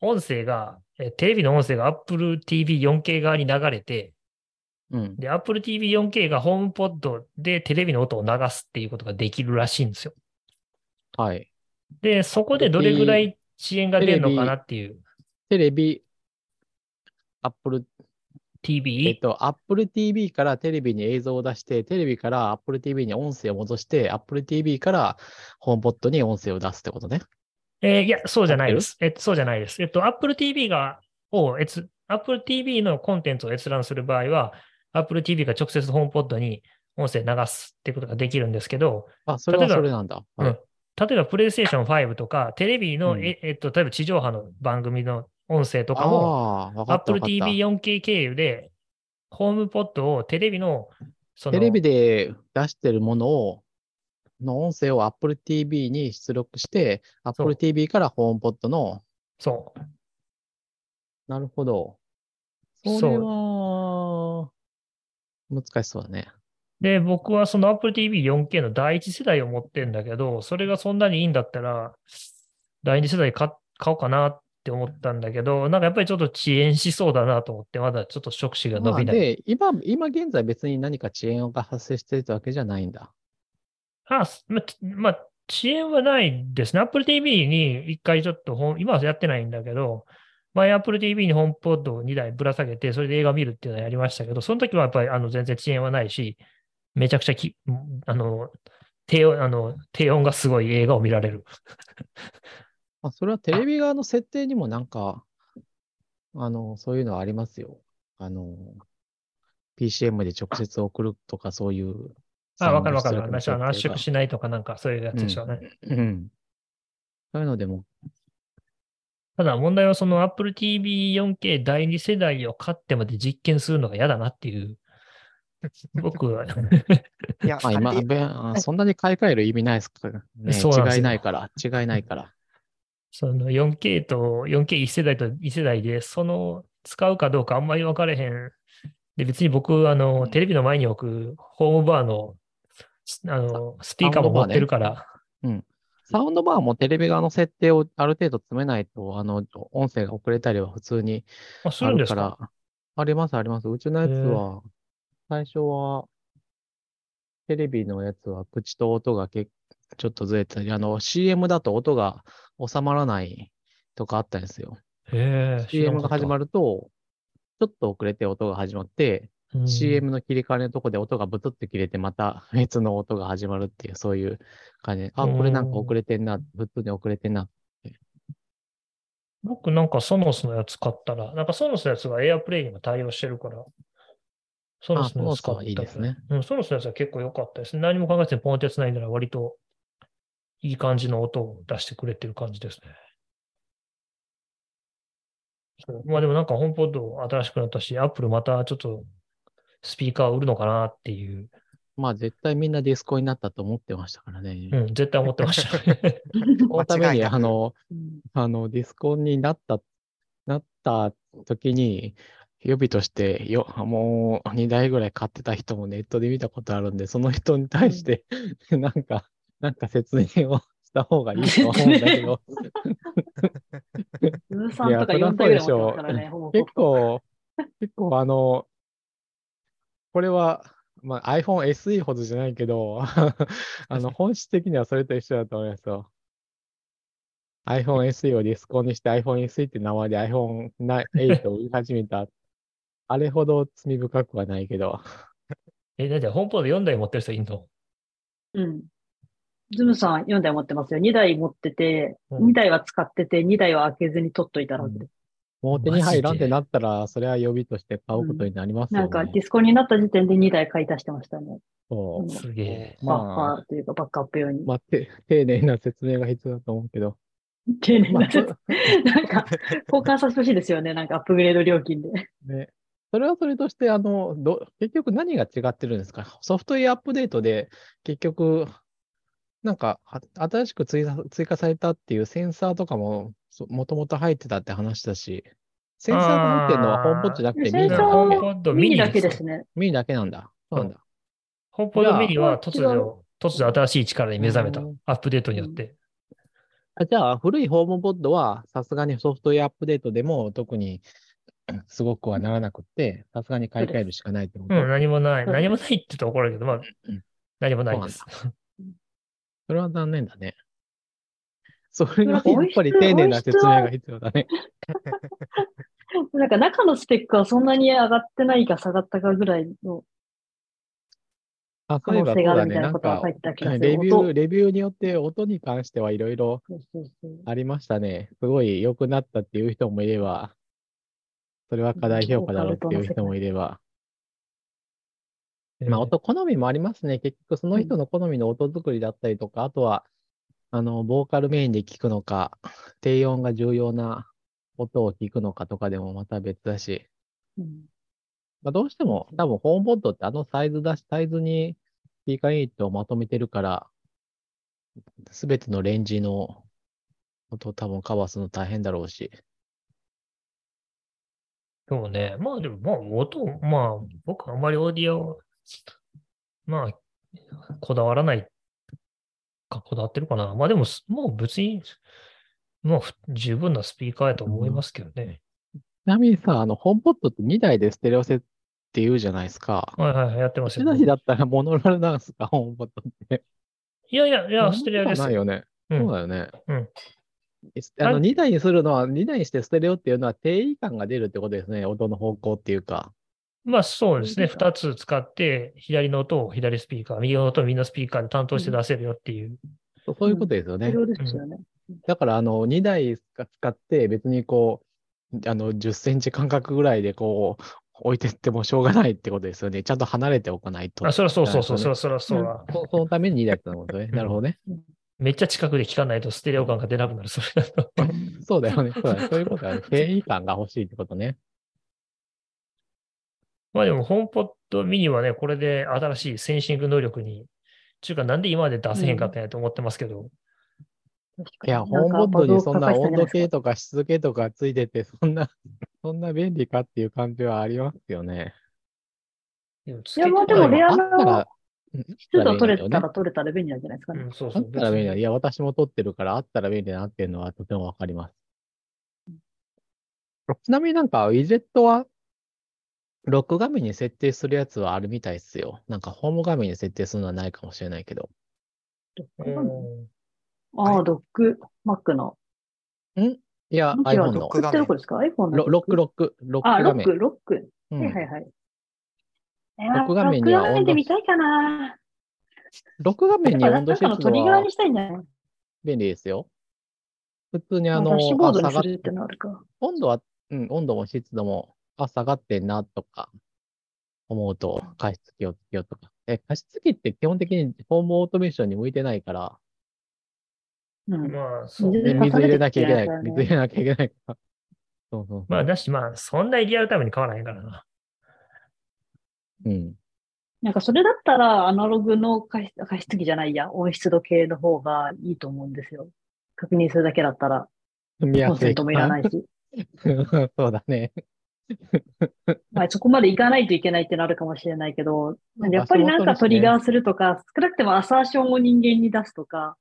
Speaker 1: 音声が、えテレビの音声が Apple TV4K 側に流れて、
Speaker 4: うん。
Speaker 1: で、Apple TV4K がホームポッドでテレビの音を流すっていうことができるらしいんですよ。
Speaker 4: はい。
Speaker 1: で、そこでどれぐらい遅延が出るのかなっていう
Speaker 4: テレビ、Apple、え
Speaker 1: TV
Speaker 4: っと、Apple TV からテレビに映像を出して、テレビから Apple TV に音声を戻して、Apple TV からホームポットに音声を出すってことね。
Speaker 1: えーいや、そうじゃないです。えっと、そうじゃないです。えっと、Apple TV が、を閲、Apple TV のコンテンツを閲覧する場合は、Apple TV が直接ホームポッドに音声流すってことができるんですけど、
Speaker 4: あ、それは
Speaker 1: 例えば
Speaker 4: それなんだ。
Speaker 1: うん例えば PlayStation 5とか、テレビの、
Speaker 4: うん
Speaker 1: ええっと、例えば地上波の番組の音声と
Speaker 4: あ
Speaker 1: かも、
Speaker 4: あー、わかった
Speaker 1: Apple
Speaker 4: わかった。
Speaker 1: TV4K 経由で、ホームポッドをテレビの、その、
Speaker 4: テレビで出してるものを、の音声を Apple TV に出力して、
Speaker 1: そう
Speaker 4: Apple TV からホームポットの、
Speaker 1: そう、
Speaker 4: なるほど。
Speaker 1: そう
Speaker 4: それは、難しそうだね。
Speaker 1: で、僕はその Apple TV 4K の第一世代を持ってんだけど、それがそんなにいいんだったら、第二世代買買おうかなって思ったんだけど、なんかやっぱりちょっと遅延しそうだなと思って、まだちょっと触手が伸
Speaker 4: まあ
Speaker 1: びない。
Speaker 4: で、今、今現在別に何か遅延が発生してるってわけじゃないんだ。
Speaker 1: あ、すまあ、ちまあ、遅延はないですね。Apple TV に一回ちょっとほん、今はやってないんだけど、前 Apple TV にホームポッドを2台ぶら下げて、それで映画見るっていうのをやりましたけど、その時はやっぱりあの全然遅延はないし、めちゃくちゃき、あの、低音、あの、低音がすごい映画を見られる。
Speaker 4: まあ、それはテレビ側の設定にもなんか、あの、そういうのはありますよ。あの、PCM で直接送るとか、そういう。
Speaker 1: あ、わかるわかる。
Speaker 4: サウンド出
Speaker 1: 私は
Speaker 4: 力の
Speaker 1: 圧
Speaker 4: 設
Speaker 1: 縮
Speaker 4: 定が
Speaker 1: しないとかなんかそういうやつでしょうね。
Speaker 4: うん。そういうのでも、
Speaker 1: ただ問題はその Apple TV 4K 第2世代を買ってまで実験するのが嫌だなっていう。僕は、
Speaker 3: いや、
Speaker 4: まあ今、
Speaker 3: 買って
Speaker 4: べあそんなに買い替える意味ないですから、ね。
Speaker 1: そうなんですよ
Speaker 4: 違いないから、違いないから。
Speaker 1: その 4K と 4K1 世代と2世代で、その使うかどうかあんまり分かれへん。で、別に僕、あの、テレビの前に置くホームバーの、あの、スピーカーも持ってるから、
Speaker 4: サウンドバーもテレビ側の設定をある程度詰めないと、あの、音声が遅れたりは普通に
Speaker 1: あ、す
Speaker 4: あ
Speaker 1: るん
Speaker 4: る
Speaker 1: ですか
Speaker 4: か、
Speaker 1: ら
Speaker 4: あります、あります。うちのやつ
Speaker 1: へえ
Speaker 4: は、最初は、テレビのやつは口と音がけちょっとずれてたり、あの、CM だと音が収まらないとかあったんですよ。
Speaker 1: へえ
Speaker 4: CM が始まると、ちょっと遅れて音が始まって、
Speaker 1: る
Speaker 4: CM の切り替わりのとこで音がブツって切れて、また *laughs* 別の音が始まるっていう、そういう感じで。あ、これなんか遅れてんな、ブツに遅れてんな。
Speaker 1: 僕なんかソノスのやつ買ったら、なんかソノスのやつが AirPlay にも対応してるから、ソノスの
Speaker 4: あ
Speaker 1: やつ買った
Speaker 4: ソノスはいいですね。
Speaker 1: うん、ソノスのやつは結構良かったですね。何も考えずにポンってつないだら割といい感じの音を出してくれてる感じですね。そうまあでもなんかホームポッド新しくなったし、アップルまたちょっとスピーカー売るのかなっていう、
Speaker 4: まあ絶対みんなディスコになったと思ってましたからね。
Speaker 1: うん、絶対思ってま
Speaker 4: *laughs*
Speaker 1: したね。
Speaker 4: そのため
Speaker 3: 間違い
Speaker 4: に、
Speaker 3: なく
Speaker 4: あの、
Speaker 2: うん
Speaker 4: あの、ディスコンになった、なった時に、予備としてよ、もう2台ぐらい買ってた人もネットで見たことあるんで、その人に対して、 *laughs* なんか、なんか説明をした方がいいとは思うんだけど、
Speaker 2: ウーさんとか4体ぐらい持ってますからね、ほぼ。
Speaker 4: 結構、 *laughs* 結構あの、これは、まあ、iPhone SE ほどじゃないけど、 *laughs* あの、本質的にはそれと一緒だと思いますよ。iPhone SE をディスコンにして iPhone SE って名前で iPhone8 を売り始めた。 *laughs* あれほど罪深くはないけど。
Speaker 1: え、だってホームポッド4台持ってる人いんの
Speaker 2: うん。ズムさん4台持ってますよ。2台持ってて、
Speaker 1: うん
Speaker 2: 2台は使ってて、2台は開けずに取っといたらって。
Speaker 4: もう手に入ら
Speaker 1: マ
Speaker 4: んっ
Speaker 1: ジで
Speaker 4: てなったら、それは予備として買うことになりますよ
Speaker 2: な
Speaker 4: ね。
Speaker 2: んかディスコになった時点で2台買い足してましたね。
Speaker 4: そう
Speaker 2: うん
Speaker 1: すげえ。
Speaker 2: バ
Speaker 4: まあ
Speaker 2: ッファーというかバックアップ用に。
Speaker 4: まあ、て *laughs* 丁寧な説明が必要だと思うけど。
Speaker 2: 丁寧 *laughs* な
Speaker 4: まあ
Speaker 2: 説明なんか、交換させてほしいですよね。なんかアップグレード料金で。
Speaker 4: ね、それはそれとして、あの、ど、結局何が違ってるんですかソフトウェアアップデートで、結局、なんか、は新しく追加追加されたっていうセンサーとかも、そもともと入ってたって話だし、センサーが入ってるのは
Speaker 1: あー
Speaker 4: ホームポッドじゃなくて
Speaker 2: セ
Speaker 4: ミニ
Speaker 2: ン
Speaker 4: な
Speaker 2: サ
Speaker 4: ん
Speaker 2: ー
Speaker 4: だ
Speaker 1: ホ
Speaker 4: っ
Speaker 1: ー
Speaker 4: け
Speaker 1: ムポッド
Speaker 2: ミ
Speaker 1: ミ
Speaker 2: ニ
Speaker 1: ニ
Speaker 2: だけ
Speaker 1: で
Speaker 2: ですすね。
Speaker 4: ミニだけなんだ。そうなんだ。
Speaker 1: ホームポッドミニは突
Speaker 2: じゃあ
Speaker 1: 如、突如新しい力に目覚めた
Speaker 4: うん。
Speaker 1: アップデートによって。
Speaker 4: あじゃあ、古いホームポッドは、さすがにソフトウェアアップデートでも特にすごくはならなくって、さすがに買い替えるしかないってこと
Speaker 1: うん、何もない。
Speaker 2: うん
Speaker 1: 何もないって言うと怒られるけど、まあ
Speaker 4: うん、
Speaker 1: 何もないです。
Speaker 4: それは残念だね。それがやっ
Speaker 2: 美味し
Speaker 4: ぱり丁寧な説明が必要だね。
Speaker 2: なんか中のスペックはそんなに上がってないか下がったかぐらいの
Speaker 4: あ、
Speaker 2: 可
Speaker 4: そういえ
Speaker 2: 能
Speaker 4: ば
Speaker 2: 性
Speaker 4: そう
Speaker 2: があ
Speaker 4: だ
Speaker 2: るみ
Speaker 4: ね。
Speaker 2: たい
Speaker 4: な
Speaker 2: なんことは書
Speaker 4: か
Speaker 2: い、てた気がする。
Speaker 4: レビ
Speaker 2: 音
Speaker 4: ュー、レビューによって音に関してはいろいろ
Speaker 2: そうそうそう
Speaker 4: ありましたね。すごい良くなったっていう人もいれば、それは過大評価だろうっていう人もいれば、まあ音好みもありますね。結局その人の好みの音作りだったりとか、あとは、あの、ボーカルメインで聞くのか、低音が重要な音を聞くのかとかでもまた別だし、
Speaker 2: うん
Speaker 4: まあ、どうしても、多分ホームボッドってあのサイズだし、サイズにスピーカーユニットをまとめてるから、すべてのレンジの音を多分カバーするの大変だろうし。
Speaker 1: *laughs* そうね。まあでも、まあ音、まあ僕あんまりオーディオ、まあ、こだわらないか、こだわってるかな。まあでもす、もう別に、もうふ十分なスピーカーやと思いますけどね。
Speaker 4: ちなみにさ、あの、ホームボッドって2台でステレオセって言うじゃないですか。
Speaker 1: はいはいはい、やってます
Speaker 4: 1
Speaker 1: よ。
Speaker 4: 台だったらモノラルなんですか、ホームボッドって。
Speaker 1: いやいや、い
Speaker 4: い
Speaker 1: や、ステレオです
Speaker 4: ない。よね。
Speaker 1: うん
Speaker 4: そうだよね。
Speaker 1: うん
Speaker 4: あ
Speaker 1: あ
Speaker 4: の2台にするのは、2台にしてステレオっていうのは定位感が出るってことですね。音の方向っていうか。
Speaker 1: まあそうですね。
Speaker 4: そう
Speaker 1: 二つ使って、左の音を左スピーカー、右の音をみんなスピーカーで担当して出せるよっていう。
Speaker 4: そうそういうことですよね。
Speaker 2: それをですよね。
Speaker 4: だから、あの、2台使って、別にこう、あの、10センチ間隔ぐらいでこう、置いてってもしょうがないってことですよね。ちゃんと離れておかないと。
Speaker 1: あ、そりゃそうそうそう、
Speaker 4: な
Speaker 1: そ
Speaker 4: る
Speaker 1: りゃそうだそうだ。
Speaker 4: そそのために2台ってことね。
Speaker 1: うん
Speaker 4: なるほどね。
Speaker 1: めっちゃ近くで聞かないとステレオ感が出なくなる。それだと。 *laughs*
Speaker 4: そうだよね。そうだねそういうことだね。定位感が欲しいってことね。
Speaker 1: まあでも、ホームポッドミニはね、これで新しいセンシング能力に、ちゅうか、なんで今まで出せへんかったんやと思ってますけど、
Speaker 2: 確か
Speaker 4: い
Speaker 2: に
Speaker 4: や、ホームボッドにそんな温度計とか湿気とかついてて、そんな、そんな便利かっていう感じはありますよね。
Speaker 1: いやつ
Speaker 2: いやまあ
Speaker 1: け
Speaker 2: で
Speaker 1: て
Speaker 2: も
Speaker 1: ない
Speaker 2: レ
Speaker 1: わ
Speaker 2: アな
Speaker 4: あったらうん
Speaker 2: 湿度取れ
Speaker 4: あ
Speaker 2: た
Speaker 4: ったら便利だよね
Speaker 2: ら取れたら便利なんじゃないですか
Speaker 1: う
Speaker 2: ね。
Speaker 1: ん、そう
Speaker 4: あ
Speaker 1: そう。
Speaker 4: ったら便利だ。
Speaker 1: 別
Speaker 4: い
Speaker 1: に
Speaker 4: や、私も撮ってるから、あったら便利だなっていうのはとてもわかります。ちなみになんか、ウィジェットは、ロック画面に設定するやつはあるみたいですよ。なんか、ホーム画面に設定するのはないかもしれないけど。
Speaker 1: うん
Speaker 2: ああ、ドック、Mac の。
Speaker 4: いや、
Speaker 2: Mac は
Speaker 4: iPhone
Speaker 2: ドッ
Speaker 4: の
Speaker 2: クってどこですか ?iPhone の
Speaker 4: ロロック、
Speaker 2: ロッ
Speaker 4: ロック、ロ
Speaker 2: ク。ああ、
Speaker 4: ック
Speaker 2: ロッ
Speaker 4: 画面
Speaker 2: ク、。ロック。
Speaker 4: うん
Speaker 2: はいはいはい。
Speaker 4: ロック画面には
Speaker 2: ロック画面で見たいかな。
Speaker 4: ロック画面に
Speaker 2: やっぱ
Speaker 4: 温度シ
Speaker 2: 中
Speaker 4: フ
Speaker 2: のトリ
Speaker 4: ト
Speaker 2: ガー
Speaker 4: は
Speaker 2: にしたいんじゃない
Speaker 4: 便利ですよ。普通に
Speaker 2: あ
Speaker 4: あ
Speaker 2: の、
Speaker 4: の、
Speaker 2: ダッシュボード
Speaker 4: あ
Speaker 2: に
Speaker 4: 下が
Speaker 2: す
Speaker 4: っ
Speaker 2: るってのあるか。
Speaker 4: 温度は、うん、温度も湿度も、あ、下がってんなとか、思うと、加湿器をつけようとか。え、加湿器って基本的にホームオートメーションに向いてないから、
Speaker 2: うん。
Speaker 1: まあ、そう
Speaker 2: 水
Speaker 4: で
Speaker 1: ね。
Speaker 4: 水入れなきゃいけない。
Speaker 2: うん
Speaker 4: 水入れなきゃいけないから。そうそうそう。
Speaker 1: まあ、だし、まあ、そんなリアルタイムに買わないからな。
Speaker 4: うん。
Speaker 2: なんかそれだったらアナログの加湿加湿器じゃないや、温湿度計の方がいいと思うんですよ。確認するだけだったら、
Speaker 4: 見
Speaker 2: コ
Speaker 4: や
Speaker 2: ン
Speaker 4: す
Speaker 2: セ
Speaker 4: い
Speaker 2: ントもいらないし。
Speaker 4: から。 *laughs* そうだね。
Speaker 2: *laughs* まあ、そこまで行かないといけないってなるかもしれないけど、やっぱりなんかトリガーするとか、少なくてもアサーションを人間に出すとか、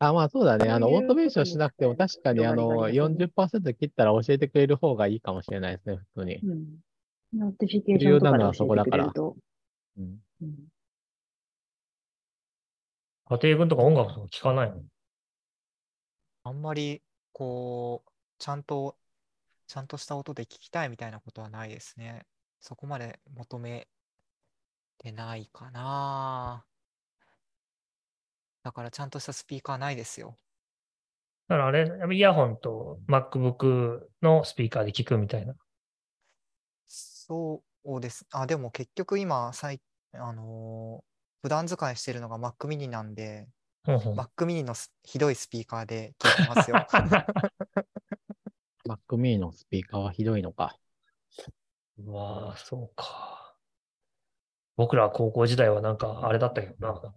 Speaker 4: あ、まあそうだね。あの、
Speaker 2: そうい
Speaker 4: オ
Speaker 2: う
Speaker 4: ートメーションしなくても確かにあ
Speaker 2: 広が
Speaker 4: の、
Speaker 2: りがあり
Speaker 4: 40%切ったら教えてくれる方がいいかもしれないですね、普通に。
Speaker 2: うん。ノーティフィケーションとかで教えてくれると。
Speaker 4: うん、
Speaker 2: うん
Speaker 1: 家庭分とか音楽とか聞かないの。
Speaker 3: あんまり、こう、ちゃんと、ちゃんとした音で聞きたいみたいなことはないですね。そこまで求めてないかな。だから、ちゃんとしたスピーカーないですよ。
Speaker 1: だからあれ、やっぱイヤホンと MacBook のスピーカーで聞くみたいな。
Speaker 3: そうです。あ、でも結局今、最、あのー普段使いしてるのが Mac mini なんで、
Speaker 1: うんうん
Speaker 3: Mac mini のスひどいスピーカーで聞いて
Speaker 1: *laughs*
Speaker 3: ますよ。
Speaker 4: Mac mini のスピーカーはひどいのか。
Speaker 1: まあ、そうか。僕ら高校時代はなんかあれだったけどな。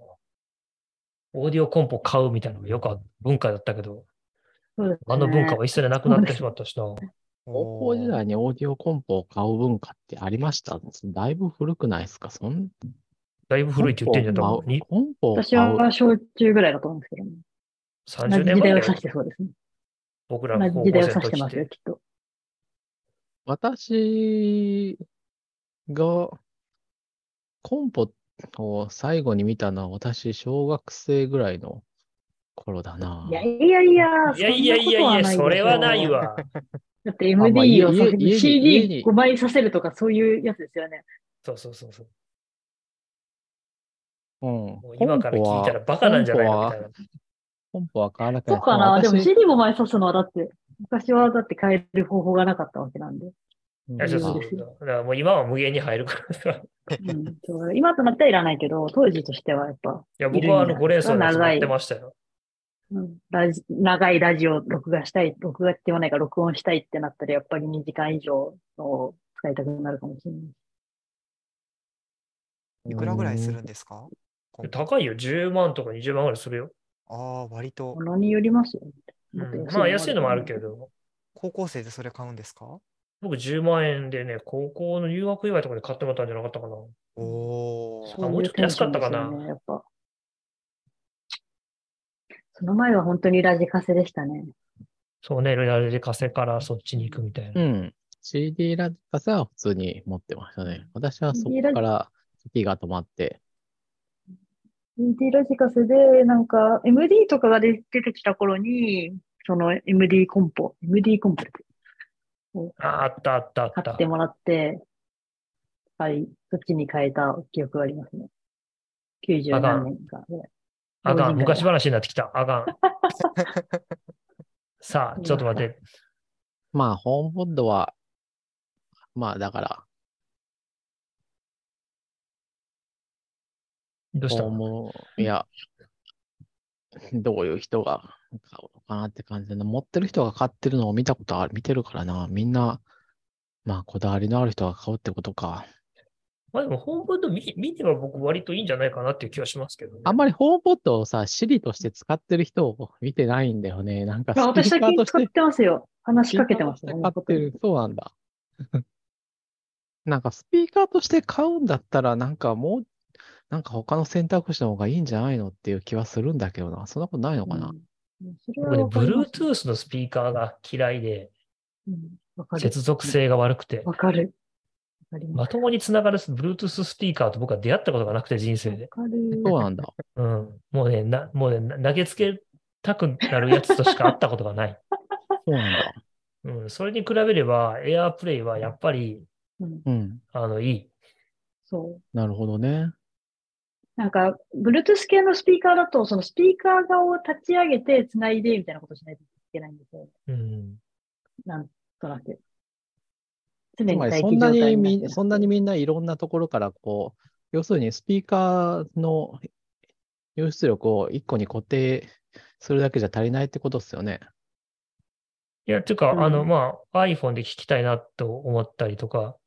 Speaker 1: オーディオコンポ買うみたいなのがよくある文化だったけど、
Speaker 2: そうです
Speaker 1: あの文化
Speaker 2: ね
Speaker 1: は一切なくなってしまったしな。
Speaker 4: 高校時
Speaker 3: おー
Speaker 4: 代にオーディオコンポを買う文化ってありましただいぶ古くないですかそん
Speaker 1: だいぶ古いって言ってんじゃん。多分に
Speaker 4: コンポを買う
Speaker 2: 私は小中ぐらいだと思うんですけどね、同
Speaker 1: 30年
Speaker 2: じ時
Speaker 1: 前
Speaker 2: 代
Speaker 1: だ
Speaker 2: を指
Speaker 1: よ
Speaker 2: し。てそうですね。
Speaker 1: 僕ら
Speaker 2: 同
Speaker 1: の
Speaker 2: じ
Speaker 1: 高校生
Speaker 2: 時代を指
Speaker 1: の
Speaker 2: して
Speaker 1: 時っ
Speaker 2: ますよ、
Speaker 1: て。
Speaker 2: きっと。。
Speaker 4: 私が、コンポを最後に見たのは私、小学生ぐらいの頃だない
Speaker 2: やいやいや、
Speaker 1: いやいやいやいや、それはない
Speaker 2: わ。
Speaker 1: わ。
Speaker 2: だって
Speaker 4: あまあ
Speaker 2: MD を
Speaker 4: 家
Speaker 2: させ
Speaker 4: 家に
Speaker 2: る、
Speaker 4: 家に
Speaker 2: CD5 枚させるとかそういうやつですよね。
Speaker 1: そうそうそうそう。
Speaker 4: うん。
Speaker 1: もう今から聞いたらバカなんじゃないのみたいな。
Speaker 4: コンポは買わなきゃ
Speaker 2: そ
Speaker 4: いうけな
Speaker 2: か
Speaker 4: い
Speaker 2: な。でも
Speaker 4: 私
Speaker 2: CD5 枚さすのはだって、昔はだって変える方法がなかったわけなんで。
Speaker 4: う
Speaker 1: い
Speaker 4: ん
Speaker 1: やそう
Speaker 2: そ
Speaker 1: そうう
Speaker 2: です
Speaker 1: だからもう今は無限に入るからさ。い
Speaker 2: うん、そう今となってはいらないけど、当時としてはやっぱ、
Speaker 1: や、僕はあの、
Speaker 2: いるんじゃない
Speaker 1: 5連奏のやつ
Speaker 2: 長
Speaker 1: や
Speaker 2: い
Speaker 1: ってましたよ。
Speaker 2: うん、ラジ長いラジオを録画したい、録画って言わないか録音したいってなったら、やっぱり2時間以上を使いたくなるかもしれない。
Speaker 3: いくらぐらいするんですかこん
Speaker 1: 高いよ。10万とか20万ぐらいするよ。
Speaker 3: ああ、割と
Speaker 2: ものによりますよ。
Speaker 1: うんまあ安いのもあるけ
Speaker 2: ど。
Speaker 1: ど、
Speaker 3: 高校生でそれ買うんですか
Speaker 1: 僕10万円でね、高校の入学祝いとかで買ってもらったんじゃなかったかな。
Speaker 3: おおー
Speaker 1: うもうちょっと安かったかな
Speaker 2: そういうテンションですよねやっぱ。その前は本当にラジカセでしたね。
Speaker 1: そうね、ラジカセからそっちに行くみたいな。
Speaker 4: うん。CD ラジカセは普通に持ってましたね。私はそ
Speaker 2: CD
Speaker 4: こから時が止まって。
Speaker 2: MD ラジカセで、なんか、MD とかが出出てきた頃に、その MD コンポ、MD コンポって
Speaker 1: ああったあったあっ
Speaker 2: 買
Speaker 1: た
Speaker 2: って。もらって、はい、そっちに変えた記憶がありますね。90何年かぐらい。
Speaker 1: あかん、
Speaker 2: 老人会だ
Speaker 1: 昔話になってきた。あかん。さあ、ちょっと待って。
Speaker 4: まあ、ホームポッドは、まあ、だから、
Speaker 1: どうした
Speaker 4: ホーム、いや、どういう人が買うのかなって感じで、持ってる人が買ってるのを見たことある、見てるからな。みんな、まあ、こだわりのある人が買うってことか。
Speaker 1: まあでも、ホームポッド見見ては僕割といいんじゃないかなっていう気はしますけどね。
Speaker 4: あんまりホームポッドをさ、Siri として使ってる人を見てないんだよね。なんか、
Speaker 2: あ私
Speaker 4: スピー
Speaker 2: 最
Speaker 4: カー
Speaker 2: 近
Speaker 4: とし、
Speaker 2: 使っててますよ。話し
Speaker 4: 仕
Speaker 2: かけてますね。
Speaker 4: 買ってる。そうなんだ。 *laughs* なんかスピーカーとして買うんだったら、なんかもう、なんか他の選択肢の方がいいんじゃないのっていう気はするんだけどな。そんなことないのかな。
Speaker 2: うんそれは
Speaker 1: 僕ね、
Speaker 2: わかります
Speaker 1: Bluetooth のスピーカーが嫌いで、
Speaker 2: うんわかる。
Speaker 1: 接続性が悪くて、
Speaker 2: わかる。わかりま。
Speaker 1: ますともにつながる Bluetooth スピーカーと僕は出会ったことがなくて、人生
Speaker 2: わ
Speaker 1: で。
Speaker 2: かる。
Speaker 4: そうなんだ。
Speaker 1: うん。もうね、なもうね、な投げつけたくなるやつとしか会ったことがない。
Speaker 4: そうなんだ。
Speaker 1: うん。それに比べれば、AirPlay はやっぱり、
Speaker 2: うん
Speaker 4: うん。
Speaker 1: あの、いい。
Speaker 2: そう。
Speaker 4: なるほどね。
Speaker 2: なんか、Bluetooth 系のスピーカーだと、そのスピーカー側を立ち上げて、つないで、みたいなことしないといけないんですよ。
Speaker 1: うん。
Speaker 2: なんとなく。常
Speaker 4: つ
Speaker 2: に
Speaker 4: まり
Speaker 2: 待
Speaker 4: そ
Speaker 2: 機
Speaker 4: ん
Speaker 2: 状
Speaker 4: な
Speaker 2: 態
Speaker 4: に
Speaker 2: になっ
Speaker 4: み
Speaker 2: てます
Speaker 4: そんなにみんないろんなところからこう、要するにスピーカーの入出力を1個に固定するだけじゃ足りないってことですよね。
Speaker 1: いや、ていうか、
Speaker 2: うん
Speaker 1: あの、まあ、iPhone で聞きたいなと思ったりとか、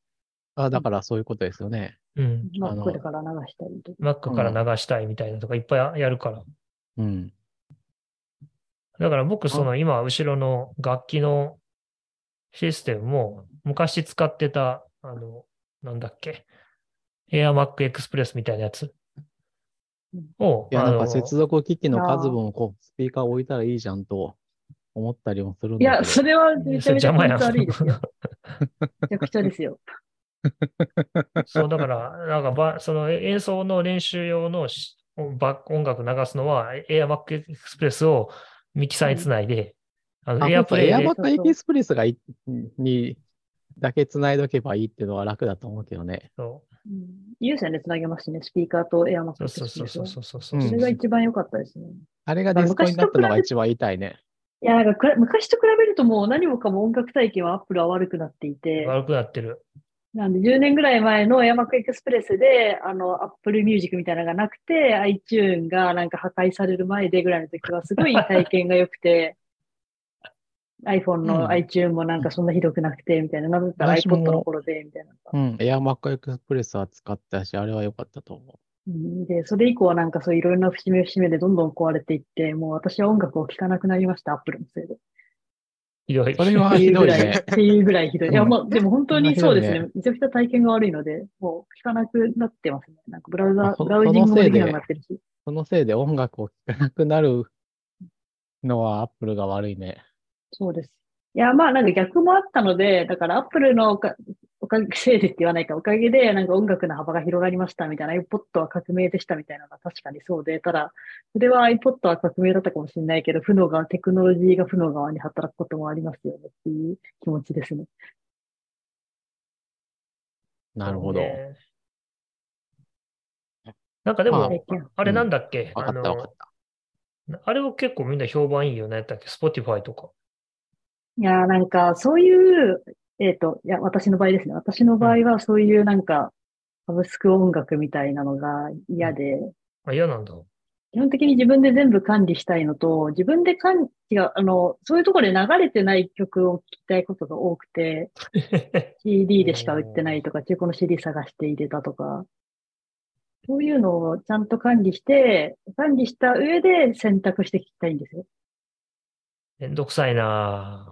Speaker 4: あだからそういうことですよね。
Speaker 1: うん、
Speaker 2: マ
Speaker 4: あ
Speaker 2: ッ
Speaker 4: の
Speaker 2: クだから流したりとか。
Speaker 1: Mac から流したいみたいなとかいっぱいやるから。
Speaker 4: うん。
Speaker 1: だから僕、その今、後ろの楽器のシステムも、昔使ってた、あの、なんだっけ、AirMac Express みたいなやつを、
Speaker 4: いや、
Speaker 1: あ
Speaker 4: なん
Speaker 1: の
Speaker 4: か接続機器の数
Speaker 2: あー
Speaker 4: 分をこう、スピーカー置いたらいいじゃんと思ったりもするん
Speaker 2: い
Speaker 4: だ
Speaker 2: や、
Speaker 4: けど。
Speaker 2: それはめち
Speaker 1: そ
Speaker 2: ゃ
Speaker 1: れ
Speaker 2: めちゃ
Speaker 1: 邪魔
Speaker 2: 気
Speaker 1: や
Speaker 2: 持ち悪いですよ。
Speaker 1: ん。
Speaker 2: めちゃくちゃですよ。
Speaker 1: *laughs* そう、だから、なんかば、その演奏の練習用のしば音楽流すのは、AirMac Express をミキサーにつないで、あの、
Speaker 4: あ、エア
Speaker 1: AirPlay
Speaker 4: エア
Speaker 1: で
Speaker 4: バッグエキスプレスがいにだけ繋いどけばいいっていうのは楽だと思うけどね。
Speaker 1: そう
Speaker 2: うん有線でつなげますしね、スピーカーとエアマックス
Speaker 1: そうそうそう
Speaker 2: う。
Speaker 1: そうそう
Speaker 4: う
Speaker 1: そ
Speaker 4: ん
Speaker 1: う
Speaker 2: それが一番良かったですね。
Speaker 4: あれがディスコになったのが
Speaker 2: 昔
Speaker 4: 一番痛いね。
Speaker 2: いや、なんかくら昔と比べるともう何もかも音楽体験はアップルは悪くなっていて、
Speaker 1: 悪くなってる。
Speaker 2: なんで10年ぐらい前のエアマックエクスプレスで、あの、アップルミュージックみたいなのがなくて、iTune がなんか破壊される前でぐらいの時はすごい体験が良くて、iPhone
Speaker 4: うん
Speaker 2: の iTune もなんかそんなひどくなくて、みたいな、なんだったら
Speaker 4: 私も
Speaker 2: iPod の頃で、みたいな。
Speaker 4: うん。エアマックエクスプレスは使ったし、あれは良かったと思
Speaker 2: うんで、それ以降はなんかそういろんな節目節目でどんどん壊れていって、もう私は音楽を聴かなくなりました、アップルのせいで。
Speaker 1: ひどい。
Speaker 4: う。それは
Speaker 2: ってい
Speaker 4: ひ
Speaker 2: う
Speaker 4: ど
Speaker 2: ぐ
Speaker 4: い
Speaker 2: らい、
Speaker 4: ね
Speaker 2: っ。ていうぐらいひどい。いや、
Speaker 4: うん
Speaker 2: まあ、でも本当に
Speaker 4: そ
Speaker 2: そ
Speaker 4: ん
Speaker 2: う
Speaker 4: な
Speaker 2: で
Speaker 4: ひどい
Speaker 2: す
Speaker 4: ね
Speaker 2: ね。めちゃくちゃ体験が悪いので、もう聞かなくなってますね。なんかブラウザ
Speaker 4: あ、そ
Speaker 2: ブラウジングもできなくなってるし。
Speaker 4: そのせいで音楽を聴かなくなるのはアップルが悪いね。
Speaker 2: そうです。いや、まあなんか逆もあったので、だからアップルのおかおかげ *laughs* せいでって言わないか、おかげでなんか音楽の幅が広がりましたみたいな、iPod は革命でしたみたいなのは確かにそうで、ただ、それは iPod は革命だったかもしれないけど、負の側、テクノロジーが負の側に働くこともありますよねっていう気持ちですね。
Speaker 4: なるほど。
Speaker 1: ねなんかで
Speaker 4: ま
Speaker 1: も
Speaker 4: あ、
Speaker 1: あれなんだっけ、
Speaker 4: わ
Speaker 1: あ
Speaker 4: かったわかっ
Speaker 1: の、あれは結構みんな評判いいよね、だっけ、Spotify とか。
Speaker 2: いやー、なんか、そういう、えっと、いや、私の場合ですね。私の場合は、そういうなんか、サブスク音楽みたいなのが嫌で、
Speaker 1: あ、嫌なんだ。
Speaker 2: 基本的に自分で全部管理したいのと、自分で管理が、あの、そういうところで流れてない曲を聴きたいことが多くて、CD でしか売ってないとか、中古の CD 探して入れたとか、そういうのをちゃんと管理して、管理した上で選択して聴きたいんですよ。
Speaker 1: めんどくさいな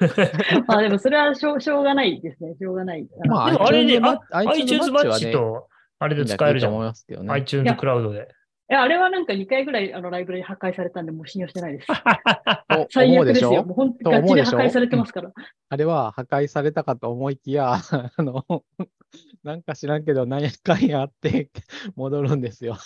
Speaker 1: ぁ
Speaker 2: まあでもそれはしょう、しょうがないですね。しょうがない。あ
Speaker 4: た。
Speaker 2: の
Speaker 4: まあ、
Speaker 1: でもあれで、
Speaker 4: マ
Speaker 1: あ iTunes マッチ
Speaker 4: はね、
Speaker 1: と、あれ
Speaker 4: い
Speaker 1: で
Speaker 4: いんだ
Speaker 1: 使えるじゃ
Speaker 4: いいと思
Speaker 1: ん。
Speaker 4: いますけどね。
Speaker 1: iTunes クラウドで。
Speaker 2: いや、あれはなんか2回ぐらいあのライブラリ破壊されたんで、もう信用してないです。
Speaker 4: と
Speaker 2: 最
Speaker 4: 思う
Speaker 2: 悪
Speaker 4: で
Speaker 2: で
Speaker 4: し
Speaker 2: すよ。
Speaker 4: ょ
Speaker 2: もう本
Speaker 4: と
Speaker 2: 当ガ
Speaker 4: 思
Speaker 2: チ
Speaker 4: う
Speaker 2: で
Speaker 4: でしょ
Speaker 2: 破壊されてますから。
Speaker 4: あれは破壊されたかと思いきや、 *laughs* あの、なんか知らんけど、何やかんやあって *laughs* 戻るんですよ。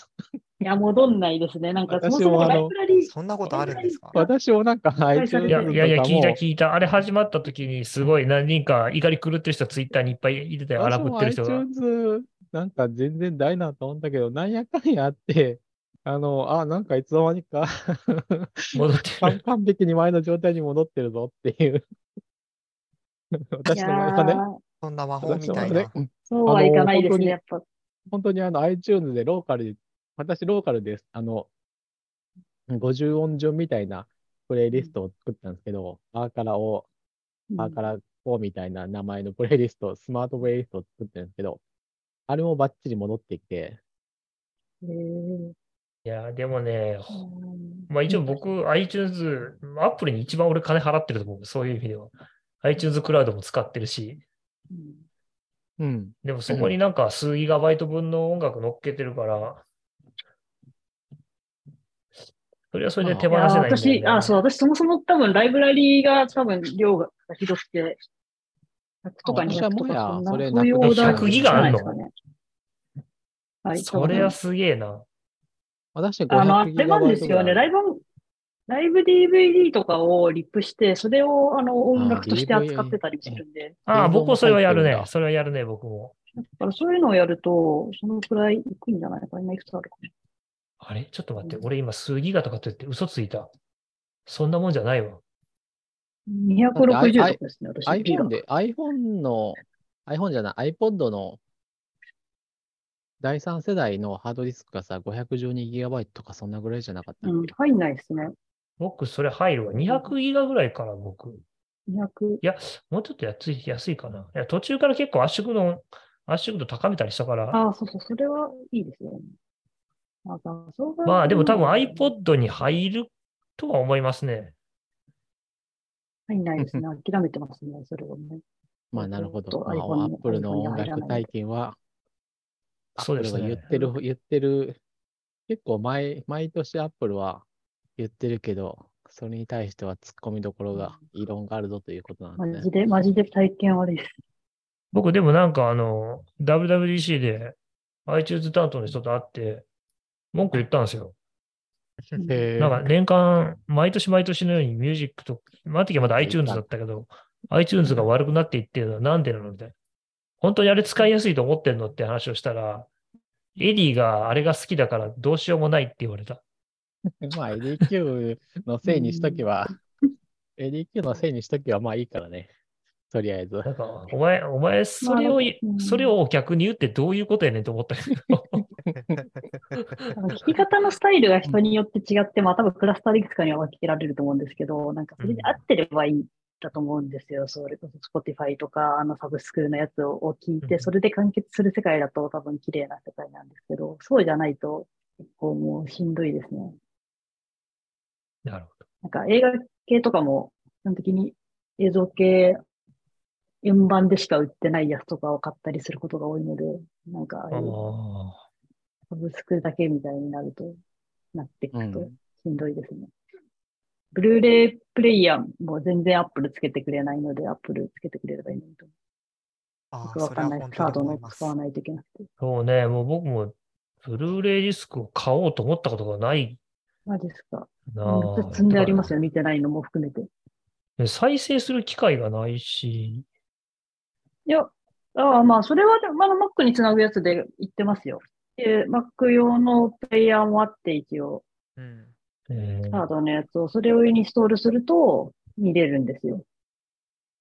Speaker 2: いや、戻んないですね。なんか、そ
Speaker 4: 私
Speaker 2: もそも
Speaker 4: もあの
Speaker 2: ライブラリ
Speaker 3: そんなことあるんですか
Speaker 4: 私もなんか
Speaker 2: 壊され
Speaker 1: い
Speaker 4: iTunes
Speaker 2: て
Speaker 1: や
Speaker 2: る
Speaker 1: いやいや、
Speaker 4: とか
Speaker 1: 聞い
Speaker 4: も
Speaker 1: た聞いた。あれ始まった時に、すごい何人か怒り狂ってる人は Twitter にいっぱいいてたよ。荒
Speaker 4: 私
Speaker 1: ぶっ
Speaker 4: も
Speaker 1: てる人が。
Speaker 4: iTunes なんか全然大なと思ったけど、なんやかんやあって、あの、あ、なんかいつの間
Speaker 1: *laughs*
Speaker 4: にか
Speaker 1: 戻って
Speaker 4: 完
Speaker 1: る。
Speaker 4: 完璧に前の状態に戻ってるぞっていう。
Speaker 2: ー。い
Speaker 4: 私
Speaker 2: や
Speaker 4: の場合はね、
Speaker 2: ー
Speaker 3: そんな魔法み
Speaker 4: 私の場合
Speaker 3: た
Speaker 4: は
Speaker 3: いな
Speaker 4: ね、。うん
Speaker 2: そうはいかないですね、やっぱ。
Speaker 4: 本当にあの iTunes でローカルで、私ローカルです。あの、50音順みたいなプレイリストを作ったんですけど、パーカラを、パーカラをみたいな名前のプレイリスト、スマートプレイリストを作ってるんですけど、あれもバッチリ戻ってきて、
Speaker 2: うんへ
Speaker 1: いや、でもね、
Speaker 2: ーうん
Speaker 1: まあ一応僕、iTunes、アップルに一番俺金払ってると思う。そういう意味では。iTunes クラウドも使ってるし。
Speaker 2: うん
Speaker 4: うん。
Speaker 1: でもそこになんか数ギガバイト分の音楽乗っけてるから、それはそれで手
Speaker 2: い
Speaker 1: 放
Speaker 2: や
Speaker 1: せ
Speaker 2: ー
Speaker 1: ないんだよね、
Speaker 2: 私、あ、そう、私そもそも多分ライブラリが多分量がひどくて、100とか
Speaker 4: 私は
Speaker 2: 200と
Speaker 4: もはや
Speaker 2: かそんな、
Speaker 4: それ
Speaker 2: そういうオーダー
Speaker 1: 100ギガあんの
Speaker 2: じゃないですかねはい、
Speaker 1: それはすげえな。
Speaker 4: 私500
Speaker 2: あの、あれなんですよね。ラ
Speaker 4: イ
Speaker 2: イブ、ライブ DVD とかをリップして、それをあの音楽として
Speaker 4: あー
Speaker 2: 扱ってたりするんで、
Speaker 1: ああ、
Speaker 4: 映像も
Speaker 1: 僕もそれはやる
Speaker 4: 入ってる
Speaker 1: ね
Speaker 4: ん。だ
Speaker 1: それはやるね、僕も。
Speaker 2: だからそういうのをやると、そのくらいいくんじゃないかな。今いくつあるか
Speaker 1: あれちょっと待って、俺今数ギガとかって言って嘘ついた。そんなもんじゃないわ。
Speaker 2: な。260とかですね、私。
Speaker 4: iPhone で、iPhone の iPhone じゃない iPod の第3世代のハードディスクがさ、512GB とかそんなぐらいじゃなかったっ
Speaker 2: うん
Speaker 4: け、、
Speaker 2: 入んないですね。
Speaker 1: 僕、それ入るわ。200ギガぐらいから僕。
Speaker 2: 200。
Speaker 1: いや、もうちょっと安い安いかな。いや、途中から結構圧縮の、圧縮度高めたりしたから、
Speaker 2: ああ、そうそう、それはいいですよね。あ画像が
Speaker 1: まあでも多分 iPod に入るとは思いますね。
Speaker 2: 入んないですね。諦めてますね、それをね。
Speaker 4: まあなるほど。
Speaker 2: iPhone
Speaker 4: まあ、
Speaker 2: の
Speaker 4: Apple の
Speaker 2: iPhone に
Speaker 4: 音
Speaker 2: 入らない
Speaker 4: 楽体験は、
Speaker 1: そうですね
Speaker 4: Apple が言ってる、言ってる、結構毎毎年 Apple は言ってるけど、それに対しては突っ込みどころが、異論があるぞということなん
Speaker 2: マ
Speaker 4: で
Speaker 2: ジ
Speaker 4: ね。
Speaker 2: で、マジで体験悪いです。
Speaker 1: 僕でもなんかあの、WWDC で iTunes 担当の人と会って、文句言ったんですよ。 *laughs*
Speaker 4: へ
Speaker 1: なんか年間、毎年毎年のようにミュージックと、あの時はまだ iTunes だったけど、iTunes が悪くなっていってるのはなんでなのみたいな。本当にあれ使いやすいと思ってんのって話をしたら、エディがあれが好きだからどうしようもないって言われた。
Speaker 4: まあ ADQ のせいにしとけば、ADQ のせいにしとけばまあいいからね。とりあえず。
Speaker 1: なんか、お前、お前、それをい、
Speaker 2: まあうん
Speaker 1: それを逆に言ってどういうことやねんと思ったけど。
Speaker 2: なんか聞き方のスタイルが人によって違って、まあ多分クラスターいくつかには分けられると思うんですけど、なんかそれに合ってればいいんだと思うんですよ。それこそ Spotify とか、あのサブスクのやつを聞い
Speaker 1: うん
Speaker 2: て、それで完結する世界だと多分綺麗な世界なんですけど、そうじゃないと結構もうしんどいですね。
Speaker 1: なるほ
Speaker 2: *laughs* なんか映画系とかも、基本的に映像系、円盤でしか売ってないやつとかを買ったりすることが多いので、なんかああいう
Speaker 1: ど。ああ。
Speaker 2: サブスクだけみたいになると、なっていく
Speaker 4: う
Speaker 2: と
Speaker 4: ん
Speaker 2: しんどいですね。ブルーレイプレイヤーも全然アップルつけてくれないので、アップルつけてくれればいいのにと。
Speaker 3: あ
Speaker 2: よ
Speaker 3: あ、
Speaker 2: くわ
Speaker 3: それ
Speaker 2: か
Speaker 3: は
Speaker 2: んない
Speaker 3: 本
Speaker 2: カ
Speaker 3: 当
Speaker 2: ー
Speaker 3: に
Speaker 2: ドの
Speaker 3: 思います
Speaker 2: 使。わないといけなくて。
Speaker 1: そうね、もう僕も、ブルーレイディスクを買おうと思ったことがない
Speaker 2: マジですか。
Speaker 1: な
Speaker 2: うん
Speaker 1: ぁ
Speaker 2: 積んでありますよ、見てないのも含めて。い
Speaker 1: ね再生する機会がないし、
Speaker 2: や、ああまあ、それは、まだ Mac につなぐやつで言ってますよ。で、Mac 用のプレイヤーもあって、一応、
Speaker 3: うん。
Speaker 1: えー
Speaker 2: カードのやつを、それをインストールすると見れるんですよ。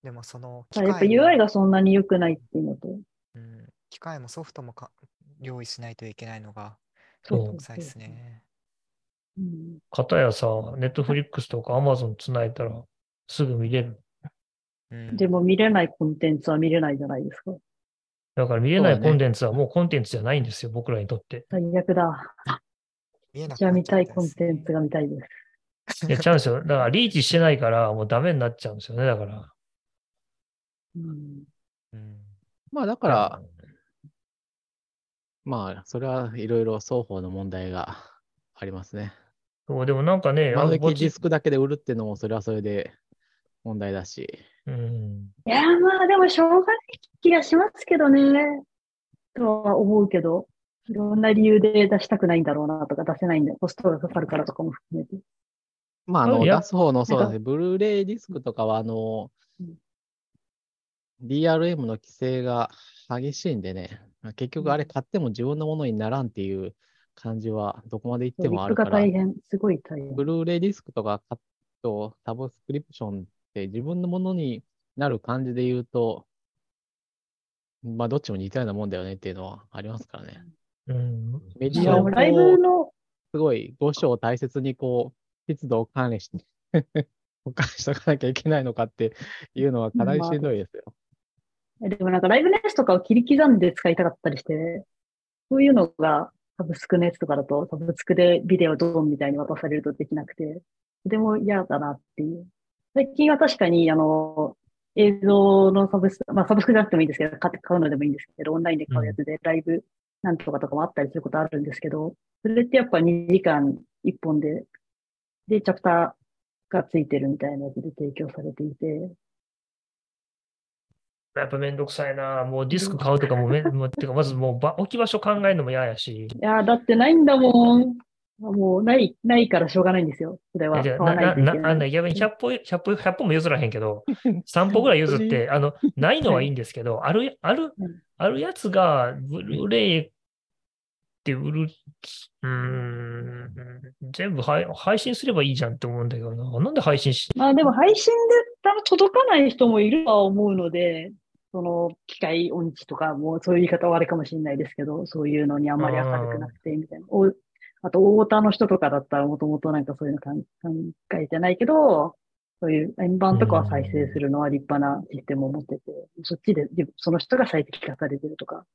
Speaker 3: でもその
Speaker 2: た
Speaker 3: 機
Speaker 2: だやっぱ
Speaker 3: 械
Speaker 2: UI
Speaker 3: も、
Speaker 2: がそんなに良くないっていうのと。
Speaker 3: うん、機械もソフトもか用意しないといけないのが
Speaker 1: そう
Speaker 3: めんどくさいですね。
Speaker 2: うん
Speaker 1: 片やさ、ネットフリックスとかアマゾンつないだらすぐ見れる。
Speaker 3: うん
Speaker 2: でも見れないコンテンツは見れないじゃないですか。
Speaker 1: だから見れな
Speaker 4: そ
Speaker 1: いう
Speaker 4: だね
Speaker 1: コンテンツはもうコンテンツじゃないんですよ、僕らにと
Speaker 4: *laughs*
Speaker 1: って。
Speaker 2: 最悪だ。
Speaker 3: 見えなく
Speaker 2: じゃあ
Speaker 3: なっ
Speaker 2: 見
Speaker 3: ち
Speaker 2: た
Speaker 3: ゃ
Speaker 2: い
Speaker 3: うみた
Speaker 2: コン
Speaker 3: ですね
Speaker 2: テンツが見たいです。
Speaker 1: いや、ちゃうんですよ。だからリーチしてないからもうダメになっちゃうんですよね、だから。
Speaker 2: うん、
Speaker 3: うん
Speaker 4: まあだから、まあそれはいろいろ双方の問題がありますね。
Speaker 1: そうでもなんかね、
Speaker 4: ま
Speaker 1: あの
Speaker 4: ず
Speaker 1: ぼ
Speaker 4: き
Speaker 1: ち
Speaker 4: ディスクだけで売るってのもそれはそれで問題だし。
Speaker 1: うん、
Speaker 2: いやーまあでもしょうがない気がしますけどね。とは思うけど、いろんな理由で出したくないんだろうなとか出せないんだコストがかかるからとかも含めて。
Speaker 4: まあ、あ
Speaker 1: うん
Speaker 4: の、
Speaker 1: いや
Speaker 4: 出す方の、そう
Speaker 2: なん
Speaker 4: だ
Speaker 2: か
Speaker 4: ね、ブルーレイディスクとかは、あの
Speaker 2: うん、
Speaker 4: DRM の規制が激しいんでね、まあ結局あれ買っても自分のものにならんっていう感じは、どこまで行って
Speaker 2: リ
Speaker 4: もあ
Speaker 2: ップ
Speaker 4: るか
Speaker 2: が
Speaker 4: ら、
Speaker 2: 大変、すごい大変。
Speaker 4: ブルーレイディスクとか買っと、サブスクリプションって自分のものになる感じで言うと、まあ、どっちも似たようなもんだよねっていうのはありますからね。
Speaker 1: うん。
Speaker 4: メデ
Speaker 2: し
Speaker 4: ィ
Speaker 2: か
Speaker 4: アを
Speaker 2: も
Speaker 4: こ
Speaker 2: ライブ
Speaker 4: う
Speaker 2: の、
Speaker 4: すごい五章を大切にこう、湿度を管理して、 *laughs* 保管しとかなきゃいけないのかっていうのはかなりしんどいですよ。
Speaker 2: でもなんかライブのやつとかを切り刻んで使いたかったりして、そういうのがサブスクのやつとかだと、サブスクでビデオドンみたいに渡されるとできなくて、とても嫌だなっていう。最近は確かに、あの、映像のサブスク、まあサブスクじゃなくてもいいんですけど、買って買うのでもいいんですけど、オンラインで買うやつでライブなんとかとかもあったりすることあるんですけど、それってやっぱ2時間1本で、で、チャプターがついてるみたいなやつで提供されていて、
Speaker 1: やっぱめんどくさいな。もうディスク買うとかもめん、
Speaker 4: *laughs*
Speaker 1: もうてかまずもうば置き場所考えるのも嫌やし。
Speaker 2: いやー、だってないんだもん。もう、ない、ないからしょうがないんですよ。それは。
Speaker 1: いや
Speaker 2: 買わないといけ
Speaker 1: な、な、
Speaker 2: ない
Speaker 1: なあの逆に100歩、100歩、100歩も譲らへんけど、3歩ぐ
Speaker 2: *laughs*
Speaker 1: らい譲って、あの、ないのはいいんですけど、ある、ある
Speaker 2: うん、
Speaker 1: あるやつが、ブルーレイって売る、うーん、全部配配信すればいいじゃんって思うんだけどな。なんで配信し、
Speaker 2: まあでも配信で多分届かない人もいるとは思うので、その機械音痴とか、もうそういう言い方はあれかもしれないですけど、そういうのにあんまり明るくなくて、みたいな。おあと、大田の人とかだったら、もともとなんかそういうの考えてないけど、そういう円盤とかは再生するのは立派なシステムを持ってて、そっちで自その人が最適化されてるとか。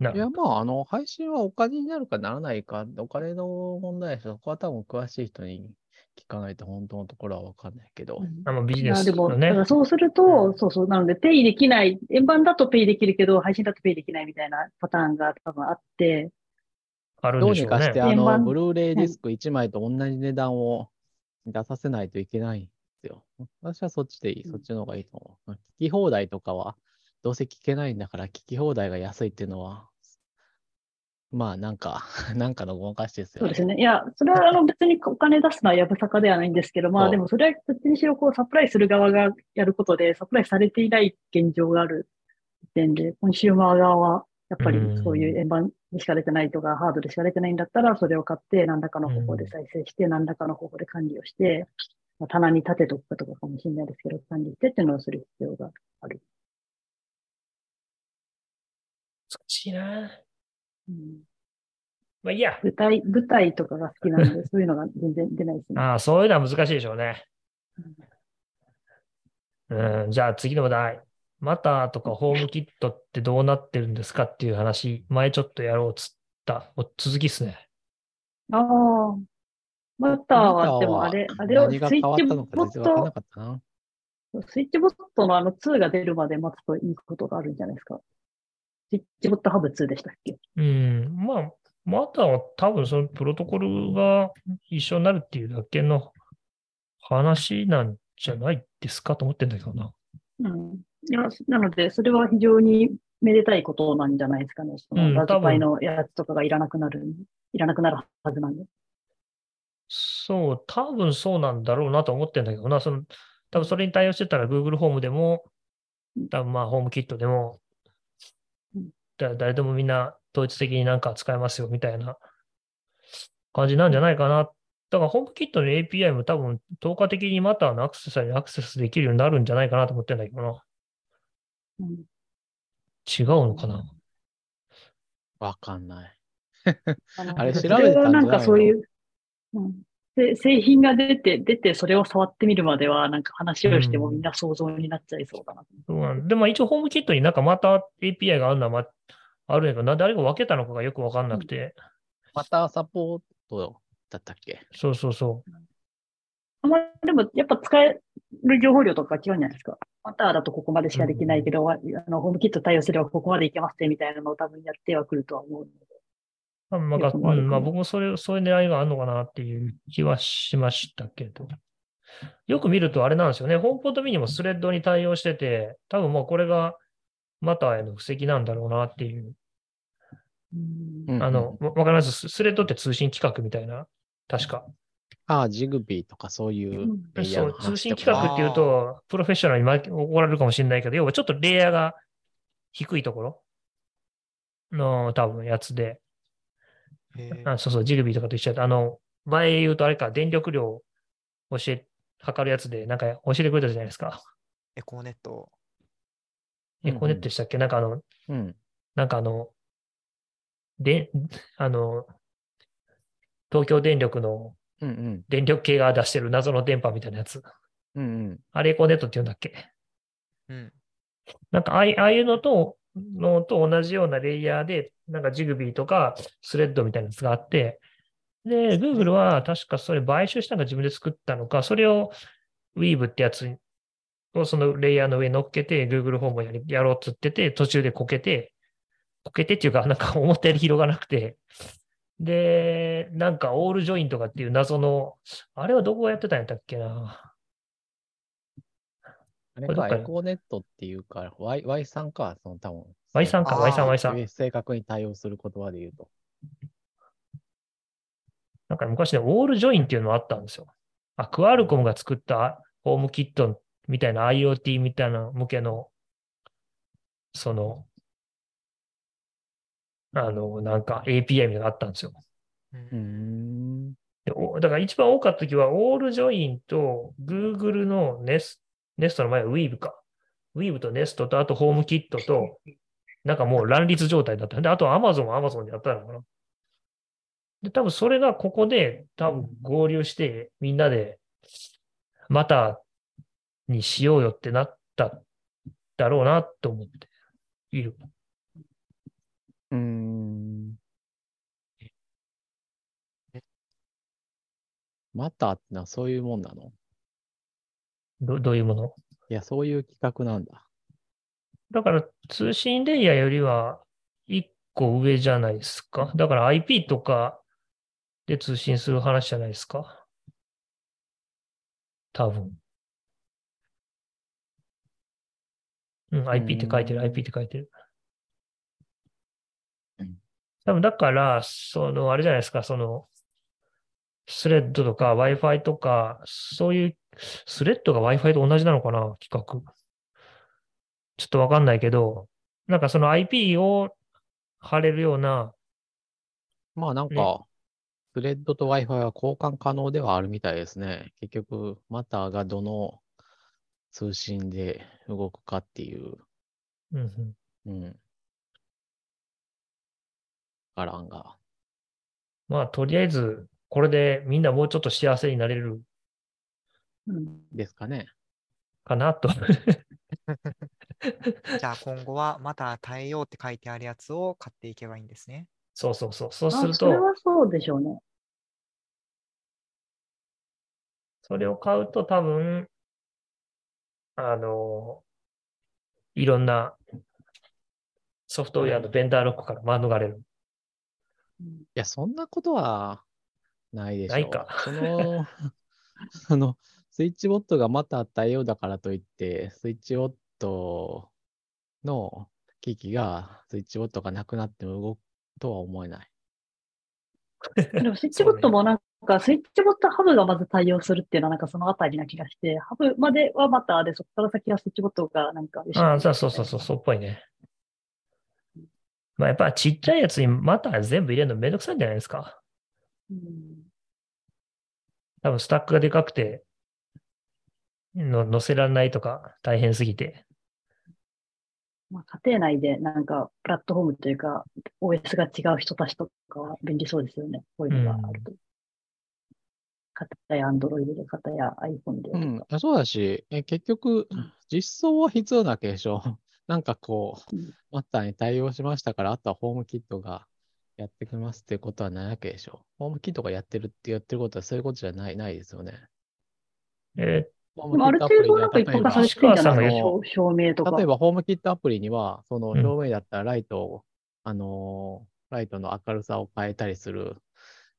Speaker 1: ない
Speaker 4: や、まあ、あの、配信はお金になるかならないか、お金の問題でしょ、そこは多分詳しい人に聞かないと本当のところはわかんないけど。
Speaker 1: あのビジ
Speaker 2: い
Speaker 1: ネ
Speaker 2: や
Speaker 1: ス
Speaker 2: でも、
Speaker 1: の
Speaker 2: だ
Speaker 1: ね
Speaker 2: か。らそうすると、そうそう、なので、ペイできない、円盤だとペイできるけど、配信だとペイできないみたいなパターンが多分あって、
Speaker 1: あるん
Speaker 4: どう
Speaker 1: でし
Speaker 4: に
Speaker 1: ょう
Speaker 4: かして、
Speaker 1: ね。
Speaker 4: あ
Speaker 2: 円
Speaker 4: の、
Speaker 2: 盤
Speaker 4: ブルーレイディスク1枚と同じ値段を出させないといけないんですよ。私はそっちでいい、
Speaker 2: うん
Speaker 4: そっちの方がいいと思う。聞き放題とかは、どうせ聞けないんだから、聞き放題が安いっていうのは、まあ、なんか、 *laughs* なんかのごまかしですよ
Speaker 2: そうですね。いや、それはあの別にお金出すのはやぶさかではないんですけど、ま
Speaker 4: そ
Speaker 2: あ
Speaker 4: う
Speaker 2: でもそれはどっちにしろこうサプライする側がやることで、サプライされていない現状がある点で、コンシューマー側はやっぱり
Speaker 1: うん
Speaker 2: そういう円盤にしか出てないとか、ハードでしか出てないんだったら、それを買って何らかの方法で再生して、何らかの方法で管理をして、まあ、棚に立てとくかとかかもしれないですけど、管理してっていうのをする必要がある。
Speaker 1: 難しいな。
Speaker 2: うん
Speaker 1: まあいいや。
Speaker 2: 舞台、舞台とかが好きなので、そういうのが全然出ないですね。
Speaker 1: ああ、そういうのは難しいでしょうね。うん、じゃあ次の話題。マターとかホームキットってどうなってるんですかっていう話、前ちょっとやろうっつった。お続きっすね。
Speaker 2: ああ。マターは、でもあれ、あれをス
Speaker 4: 何
Speaker 2: イ
Speaker 4: が変わ
Speaker 2: ッ
Speaker 4: っ
Speaker 2: チ
Speaker 4: たのか
Speaker 2: ボ
Speaker 4: 全然わからな
Speaker 2: ッ
Speaker 4: かったな。
Speaker 2: ト、スイッチボットのあの2が出るまで待つといいことがあるんじゃないですか。スイッチボットハブ2でしたっけ
Speaker 1: うん、まあ、マターは多分そのプロトコルが一緒になるっていうだけの話なんじゃないですかと思ってんだけどな。
Speaker 2: うん。いや、なので、それは非常にめでたいことなんじゃないですかね。そ
Speaker 1: うん
Speaker 2: の、ラズ
Speaker 1: 多
Speaker 2: パ
Speaker 1: 分
Speaker 2: イのやつとかがいらなくなる、いらなくなるはずなんで。
Speaker 1: そう、多分そうなんだろうなと思ってんだけどな、その、多分それに対応してたら Google ホームでも、多分まあホームキットでも
Speaker 2: うん、
Speaker 1: だ誰でもみんな統一的になんか使えますよみたいな感じなんじゃないかな。だからホームキットの API も多分透過的にまたのアクセサリーにアクセスできるようになるんじゃないかなと思ってんだけどな。
Speaker 2: うん。
Speaker 1: 違うのかな
Speaker 4: わかんない。
Speaker 2: あの
Speaker 4: あれ調べ
Speaker 2: そ
Speaker 4: てたんじゃないの
Speaker 2: はなんかそういう、うん、で製品が出て、出て、それを触ってみるまでは、なんか話をしても
Speaker 1: うん
Speaker 2: みんな想像になっちゃいそうだな。
Speaker 1: そうなんでも一応ホームキットになんかまた API があるのはまあるんだけどな、誰が分けたのかがよくわかんなくて、
Speaker 4: またサポートだったっけ
Speaker 1: そうそうそう。
Speaker 2: あんまりでも、やっぱ使える情報量とか違うんじゃないですか。マターだとここまでしかできないけど、わあのホームキット対応すればここまでいけますね、みたいなのを多分やってはくるとは思うので。
Speaker 1: まあ、なんか、
Speaker 2: よく
Speaker 1: う
Speaker 2: ある
Speaker 1: ん、まあ
Speaker 2: かな
Speaker 1: 僕もそれ、そういう狙いがあるのかなっていう気はしましたけど。よく見るとあれなんですよね。ホームポットミニもスレッドに対応してて、多分もうこれがマターへの布石なんだろうなっていう。
Speaker 4: うん
Speaker 1: あの、わわかりますススレッドって通信規格みたいな。確か。
Speaker 4: ああ、ジグビーとかそういうレイヤ
Speaker 1: そ
Speaker 4: ーの
Speaker 1: う、通
Speaker 4: 話
Speaker 1: 信
Speaker 4: とか。
Speaker 1: 規格っていうと、プロフェッショナルにま怒られるかもしれないけど、要はちょっとレイヤーが低いところの多分やつで、
Speaker 3: へー
Speaker 1: あそうそう、ジグビーとかと一緒だあの、前言うとあれか、電力量教え、測るやつで、なんか教えてくれたじゃないですか。
Speaker 3: エコーネット。
Speaker 1: エコネットでしたっけ、なんかあの、
Speaker 4: うん。
Speaker 1: なんかあの、で、あの、東京電力の
Speaker 4: うんうん。
Speaker 1: 電力系が出してる謎の電波みたいなやつ。
Speaker 4: うんうん。
Speaker 1: あれエコネットって言うんだっけ
Speaker 3: うん。
Speaker 1: なんかああいああいうのと、のと同じようなレイヤーで、なんかジグビーとかスレッドみたいなやつがあって、で、Google は確かそれ買収したのか自分で作ったのか、それを Weave ってやつをそのレイヤーの上に乗っけて、Google ホームをやりやろうっつってて、途中でこけて、こけてっていうか、なんか思ったより広がなくて、で、なんかオールジョインとかっていう謎の、あれはどこがやってたんやったっけな。
Speaker 4: あれ
Speaker 1: これど
Speaker 4: か、
Speaker 1: っか
Speaker 4: エコーネットっていうか、Y, y さんか、その多分。
Speaker 1: Y さんか、
Speaker 3: あー
Speaker 1: Y さん、Y さん。
Speaker 4: 正確に対応する言葉で言うと。
Speaker 1: なんか昔ね、オールジョインっていうのもあったんですよ。あ、クアルコムが作ったホームキットみたいな IoT みたいな向けの、その、あの、なんか API みたいなのがあったんですよ。
Speaker 3: う
Speaker 4: うー
Speaker 3: ん
Speaker 4: ん。
Speaker 1: でおだから一番多かった時は、オールジョインと Google の Nest、Nest の前は Weave か。ウィーブとネストと、あとホームキットと、なんかもう乱立状態だった。で、あとアマゾンはアマゾンでやったのかな。で、多分それがここで、多分合流して、みんなで、またにしようよってなっただろうなと思っている。
Speaker 4: うん。マターってのはそういうもんなの
Speaker 1: どどういうもの
Speaker 4: いや、そういう企画なんだ。
Speaker 1: だから通信レイヤーよりは一個上じゃないですか。だから IP とかで通信する話じゃないですか。多分。うん、IP って書いてる、
Speaker 4: うん
Speaker 1: IP って書いてる
Speaker 4: うん。
Speaker 1: 多分だから、その、あれじゃないですか、その、スレッドとか Wi-Fi とか、そういう、スレッドが Wi-Fi と同じなのかな、企画。ちょっとわかんないけど、なんかその IP を貼れるような、
Speaker 4: まあなんか、スレッドと Wi-Fi は交換可能ではあるみたいですね。結局、マターがどの通信で動くかっていう、
Speaker 1: うんうん、
Speaker 4: うん。あらんが。
Speaker 1: まあとりあえず、これでみんなもうちょっと幸せになれる
Speaker 2: うん。
Speaker 4: ですかね。
Speaker 1: かなと。 *laughs*
Speaker 3: じゃあ今後はまた耐えようって書いてあるやつを買っていけばいいんですね。
Speaker 1: そうそうそう。そうす
Speaker 2: あ、
Speaker 1: る
Speaker 2: それ
Speaker 1: と、
Speaker 2: はそうでしょうね。
Speaker 1: それを買うと多分、あの、いろんなソフトウェアのベンダーロックから免れる。
Speaker 2: うん
Speaker 4: いや、そんなことはないでしょう。
Speaker 1: ないか
Speaker 4: その、 *laughs* その、スイッチボットがまた対応だからといって、スイッチボットの機器が、スイッチボットがなくなっても動くとは思えない。
Speaker 2: でもスイッチボットもなんか、スイッチボットハブがまず対応するっていうのはなんかそのあたりな気がして、ハブまではまたで、そこから先はスイッチボットがなんかよし、
Speaker 1: ああ、そうそうそうそう、そうっぽいね。まあやっぱちっちゃいやつにまた全部入れるのめんどくさいんじゃないですか。
Speaker 2: うん
Speaker 1: 多分スタックがでかくて、の載せられないとか大変すぎて。
Speaker 2: まあ、家庭内でなんかプラットフォームというか、OS が違う人たちとかは便利そうですよね。こういうのがあると。片や Android で、片や iPhone でと
Speaker 4: う
Speaker 2: か。
Speaker 4: ん、あそうだし、え結局、実装は必要な継承。 *laughs* なんかこう
Speaker 2: うん、
Speaker 4: マッターに対応しましたから、あとはホームキットがやってきますっていうことはないわけでしょ。ホームキットがやってるってやってることはそういうことじゃない、ないですよね。
Speaker 1: えー
Speaker 4: ホー
Speaker 2: でもあ
Speaker 4: ム
Speaker 2: る
Speaker 4: キットア
Speaker 2: 程
Speaker 4: プリ
Speaker 2: 度
Speaker 4: には
Speaker 2: なんか一
Speaker 4: 例
Speaker 2: 本化
Speaker 4: えば
Speaker 2: されてるんじゃないですか
Speaker 4: あの
Speaker 2: 証証明とか。
Speaker 4: 例えば、ホームキットアプリには、その
Speaker 1: うん
Speaker 4: 表面だったらライトを、あのー、ライトの明るさを変えたりする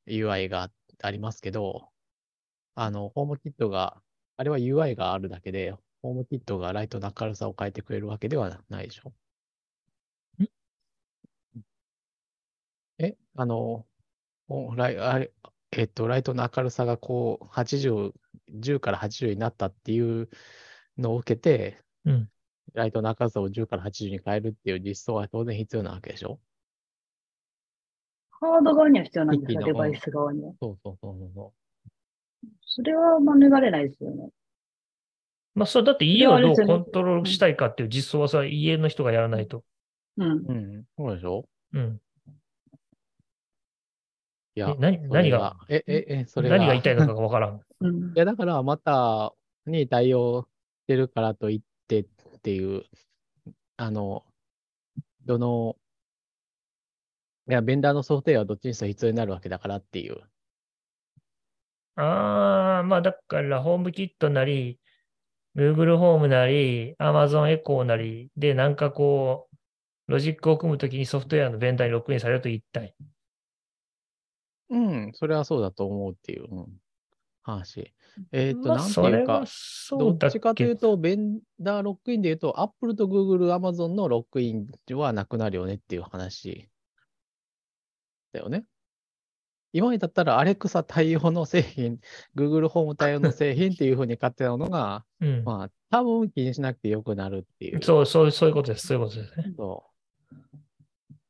Speaker 4: UI がありますけど、あの、ホームキットが、あれは UI があるだけで、ホームキットがライトの明るさを変えてくれるわけではないでしょ。え、あの、おライあれえっと、ライトの明るさがこう、80、10から80になったっていうのを受けて、
Speaker 1: うん
Speaker 4: ライトの明るさを10から80に変えるっていう実装は当然必要なわけでしょ
Speaker 2: ハード側には必要なんです
Speaker 4: 機器
Speaker 2: よ、
Speaker 4: の
Speaker 2: デバイス側には。
Speaker 4: そうそうそうそうそ
Speaker 2: それは免れないですよね。
Speaker 1: まあ、それだって家を
Speaker 2: それはあれ
Speaker 1: どう
Speaker 2: ですよね
Speaker 1: コントロールしたいかっていう実装はさ、家の人がやらないと。
Speaker 2: うん。
Speaker 4: う。うん、そうでしょ
Speaker 1: うん。
Speaker 4: いや
Speaker 1: え、何
Speaker 4: それ
Speaker 1: 何が、
Speaker 4: え、え、え、それ
Speaker 1: 何が言いた
Speaker 4: い
Speaker 1: いのかがわからん。 *laughs*
Speaker 2: うん
Speaker 4: いや、だから、また、に対応してるからといってっていう、あの、どの、いや、ベンダーのソフトウェアはどっちにしても必要になるわけだからっていう。
Speaker 1: ああ、まあだから、ホームキットなり、Google ホームなり、Amazon エコーなりで、なんかこう、ロジックを組むときにソフトウェアのベンダーにロックインされると一体。
Speaker 4: うん、それはそうだと思うっていう、うん、話。えっと、
Speaker 1: まあ
Speaker 4: なんて
Speaker 1: そ
Speaker 4: い
Speaker 1: れ
Speaker 4: うか
Speaker 1: は、そう
Speaker 4: ど
Speaker 1: だ
Speaker 4: っちかと
Speaker 1: け
Speaker 4: いう
Speaker 1: ど
Speaker 4: と、ベンダーロックインで言うと、Apple と Google、Amazon のロックインはなくなるよねっていう話だよね。今までだったら Alexa 対応の製品、Google ホーム対応の製品っていうふうに買ってたのが、
Speaker 1: うん。
Speaker 4: まあ、多分気にしなくてよくなるっていう。
Speaker 1: そう、そう、そういうことです。そういうことですね。
Speaker 4: そう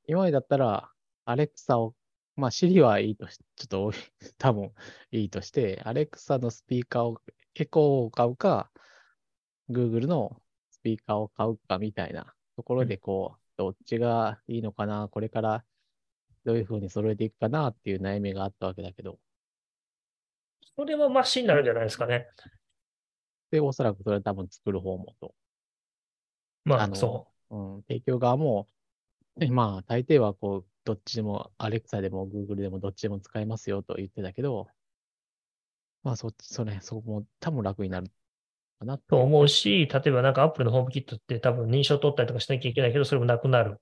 Speaker 4: 今までだったら、アレクサを、まあ、シリはいいとし、ちょっと多い *laughs* 多分いいとして、アレクサのスピーカーを、エコーを買うか、Google のスピピーカーを買うかみたいなところで、こう、どっちがいいのかな、これからどういうふうに揃えていくかなっていう悩みがあったわけだけど、
Speaker 1: それはマシになるんじゃないですかね。
Speaker 4: で、おそらくそれは多分作る方もと。
Speaker 1: ま
Speaker 4: あ
Speaker 1: あ、
Speaker 4: の
Speaker 1: そ
Speaker 4: うん、提供側も、ねまあ、大抵はこう、どっちでも、アレクサでも Google でもどっちでも使えますよと言ってたけど、まあ、そっち、それ、そこも多分楽になるかな
Speaker 1: う。と思うし、例えばなんか Apple のホームキットって多分認証取ったりとかしなきゃいけないけど、それもなくなる。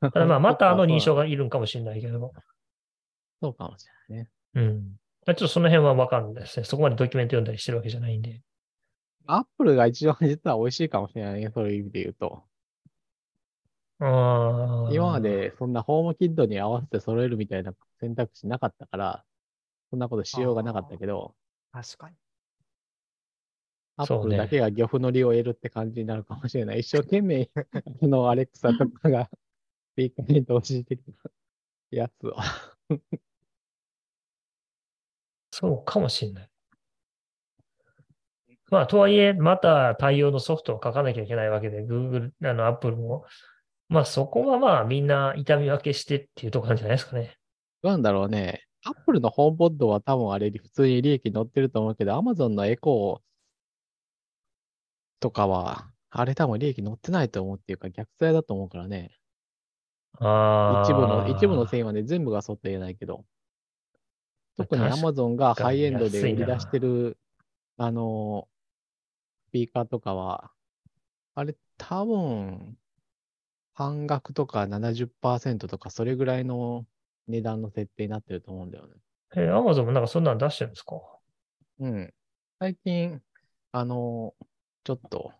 Speaker 4: た
Speaker 1: ただまあ、またあの認証
Speaker 4: が。
Speaker 1: がいるんかもしれないけど。
Speaker 4: そうかもしれないね。
Speaker 1: うん。ちょっとその辺はわかんないですね。そこまでドキュメント読んだりしてるわけじゃないんで。
Speaker 4: アップルが一番実は美味しいかもしれないね、そういう意味で言うと。
Speaker 1: ああ。
Speaker 4: 今ま。でそんなホームキットに合わせて揃えるみたいな選択肢なかったから、そんなことしようがなかったけど、
Speaker 3: 確かに。
Speaker 4: アッ
Speaker 1: そう
Speaker 4: プ
Speaker 1: ね
Speaker 4: ルだけが漁夫の利を得るって感じになるかもしれない。一生懸 *laughs* 命、あのアレクサとか *laughs* が、ビーカーに投資してきたやつを。
Speaker 1: そうかもしれない。まあ、とはいえ、また対応のソフトを書かなきゃいけないわけで、Google、あの、Apple も。まあ、そこはまあ、みんな痛み分けしてっていうところなんじゃないですかね。
Speaker 4: なんだろうね。アップルのホームポッドは多分あれ、普通に利益乗ってると思うけど、アマゾンのエコーとかは、あれ多分利益乗ってないと思うっていうか、逆剤だと思うからね。
Speaker 1: ああ。
Speaker 4: 一部の、一部の線はね、全部がそうと言えないけど。特に
Speaker 1: 確か
Speaker 4: Amazon がハイエンドで
Speaker 1: 安い
Speaker 4: 売
Speaker 1: な
Speaker 4: り出してる、あの、スピーカーとかは、あれ多分、半額とか70%とか、それぐらいの値段の設定になってると思うんだよね。
Speaker 1: えー、Amazon もなんかそんなの出してるんですか
Speaker 4: うん。最近、あの、ちょっと、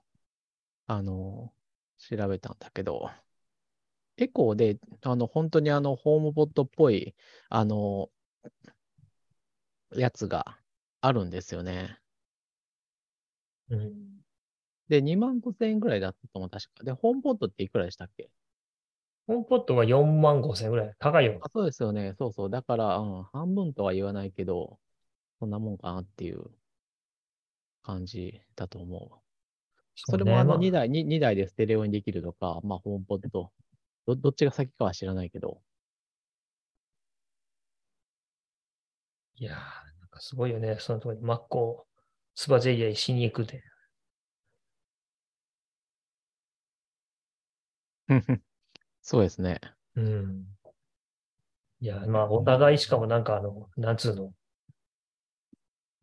Speaker 4: あの、調べたんだけど、エコーで、あの、本当にあの、ホームポットっぽい、あの、やつがあるんですよね。
Speaker 1: うん。
Speaker 4: で、2万5千円ぐらいだったと思う、確か。で、ホームポットっていくらでしたっけ
Speaker 1: ホームポットは4万5千円ぐらい。高いよ。
Speaker 4: あ、そうですよね。そうそう。だから、うん、半分とは言わないけど、そんなもんかなっていう感じだと思う。それもあの
Speaker 1: そうね
Speaker 4: 2台、に二台でステレオにできるとか、まあホームポッド、どどっちが先かは知らない
Speaker 1: *laughs*
Speaker 4: けど、
Speaker 1: いやー、なんかすごいよね。そのとこに真っ向、スパジェイヤーしに行くで。
Speaker 4: そうですね。
Speaker 1: うん。いや、まあ、お互いしかもなんかあの、なんつうの、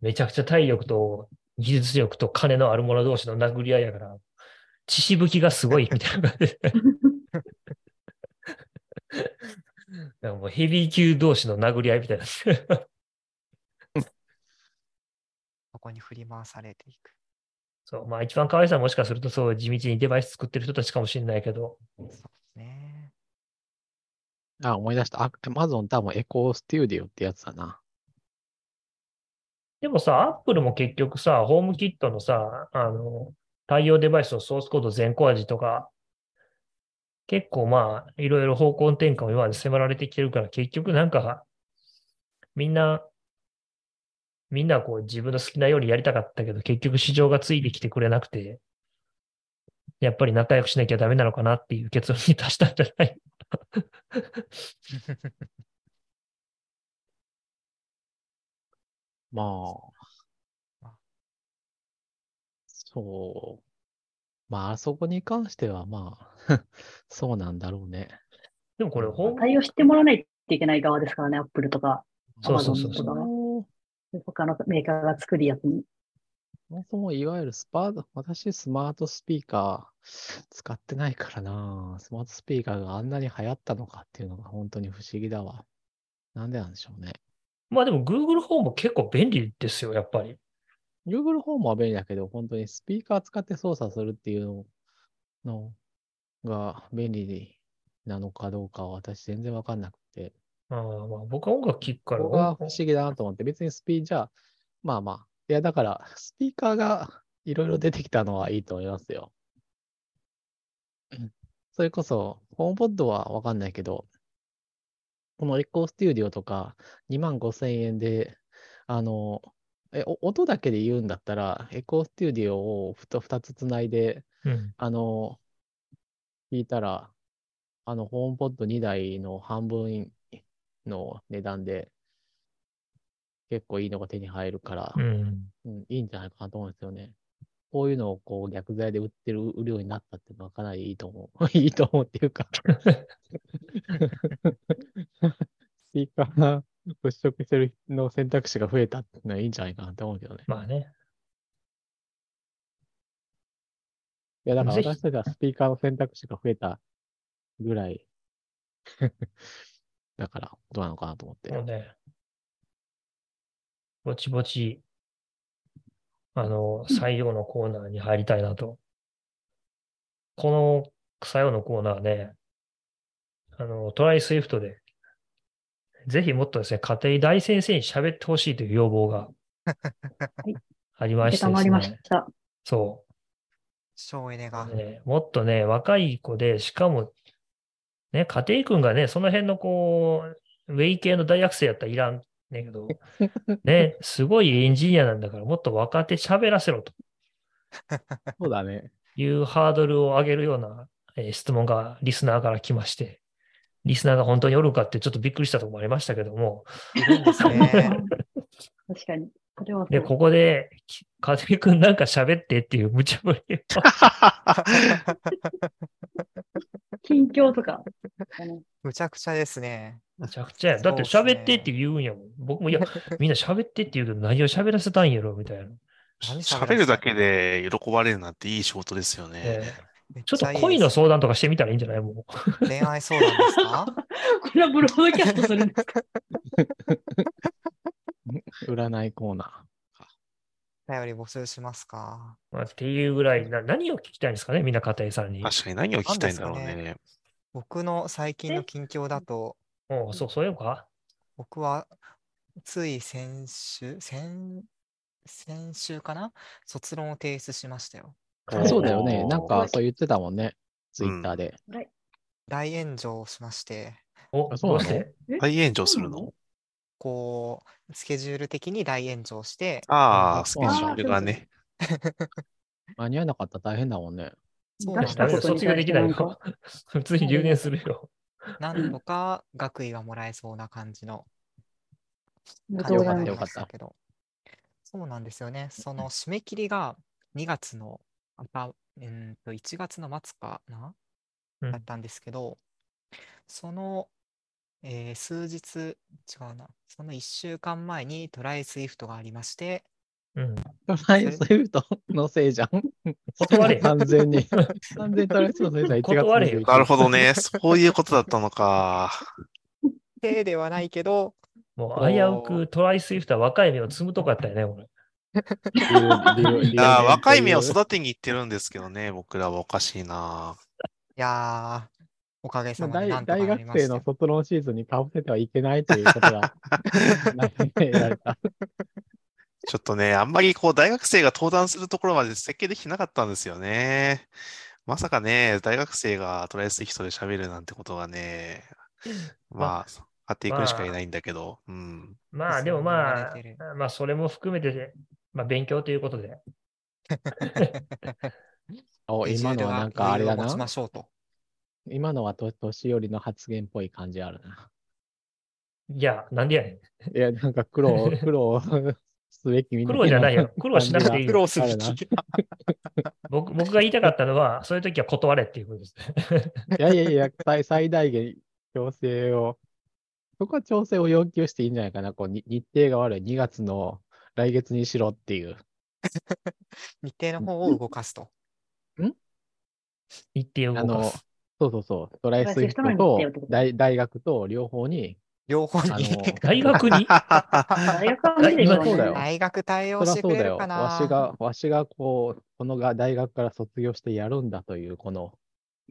Speaker 1: めちゃくちゃ体力と技術力と金のある者同士の殴り合いやから、血しぶきがすごいみたい
Speaker 4: *laughs*
Speaker 1: な感じで。なんかもうヘビー級同士の殴り合いみたいな。 *laughs*
Speaker 3: そこに振り回されていく。
Speaker 1: そう、まあ一番可愛さはもしかするとそう地道にデバイス作ってる人たちかもしれないけど、
Speaker 3: そうですね。
Speaker 4: あ、思い出した。あ Amazon 多分エコーステューディオってやつだな。
Speaker 1: でもさ、アップルも結局さ、ホームキットのさ、あの、対応デバイスのソースコード全小味とか、結構まあ、いろいろ方向転換を今まで迫られてきてるから、結局なんか、みんな、みんなこう自分の好きなようにやりたかったけど、結局市場がついてきてくれなくて、やっぱり仲良くしなきゃダメなのかなっていう結論に達したんじゃない *laughs*
Speaker 4: まあ
Speaker 3: あ。
Speaker 4: そう。まあ、あそこに関してはまあ、 *laughs* そうなんだろうね。
Speaker 1: でもこれ、ホーム
Speaker 2: *laughs* 対応してもらわないといけない側ですからね、アップルとか、
Speaker 1: そうそうそうそう
Speaker 2: 他のメーカーが作るやつに。
Speaker 4: そもそもいわゆるスパート、私スマートスピーカー使ってないからな。スマートスピーカーがあんなに流行ったのかっていうのが本当に不思議だわ。なんでなんでしょうね。
Speaker 1: まあでも Google ホーム結構便利ですよ、やっぱり。
Speaker 4: Google ホームは便利だけど、本当にスピーカー使って操作するっていうののが便利なのかどうかは私全然わかんなくて。
Speaker 1: あーまあ僕は音楽聴くから、
Speaker 4: ここが不
Speaker 1: 音
Speaker 4: 思議だなと思って、別にスピーじゃあ、まあまあ。いや、だから、スピーカーがいろいろ出てきたのはいいと思いますよ。うんそれこそ、ホームポッドはわかんないけど、このエコーステューディオとか2万5千円で、あの、え、お音だけで言うんだったら、エコーステューディオをふと2つつないで、
Speaker 1: うん。
Speaker 4: あの、聞いたら、あの、ホームポッド2台の半分の値段で、結構いいのが手に入るから、
Speaker 1: うん。
Speaker 4: うん、いいんじゃないかなと思うんですよね。こういうのをこう逆剤で売ってる、売るようになったっていうのはかなりいいと思う。 *laughs* いいと思うっていうかスピーカーが物色してるの選択肢が増えたっていうのはいいんじゃないかなと思うけどね。
Speaker 1: まあね。
Speaker 4: いや、だから
Speaker 1: ぜひ
Speaker 4: 私たちはスピーカーの選択肢が増えたぐらい *laughs* だから、どうなのかなと思って。
Speaker 1: もうね、ぼちぼち、あの、採用のコーナーに入りたいなと。この採用のコーナーね、あの、トライスイフトで、ぜひもっとですね、家庭大先生に喋ってほしいという要望
Speaker 2: *laughs*
Speaker 1: がありま
Speaker 2: 受
Speaker 1: し
Speaker 2: け
Speaker 1: て
Speaker 2: た
Speaker 1: で
Speaker 2: ますりまし
Speaker 1: ね。
Speaker 2: た。
Speaker 1: そう。
Speaker 3: 省エネが。
Speaker 1: ね、もっとね、若い子で、しかも、ね、家庭君がね、その辺のこう、ウェイ系の大学生やったらいらんねんけ *laughs* ど、ね、すごいエンジニアなんだから、もっと若手喋らせろと
Speaker 4: そうだね。
Speaker 1: いうハードルを上げるような、えー質問がリスナーから来まして、リスナーが本当におるかってちょっとびっくりしたところもありましたけども、
Speaker 3: いるんですね。 *laughs*
Speaker 2: *laughs* 確かに。それはそ
Speaker 1: で、
Speaker 2: う。
Speaker 1: ここで、き家庭君なんか喋ってっていう無茶ぶ *laughs* りを
Speaker 2: 近況とか。あの
Speaker 3: むちゃくちゃですね。
Speaker 1: めちゃくちゃや。だって
Speaker 3: そうっすね
Speaker 1: 喋ってって言うんやもん。僕も、いや、みんな喋ってって言うけど、何を喋らせたんやろ、みたいな。
Speaker 3: 何
Speaker 5: 喋るだけで喜ばれるなんていい仕事ですよね。
Speaker 1: え
Speaker 3: め
Speaker 1: ちょっ
Speaker 3: ち
Speaker 1: と
Speaker 3: ゃいい
Speaker 1: 恋
Speaker 3: で
Speaker 1: の
Speaker 3: すね
Speaker 1: 相談とかしてみたらいいんじゃないも
Speaker 3: 恋愛相談ですか *laughs*
Speaker 2: これはブロードキャストするんですか
Speaker 4: 占いコーナ
Speaker 3: 頼り募集しますか
Speaker 1: う。まあ、っていうぐらいな、何を聞きたいんですかね、みんな家庭さんに。
Speaker 5: 確かに何を聞きたいんだろう
Speaker 3: なん
Speaker 5: ね。
Speaker 3: 僕の最近の近況だと、
Speaker 1: おうそう、そういうのか。
Speaker 3: 僕はつい先週、先、先週かな卒論を提出しましたよ。
Speaker 4: ー。そうだよね。
Speaker 5: おー
Speaker 4: なんか、そう言ってたもんね。ツイッターで。
Speaker 3: 大炎上をしまして、
Speaker 1: お、
Speaker 4: あそう
Speaker 1: ど
Speaker 4: な
Speaker 1: う
Speaker 4: の
Speaker 1: して
Speaker 5: 大炎上するの
Speaker 3: こう、スケジュール的に大炎上して、
Speaker 5: あ
Speaker 4: あ
Speaker 5: あ、スケジュールがね。
Speaker 4: 間に合わなかったら大変だも *laughs* んね。
Speaker 3: そう
Speaker 2: 出した
Speaker 1: ダメ
Speaker 2: こ
Speaker 1: だ
Speaker 2: とに
Speaker 1: 卒業
Speaker 2: 対
Speaker 1: で
Speaker 2: し
Speaker 1: き
Speaker 2: て
Speaker 1: な
Speaker 2: ないんか
Speaker 1: よ。普通に留年するよ。
Speaker 3: なんとか学位がもらえそうな感じの
Speaker 2: 無
Speaker 3: 感
Speaker 2: 糖
Speaker 3: じ
Speaker 4: よ
Speaker 3: に
Speaker 2: なん
Speaker 4: かった
Speaker 2: で
Speaker 4: よ
Speaker 2: す
Speaker 4: かった。
Speaker 3: けど。そうなんですよね。その締め切りが2月の、あたうーんと1月の末かな
Speaker 1: うん
Speaker 3: だったんですけど、その、えー数日、違うな、その1週間前にトライスイフトがありまして、
Speaker 1: うん。
Speaker 4: トライアスフトのせいじゃん。
Speaker 1: 断れよ
Speaker 4: 完全
Speaker 1: *laughs*
Speaker 4: に。完全にトライアスフトのせいじゃん。1月
Speaker 1: 断れよ
Speaker 4: 21
Speaker 5: なるほどね。 *laughs* そういうことだった
Speaker 2: *laughs*
Speaker 5: のか。
Speaker 3: 手ではないけど、
Speaker 1: もう危うくトライスイフトは若い目を摘むとこやったよね、俺。
Speaker 4: 理由理由理
Speaker 5: い
Speaker 4: 由
Speaker 5: やー若い目を
Speaker 4: 理由
Speaker 5: 育てに行ってるんですけどね、僕らはおかしいな。
Speaker 3: いやー、おかげさまでな
Speaker 4: 大
Speaker 3: んとか
Speaker 4: 大
Speaker 3: なり
Speaker 4: 学
Speaker 3: ま
Speaker 4: 生
Speaker 3: した
Speaker 4: の
Speaker 3: よ。
Speaker 4: 卒論シーズンにかぶせてはいけないということが *laughs* 得られた。
Speaker 5: ちょっとね、あんまりこう大学生が登壇するところまで設計できてなかったんですよね。まさかね、大学生がトライアス人で喋るなんてことがね、まあ、あっていくしかいないんだけど、うん。
Speaker 1: まあ、
Speaker 3: そう
Speaker 1: でもま
Speaker 3: 言われてる
Speaker 1: あ、まあ、それも含めて、まあ、勉強ということで。
Speaker 4: お今
Speaker 3: スケジュール
Speaker 4: のは
Speaker 3: が
Speaker 4: なんかあれだ
Speaker 3: 余裕を持ちま
Speaker 4: な。
Speaker 3: しょうと。
Speaker 4: 今のはと年寄りの発言っぽい感じあるな。
Speaker 1: いや、なんでやね
Speaker 4: *laughs* いや、なんか苦 *laughs* 労、苦労すべきみ
Speaker 1: ん。
Speaker 4: た
Speaker 1: 苦労じゃないよ。苦労しなくていい
Speaker 4: 感
Speaker 1: よ。
Speaker 4: 労する気
Speaker 1: 僕僕が言いたかったのは、そういう時は断れっていうことです *laughs* ね。
Speaker 4: じがいやいやいや、最最大限調整を、そこは調整を要求していいんじゃないかな。こうに日程が悪い2月の来月にしろっていう。
Speaker 3: 日程の方を動かすと。
Speaker 1: 言ってよ、
Speaker 4: あ
Speaker 1: 動か
Speaker 4: の
Speaker 1: す。、
Speaker 4: そうそうそう、トライ
Speaker 2: トライ
Speaker 4: ス
Speaker 2: スイ
Speaker 4: イ
Speaker 2: フ
Speaker 4: フ
Speaker 2: ト
Speaker 4: ト
Speaker 2: の日程を
Speaker 4: と
Speaker 2: ってこと
Speaker 4: 大大学と両方 *laughs* に、
Speaker 3: 両方
Speaker 4: あの
Speaker 3: に。
Speaker 1: 大学に
Speaker 2: 大学は無理でしょ
Speaker 4: 今そうだよ
Speaker 3: *laughs* 大学対応
Speaker 4: そり
Speaker 3: し
Speaker 4: ゃそ
Speaker 3: てく
Speaker 4: う
Speaker 3: れ
Speaker 4: だ
Speaker 3: る
Speaker 4: よ。
Speaker 3: かな
Speaker 4: わしが、わしがこう、このが大学から卒業してやるんだという、この、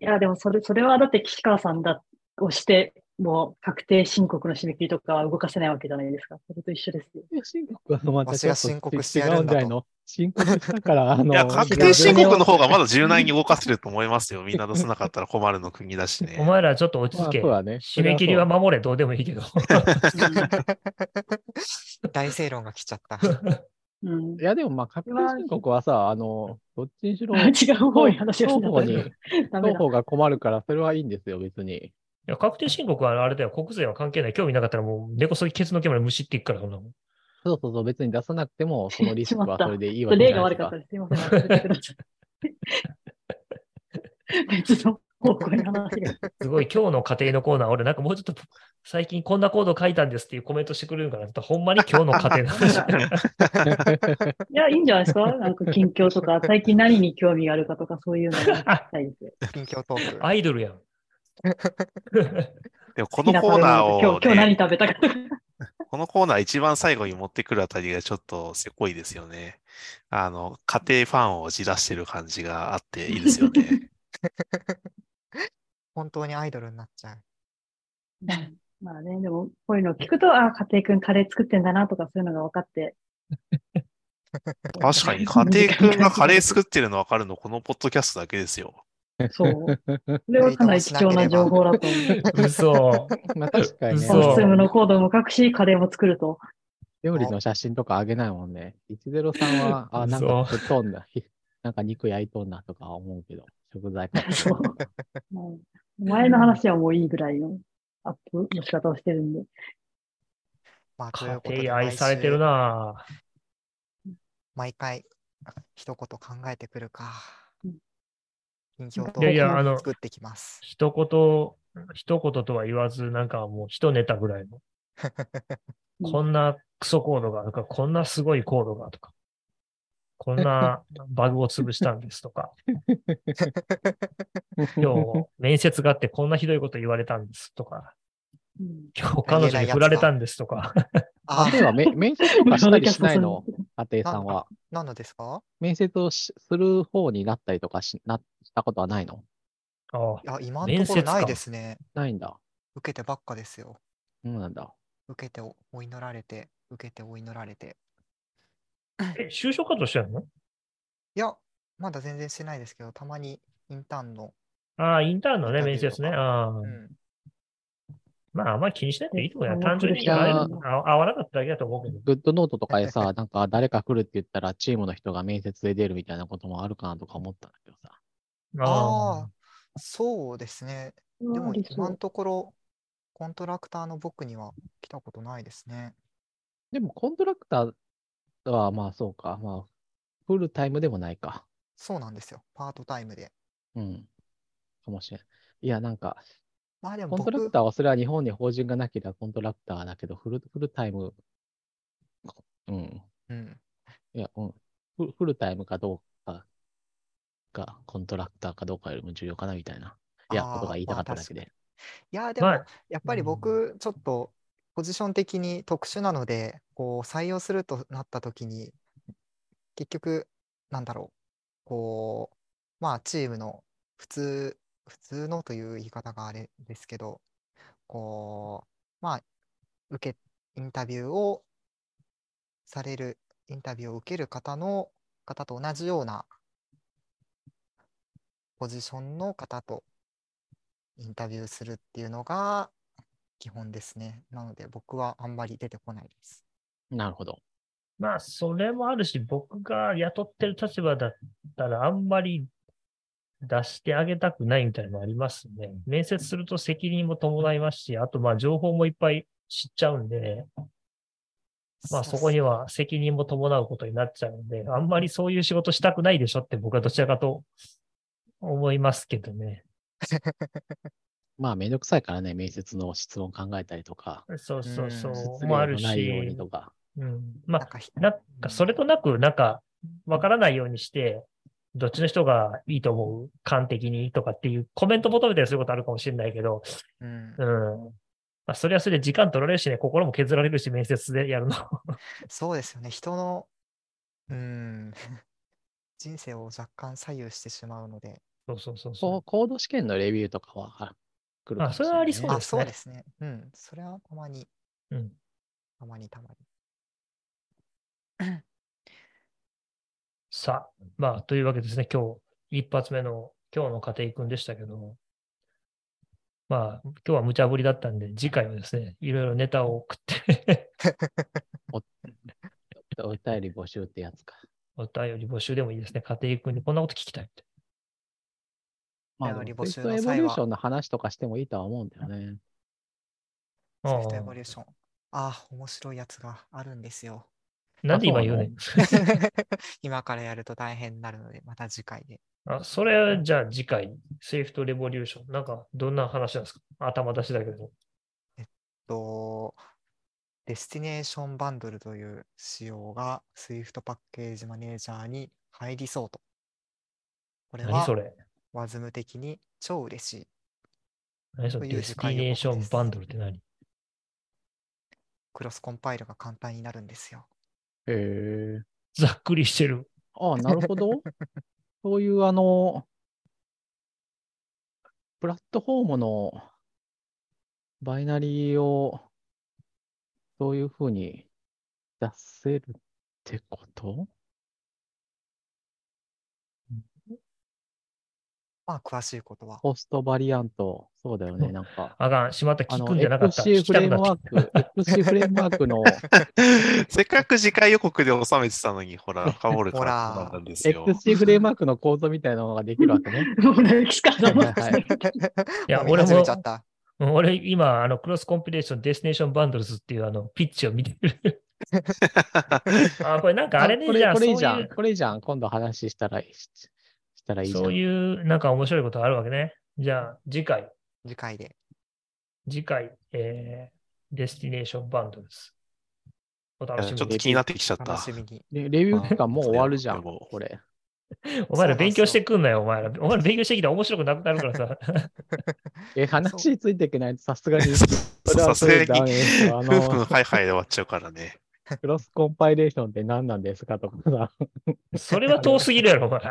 Speaker 2: いや、でもそれ、それはだって岸川さんだ、をして、もう確定申告の締め切りとかは動かせないわけじゃないですか。それと一緒ですよ。
Speaker 4: 申告はまた
Speaker 3: わし
Speaker 4: ちょ
Speaker 3: が
Speaker 4: っと
Speaker 3: 申告
Speaker 4: 違
Speaker 3: してやる
Speaker 4: うんん
Speaker 3: だ
Speaker 4: じ
Speaker 3: と
Speaker 4: ゃないの申告した
Speaker 3: *laughs*
Speaker 4: から、あの、
Speaker 5: いや、確定申告の方がまだ柔軟に
Speaker 4: に。
Speaker 5: 動かせると思いますよ。みんな出さなかったら困るの国だしね
Speaker 1: お。前らちょっと落ち
Speaker 4: まあ
Speaker 1: 着
Speaker 4: そ
Speaker 1: け。
Speaker 4: うだね。
Speaker 1: 締め切りは守れ、
Speaker 3: *laughs*
Speaker 1: どうでもいいけど。
Speaker 3: 大正論が来ちゃった。
Speaker 2: うん
Speaker 4: い。や、でもまあ、カピタル申告はさ、あの、どっちにしろ、
Speaker 2: 違う方に話をし
Speaker 4: 双
Speaker 2: な
Speaker 4: 方に、
Speaker 2: ダメ
Speaker 4: *laughs*
Speaker 2: だ。
Speaker 4: 双方が困るから、それはいいんですよ、別に。
Speaker 1: いや確定申告はあれだよ、国税は関係ない。興味なかったらもう根こそぎケツの毛までむしっていくから、そんなもん。
Speaker 4: そうそうそう、別に出さなくても、そのリスク
Speaker 2: しま
Speaker 4: は
Speaker 2: った
Speaker 4: それでいいわけじ
Speaker 2: 例
Speaker 4: ゃ
Speaker 2: が
Speaker 4: ないで
Speaker 2: 悪
Speaker 4: す
Speaker 2: かっ
Speaker 4: か
Speaker 2: た。です。すいません。忘れてください別の方向に話が。
Speaker 1: すごい、今日の家庭のコーナー、俺なんかもうちょっと最近こんなコード書いたんですっていうコメントしてくれるから、ちょっとほんまに今日の家庭の話。
Speaker 3: *laughs*
Speaker 2: いや、いいんじゃないですかなんか近況とか、最近何に興味があるかとか、そういうのを聞きたいです。
Speaker 3: 近況トーク。
Speaker 1: アイドルや
Speaker 3: *laughs*
Speaker 1: ん。
Speaker 5: でもこのコーナー
Speaker 2: 好きな食べ物今日、今
Speaker 5: を
Speaker 2: 日何
Speaker 5: ね、
Speaker 2: 食べたかとか。
Speaker 5: このコーナー一番最後に持ってくるあたりがちょっとせこいですよね。あの、家庭ファンをじらしてる感じがあっていいですよね。
Speaker 3: 本当にアイドルになっちゃう。
Speaker 2: まあね、でも、こういうのを聞くと、ああ、家庭くんカレー作ってんだなとか、そういうのが分かって、
Speaker 5: *laughs* 確かに家庭くんがカレー作ってるの分かるの、このポッドキャストだけですよ。 *laughs*
Speaker 2: そう。それはかなり貴重な情報だと思う。
Speaker 1: 嘘。
Speaker 4: まあ確か
Speaker 2: *laughs*
Speaker 4: にね
Speaker 1: *laughs* そ、う
Speaker 2: システムのコードも書くし、カレーも作ると。
Speaker 4: 料理の写真とかあげないもんね。103は、あ、なん
Speaker 1: そう
Speaker 4: か食っとんだ。 *laughs* ひなんか肉焼いとんだとか思うけど、食材か。
Speaker 2: そう。もう前の話はもういいぐらいのアップの仕方をしてるんで。
Speaker 3: まあ、という
Speaker 1: 家
Speaker 3: ことで
Speaker 1: 庭愛されてる
Speaker 3: 来週
Speaker 1: なぁ
Speaker 3: 毎回、一言考えてくるか
Speaker 2: うん。
Speaker 3: 近況ト
Speaker 2: いやい
Speaker 3: ー
Speaker 2: や
Speaker 3: ク
Speaker 1: あの
Speaker 3: を作ってきます。
Speaker 1: 一言、一言とは言わず、なんかもう一ネタぐらいの。こんなクソコードがあるか、こんなすごいコードがとか、こんなバグを潰したんですとか、今日面接があってこんなひどいこと言われたんですとか、
Speaker 2: うん、
Speaker 1: 今日彼女に振られたんですとか、
Speaker 3: あ
Speaker 4: 例えばめ、面接とかしたりしないの家庭さんは。
Speaker 3: 何のですか
Speaker 4: 面接をしする方になったりとかしなしたことはないの
Speaker 1: あ
Speaker 3: いや、今のところ
Speaker 1: 面接か
Speaker 3: ないですね。
Speaker 4: ないんだ。
Speaker 3: 受けてばっかですよ。
Speaker 4: そうなんだ。
Speaker 3: 受けておお祈られて、受けてお祈られて。
Speaker 1: あえ、就職活動してるの
Speaker 3: いや、まだ全然してないですけど、たまにインターンの、
Speaker 1: ああ、インターンのね、
Speaker 3: インタビ
Speaker 1: 面
Speaker 3: ューとか
Speaker 1: 接ね。ああ
Speaker 3: うん、
Speaker 1: まあ、あんまり気にしないでいいと思うよ。
Speaker 2: うん
Speaker 1: 単純
Speaker 2: い
Speaker 1: に
Speaker 2: や
Speaker 1: 会えるあ合わなかっただけだと思うけど。
Speaker 4: グッドノートとかで *laughs* さ、なんか誰か来るって言ったら、チームの人が面接で出るみたいなこともあるかなとか思ったんだけどさ。
Speaker 3: ああ、そうですね。でも今のところ、コントラクターの僕には来たことないですね。
Speaker 4: でも、コントラクターは、まあそうか、まあ、フルタイムでもないか。
Speaker 3: そうなんですよ。パートタイムで。
Speaker 4: うん。かもしれん。いや、なんか、
Speaker 3: まあでも
Speaker 4: コン
Speaker 3: 僕
Speaker 4: トラクターはそれは日本に法人がなければコントラクターだけど、フルフルタイム、うん。
Speaker 3: うん、
Speaker 4: いや、うん。フフルタイムかどうかが、コントラクターかどうかよりも重要かなみたいな、いや、
Speaker 3: あー
Speaker 4: ことが言いたかっただけ。
Speaker 3: まあ
Speaker 4: で。
Speaker 3: 確かにいや、でも、
Speaker 1: まあ、
Speaker 3: やっぱり僕、ちょっとポジション的に特殊なので、こう採用するとなった時に、結局、なんだろう、こう、まあ、チームの普通、普通のという言い方があれですけど、こう、まあ、受け、インタビューをされる、インタビューを受ける方の方と同じようなポジションの方とインタビューするっていうのが基本ですね。なので僕はあんまり出てこないです。
Speaker 4: なるほど。
Speaker 1: まあ、それもあるし、僕が雇ってる立場だったら、あんまり出してあげたくないみたいなのもありますね。面接すると責任も伴いますし、あと、まあ、情報もいっぱい知っちゃうんで、まあ、
Speaker 3: うっす
Speaker 1: そこに
Speaker 3: *laughs*
Speaker 1: は責任も伴うことになっちゃうんで、あんまりそういう仕事したくないでしょって僕はどちらかと思いますけどね。
Speaker 4: まあ、めんどくさいからね、面接の質問考えたりとか、
Speaker 1: そうそうそ
Speaker 4: 質
Speaker 1: う、
Speaker 4: 問
Speaker 1: もある
Speaker 4: の
Speaker 1: し、
Speaker 4: 内容にとか。
Speaker 1: うん、ま
Speaker 3: な
Speaker 1: あ
Speaker 3: ん、かひ
Speaker 1: なんか、それとなく、なんか、わからないようにして、どっちの人がいいと思う感的にとかっていうコメント求めたりすることあるかもしれないけど、
Speaker 3: うん
Speaker 1: う、ん。まあ、それはそれで時間取られるしね、心も削られるし、面接でや *laughs* るの。
Speaker 3: そうですよね。人の、うん、 *laughs* 人生を若干左右してしまうので。
Speaker 1: そうそうそう
Speaker 4: こう
Speaker 1: そ
Speaker 4: コード試験のレビューとかはあ来るかもしれないね
Speaker 1: あそれはありそうですね
Speaker 3: あ、そうですね。うん、それはたまに、
Speaker 1: う。うん。
Speaker 3: たまにたまに。
Speaker 1: さあ、まあ、というわけですね、今日、一発目の、今日の家庭くんでしたけど、まあ、今日は無茶ぶりだったんで、次回はですね、いろいろネタを送って、
Speaker 4: おお便り募集ってやつか。
Speaker 1: *laughs* お便り募集でもいいですね。家庭君にこんなこと聞きたいって。
Speaker 4: まあ、
Speaker 3: お便り
Speaker 4: で
Speaker 3: 募
Speaker 4: も
Speaker 3: 集
Speaker 4: セ
Speaker 3: の
Speaker 4: クトエ
Speaker 3: 際は
Speaker 4: ボリューションの話とかしてもいいとは思うんだよね。
Speaker 3: ソフトエボ
Speaker 1: あ
Speaker 3: リューション。ああ、面白いやつがあるんで
Speaker 1: *laughs*
Speaker 3: すよ。
Speaker 1: あなんで今言うねん
Speaker 3: 今からやると大変になるので、また次回で。
Speaker 1: あ、それじゃあ次回、セーフトレボリューション。なんか、どんな話なんですか頭出しだけど。
Speaker 3: と、デスティネーションバンドルという仕様が Swift パッケージマネージャーに入りそうと。これ
Speaker 1: 何
Speaker 3: は
Speaker 1: それ
Speaker 3: ワズム的に超嬉しい。
Speaker 1: 何そ
Speaker 3: と
Speaker 1: れ
Speaker 3: いう
Speaker 1: デスティネーションバンドルって何
Speaker 3: クロスコンパイルが簡単になるんですよ。
Speaker 4: へえ。
Speaker 1: ざっくりしてる。
Speaker 4: ああ、なるほど。そういう、あの、プラットフォームのバイナリーを、そういうふうに出せるってこと
Speaker 3: まあ、詳 *laughs* しいことは。
Speaker 4: ホストバリアント、そうだよね、なんか。
Speaker 1: あかん、しまった、聞
Speaker 4: あの、
Speaker 1: くんじゃなかった。聞
Speaker 4: XC
Speaker 1: き
Speaker 4: フ
Speaker 1: た
Speaker 4: レ
Speaker 1: く
Speaker 4: ー
Speaker 1: な
Speaker 4: ム
Speaker 1: っ
Speaker 4: ワ
Speaker 1: て
Speaker 4: ーク、
Speaker 1: *laughs*
Speaker 4: XC フレームワークの
Speaker 5: せっかく次回予告で収めてたのに、ほら、 *laughs* 深掘るから
Speaker 3: ほら
Speaker 5: そうなんですよ。
Speaker 4: XC フレームワークの構造みたいなのができるわけね。
Speaker 2: もう泣きしか
Speaker 4: はい
Speaker 2: も
Speaker 4: はい。
Speaker 1: き。いや、
Speaker 3: もう見
Speaker 1: 俺
Speaker 3: 始め
Speaker 1: も
Speaker 3: ちゃ、った。
Speaker 1: うん俺今、あの、クロスコンピレーション、デスティネーションバンドルズっていう、あの、ピッチを見てる。 *laughs* あ、これなん *laughs* かあれね、
Speaker 4: こ
Speaker 1: じゃ
Speaker 4: れ、
Speaker 1: あ
Speaker 4: これいいじ
Speaker 1: そ
Speaker 4: ゃ
Speaker 1: うい
Speaker 4: ん。
Speaker 1: う
Speaker 4: これいいじゃん。今度話したらいいし、したらいいじゃん。
Speaker 1: そういうなんか面白いことあるわけね。じゃあ次回、
Speaker 3: 次回で。
Speaker 1: 次回、えー、デスティネーションバンドです。お楽
Speaker 5: *laughs* ち
Speaker 1: し
Speaker 5: ょ
Speaker 1: み
Speaker 5: っと
Speaker 1: に。
Speaker 5: 気になってきちゃった
Speaker 3: 楽。しみに。
Speaker 4: レレビュー期間もう終わるじゃ
Speaker 5: ま
Speaker 4: ん、
Speaker 5: あそうだよ
Speaker 4: これ。
Speaker 1: お前ら
Speaker 3: そうなん
Speaker 1: 勉
Speaker 3: です
Speaker 1: 強
Speaker 3: よ
Speaker 1: してくんなよ、お前ら。お前ら勉強してきたら面白くなくなるからさ。
Speaker 4: え、話についていけないとさす
Speaker 5: *laughs*
Speaker 4: がに、それ
Speaker 5: さ
Speaker 4: は
Speaker 5: す
Speaker 4: それで
Speaker 5: が
Speaker 4: ダ
Speaker 5: に
Speaker 4: メですよ。あ
Speaker 5: ふんふん
Speaker 4: の、
Speaker 5: はいはいで終わっちゃうからね。
Speaker 4: クロスコンパイレーションって何なんですかとか
Speaker 5: *laughs*
Speaker 4: さ。
Speaker 1: それは遠すぎるやろ、お前。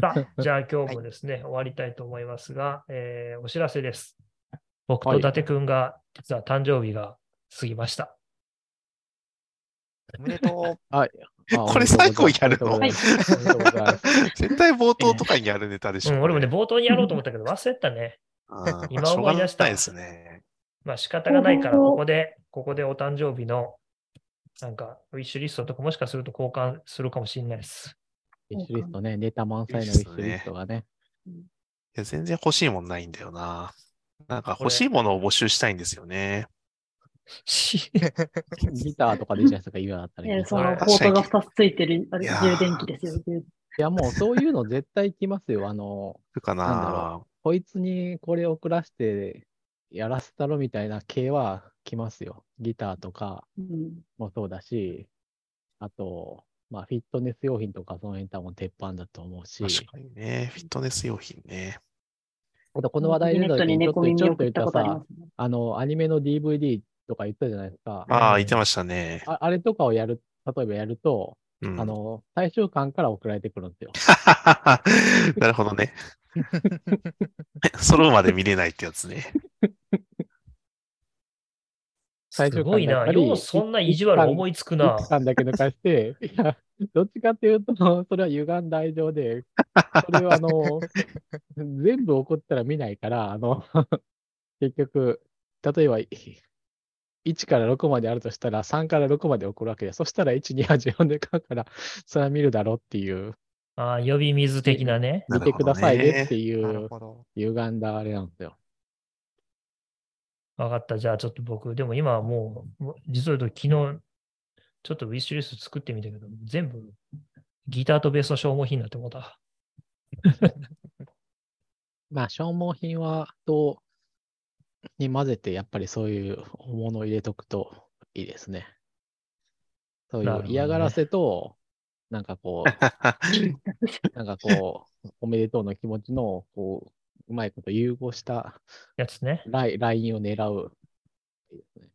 Speaker 1: さあ、じゃあ今日もですね、終わりたいと思いますが、えーお知らせです。僕と
Speaker 4: はい
Speaker 1: 伊達くんが、実は誕生日が過ぎました。
Speaker 3: おめでと
Speaker 4: あ
Speaker 5: これ最後やるの
Speaker 4: おめでとうございますおめでとうござい
Speaker 5: *laughs*
Speaker 4: ます
Speaker 5: *laughs* 絶対冒頭とかにやるネタでし
Speaker 1: う
Speaker 5: ょ。
Speaker 1: ん、俺もね、冒頭にやろうと思ったけど、忘れてたね。
Speaker 5: うん、
Speaker 1: 今思い出した
Speaker 5: しょうがないですね。
Speaker 1: まあ仕方がないから、ここで、ここでお誕生日の、なんか、ウィッシュリストとかもしかすると交換するかもしれないです。
Speaker 4: ウィッシュリストね、ネタ満載のウィッシュリストがね。
Speaker 5: いや全然欲しいもんないんだよな。なんか欲しいものを募集したいんですよね。
Speaker 1: し
Speaker 4: ギターとかでいいじゃないですか、今だったらい
Speaker 2: *laughs*
Speaker 4: い
Speaker 2: え
Speaker 4: ね。
Speaker 2: ーそ
Speaker 1: あ
Speaker 2: の
Speaker 1: れ
Speaker 2: ポートが2つついてる、あれ、
Speaker 5: いや
Speaker 2: 充
Speaker 5: ー
Speaker 2: 電器ですよ。充
Speaker 4: いや、もうそういうの絶対来ますよ。あの、
Speaker 5: いるか
Speaker 4: なんだ
Speaker 5: な
Speaker 4: ろこいつにこれ送らせてやらせたろみたいな系は来ますよ。ギターとか。
Speaker 2: うん
Speaker 4: もそうだし、あと、まあ、フィットネス用品とか、その辺多分鉄板だと思うし、
Speaker 5: 確かにね。フィットネス用品ね。
Speaker 4: あとこの話題出
Speaker 2: ネッ
Speaker 4: た
Speaker 2: ト
Speaker 4: 時
Speaker 2: に
Speaker 4: にちょっ
Speaker 2: 猫
Speaker 4: と
Speaker 2: 耳
Speaker 4: ちょっと
Speaker 2: 送
Speaker 4: 言
Speaker 2: っ
Speaker 4: ったた
Speaker 2: ことあり
Speaker 4: さ
Speaker 2: ま、すね。
Speaker 4: あの、アニメの DVD とか言ったじゃないですか。
Speaker 5: ああ、言ってましたね。
Speaker 4: ああれとかをやる、例えばやると、
Speaker 5: うん
Speaker 4: あの、最終巻から送られてくるんですよ。
Speaker 5: *laughs* なるほどね。揃うまで見れないってやつね。
Speaker 1: す
Speaker 4: 最終
Speaker 1: ごい
Speaker 4: 巻
Speaker 1: な。
Speaker 4: だったり
Speaker 1: ようそんな意地悪思いつくな。
Speaker 4: 一巻だけ抜か
Speaker 5: *laughs*
Speaker 4: して、いや、どっちかっていうと、それは歪んだ愛情で、
Speaker 5: *laughs*
Speaker 4: それはあの、全部送ったら見ないから、あの、 *laughs* 結局、例えば、1から6まであるとしたら、3から6まで送るわけで、そしたら1、2、8、4で書くから、それは見るだろうっていう、
Speaker 1: ああ、呼び水的なね。
Speaker 5: な
Speaker 4: 見て
Speaker 5: るほ
Speaker 4: く
Speaker 5: どね
Speaker 4: ださいねって
Speaker 3: う。
Speaker 4: い
Speaker 3: なる
Speaker 4: う、
Speaker 3: ほど。
Speaker 4: 歪んだあれなんですよ。
Speaker 1: わかった。じゃあちょっと僕、でも今はもう、もう実は言うと昨日、ちょっとウィッシュリスト作ってみたけど、全部ギターとベースの消耗品になってもうた。
Speaker 4: まあ、消耗品は、と、に混ぜて、やっぱりそういう大物を入れとくといいですね。そうい
Speaker 1: なるほ
Speaker 4: う
Speaker 1: どね
Speaker 4: 嫌がらせと、なんかこう、
Speaker 1: *laughs*
Speaker 4: なんかこう、おめでとうの気持ちの、こう、うまいこと融合した
Speaker 1: やつね。
Speaker 4: ラインラインを
Speaker 1: *laughs*
Speaker 4: 狙う。いいですね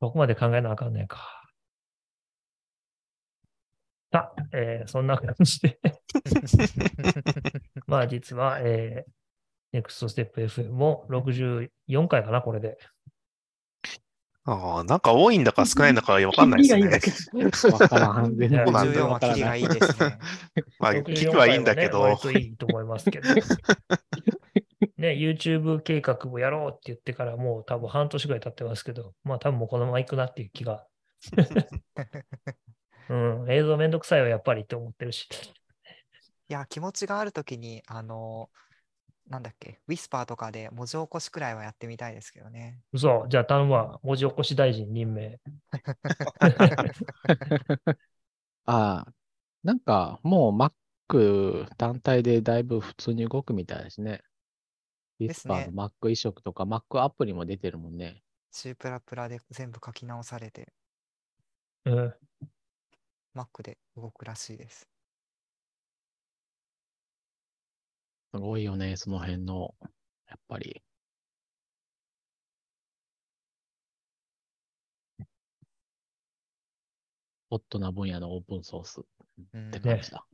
Speaker 1: そこまで考えなあかんねんか。さあ、えーそんな感じで。
Speaker 4: *laughs*
Speaker 1: まあ実は、えー、NEXT STEP FM も64回かな、これで。
Speaker 5: ああ、なんか多いんだか少ないんだかわかんな
Speaker 2: *laughs*
Speaker 4: *laughs*
Speaker 5: いです
Speaker 2: 切りがいいだ
Speaker 5: ね。
Speaker 2: け
Speaker 4: わからん。全然
Speaker 1: そうなん
Speaker 4: 全然
Speaker 5: だ
Speaker 3: 14
Speaker 4: わ
Speaker 3: は
Speaker 4: か
Speaker 3: キ
Speaker 4: ら
Speaker 3: リが
Speaker 4: ないい。
Speaker 3: いですね。
Speaker 5: まあ、
Speaker 1: 64
Speaker 5: 聞くはいいんだけ
Speaker 1: 回はね
Speaker 5: ど
Speaker 1: 割、といいと思いますけど。 *laughs* ね、YouTube 計画もやろうって言ってからもう多分半年ぐらい経ってますけど、まあ多分もうこのまま行くなっていう気
Speaker 5: *laughs*
Speaker 1: が。うん、映像めんどくさいわ、やっぱりって思ってるし。
Speaker 3: いや、気持ちがあるときに、あの、なんだっけ、ウィスパーとかで文字起こしくらいはやってみたいですけ
Speaker 1: *laughs*
Speaker 3: どね。
Speaker 1: 嘘、じゃあ頼むわ、文字起こし大臣任命。
Speaker 4: ああ、なんかもう Mac 単体でだいぶ普通に動くみたいですね。ディ
Speaker 3: で
Speaker 4: ス
Speaker 3: す
Speaker 4: パ
Speaker 3: ね
Speaker 4: ーの Mac 移植とか Mac アプリも出てるもんね。
Speaker 3: C プラプラで全部書き直されて、
Speaker 1: うん、
Speaker 3: Mac で動くらしいです。
Speaker 4: すごいよね、その辺の、やっ
Speaker 1: *laughs*
Speaker 4: ぱり。ホットな分野のオープンソースっ
Speaker 3: うん
Speaker 4: て
Speaker 3: *laughs*
Speaker 4: 感じだ。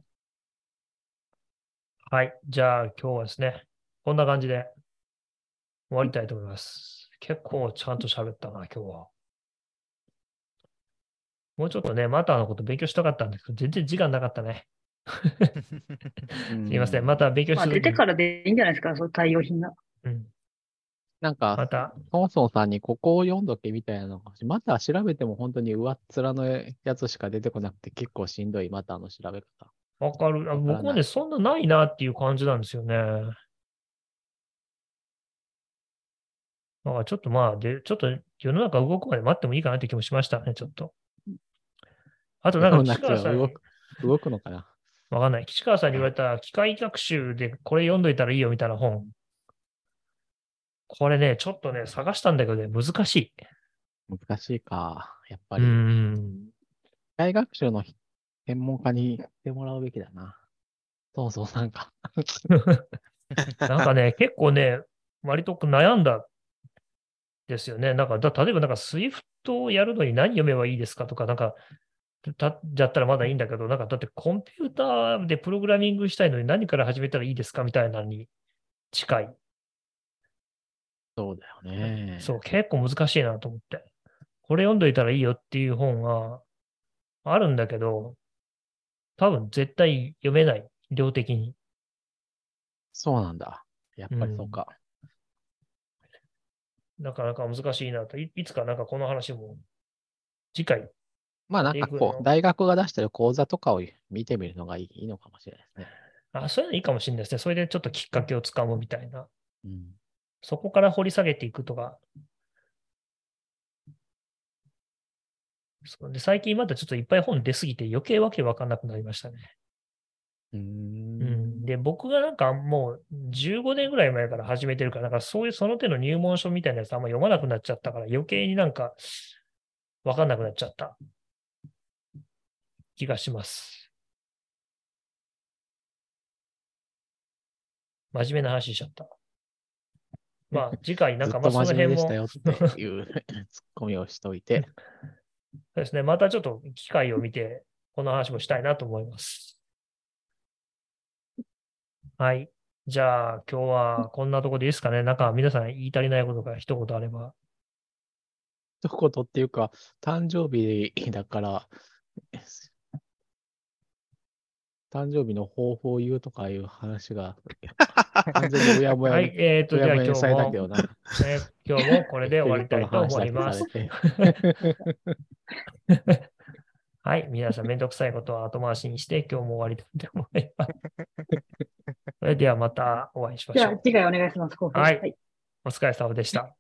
Speaker 1: はい、じゃあ今日はですね、こんな感じで終わりたいと思います。結構ちゃんと喋ったな、今日は。もうちょっとね、マターのこと勉強したかったんですけど、全然時間なかったね。すいません、また勉強し
Speaker 2: まあ、
Speaker 1: て
Speaker 2: 出てからでいいんじゃないですか、その対応品が。
Speaker 1: うん、
Speaker 4: なん
Speaker 1: ま
Speaker 4: か、
Speaker 1: た、
Speaker 4: トンソンさんにここを読んどけみたいなのが、また調べても本当に上っ面のやつしか出てこなくて結構しんどい、またあの調べ方。
Speaker 1: わかる。あ
Speaker 4: わ
Speaker 1: 僕
Speaker 4: か
Speaker 1: も
Speaker 4: んな
Speaker 1: ね、
Speaker 4: い
Speaker 1: そんなないなっていう感じなんですよね。だからちょっとまあ、で、ちょっと世の中動くまで待ってもいいかなって気もしましたね、ちょっと。あとなんか、
Speaker 4: 世の
Speaker 1: 岸
Speaker 4: 中
Speaker 1: 川さんに、
Speaker 4: 動
Speaker 1: わ
Speaker 4: く動くのかな
Speaker 1: かんない。岸川さんに言われた、機械学習でこれ読んどいたらいいよみたいな本。これね、ちょっとね、探したんだけどね、難しい。
Speaker 4: 難しいか。やっぱ
Speaker 1: う
Speaker 4: り、機
Speaker 1: ん。 *laughs*
Speaker 4: 械学習の専門家に行ってもらうべきだな。トンソンさん *laughs* か。
Speaker 1: なんかね、結構ね、割と悩んだんですよね。なんか、だ例えばなんか SWIFT をやるのに何読めばいいですかとか、なんか、ただったらまだいいんだけど、なんか、だってコンピューターでプログラミングしたいのに何から始めたらいいですかみたいなのに近い。
Speaker 4: そうだよね。
Speaker 1: そう、結構難しいなと思って。これ読んどいたらいいよっていう本があるんだけど、多分絶対読めない、量的に。
Speaker 4: そうなんだ。やっぱりそうか。
Speaker 1: なかなか難しいなと。いいつかなんかこの話も、次回
Speaker 4: まあなん
Speaker 1: 英
Speaker 4: か
Speaker 1: 語
Speaker 4: こ
Speaker 1: の
Speaker 4: う、大学が出してる講座とかを見てみるのがいいいいのかもしれないですね。
Speaker 1: あ、そういうのいいかもしれないですね。それでちょっときっかけをつかむみたいな。
Speaker 4: うん。
Speaker 1: そこから掘り下げていくとか。そうで最近まだちょっといっぱい本出すぎて余計わけわかんなくなりましたね。
Speaker 4: うー。
Speaker 1: うんん、で、僕がなんかもう15年ぐらい前から始めてるから、なんかそういうその手の入門書みたいなやつあんま読まなくなっちゃったから、余計になんかわかんなくなっちゃった気がします。真面目な話しちゃった。まあ次回なん
Speaker 4: ず
Speaker 1: か
Speaker 4: っ
Speaker 1: まあ
Speaker 4: と
Speaker 1: その
Speaker 4: 真
Speaker 1: 辺
Speaker 4: 面目で
Speaker 1: も
Speaker 4: したよっていう *laughs* ツッコミをしといて。
Speaker 1: そうですね。またちょっと機会を見て、この話もしたいなと思います。はい。じゃあ、今日はこんなとこでいいですかね。なんか皆さん言い足りないことが一言あれば。
Speaker 4: 一言っていうか、誕生日だから、誕生日の方法を言うとかいう
Speaker 1: *laughs*
Speaker 4: 話が、完全にうやもや
Speaker 1: はい。
Speaker 4: に、
Speaker 1: えっ、と、
Speaker 4: う
Speaker 1: じゃ
Speaker 4: や
Speaker 1: あ
Speaker 4: も
Speaker 1: 今
Speaker 4: や
Speaker 1: 日
Speaker 4: にされたけど
Speaker 1: も、
Speaker 4: な。
Speaker 1: ね、今日もこれで終わりたいと思い
Speaker 4: *laughs*
Speaker 1: ます。
Speaker 4: っていうこ
Speaker 1: はい。皆さん、めんどくさいことは後回しにして、今日も終わりたいと思います。それではまたお会いしま
Speaker 2: じ
Speaker 1: し
Speaker 2: ゃ
Speaker 1: ょ
Speaker 2: あ、
Speaker 1: う。
Speaker 2: 次回お願いします、後半
Speaker 1: はいお疲れ様でした。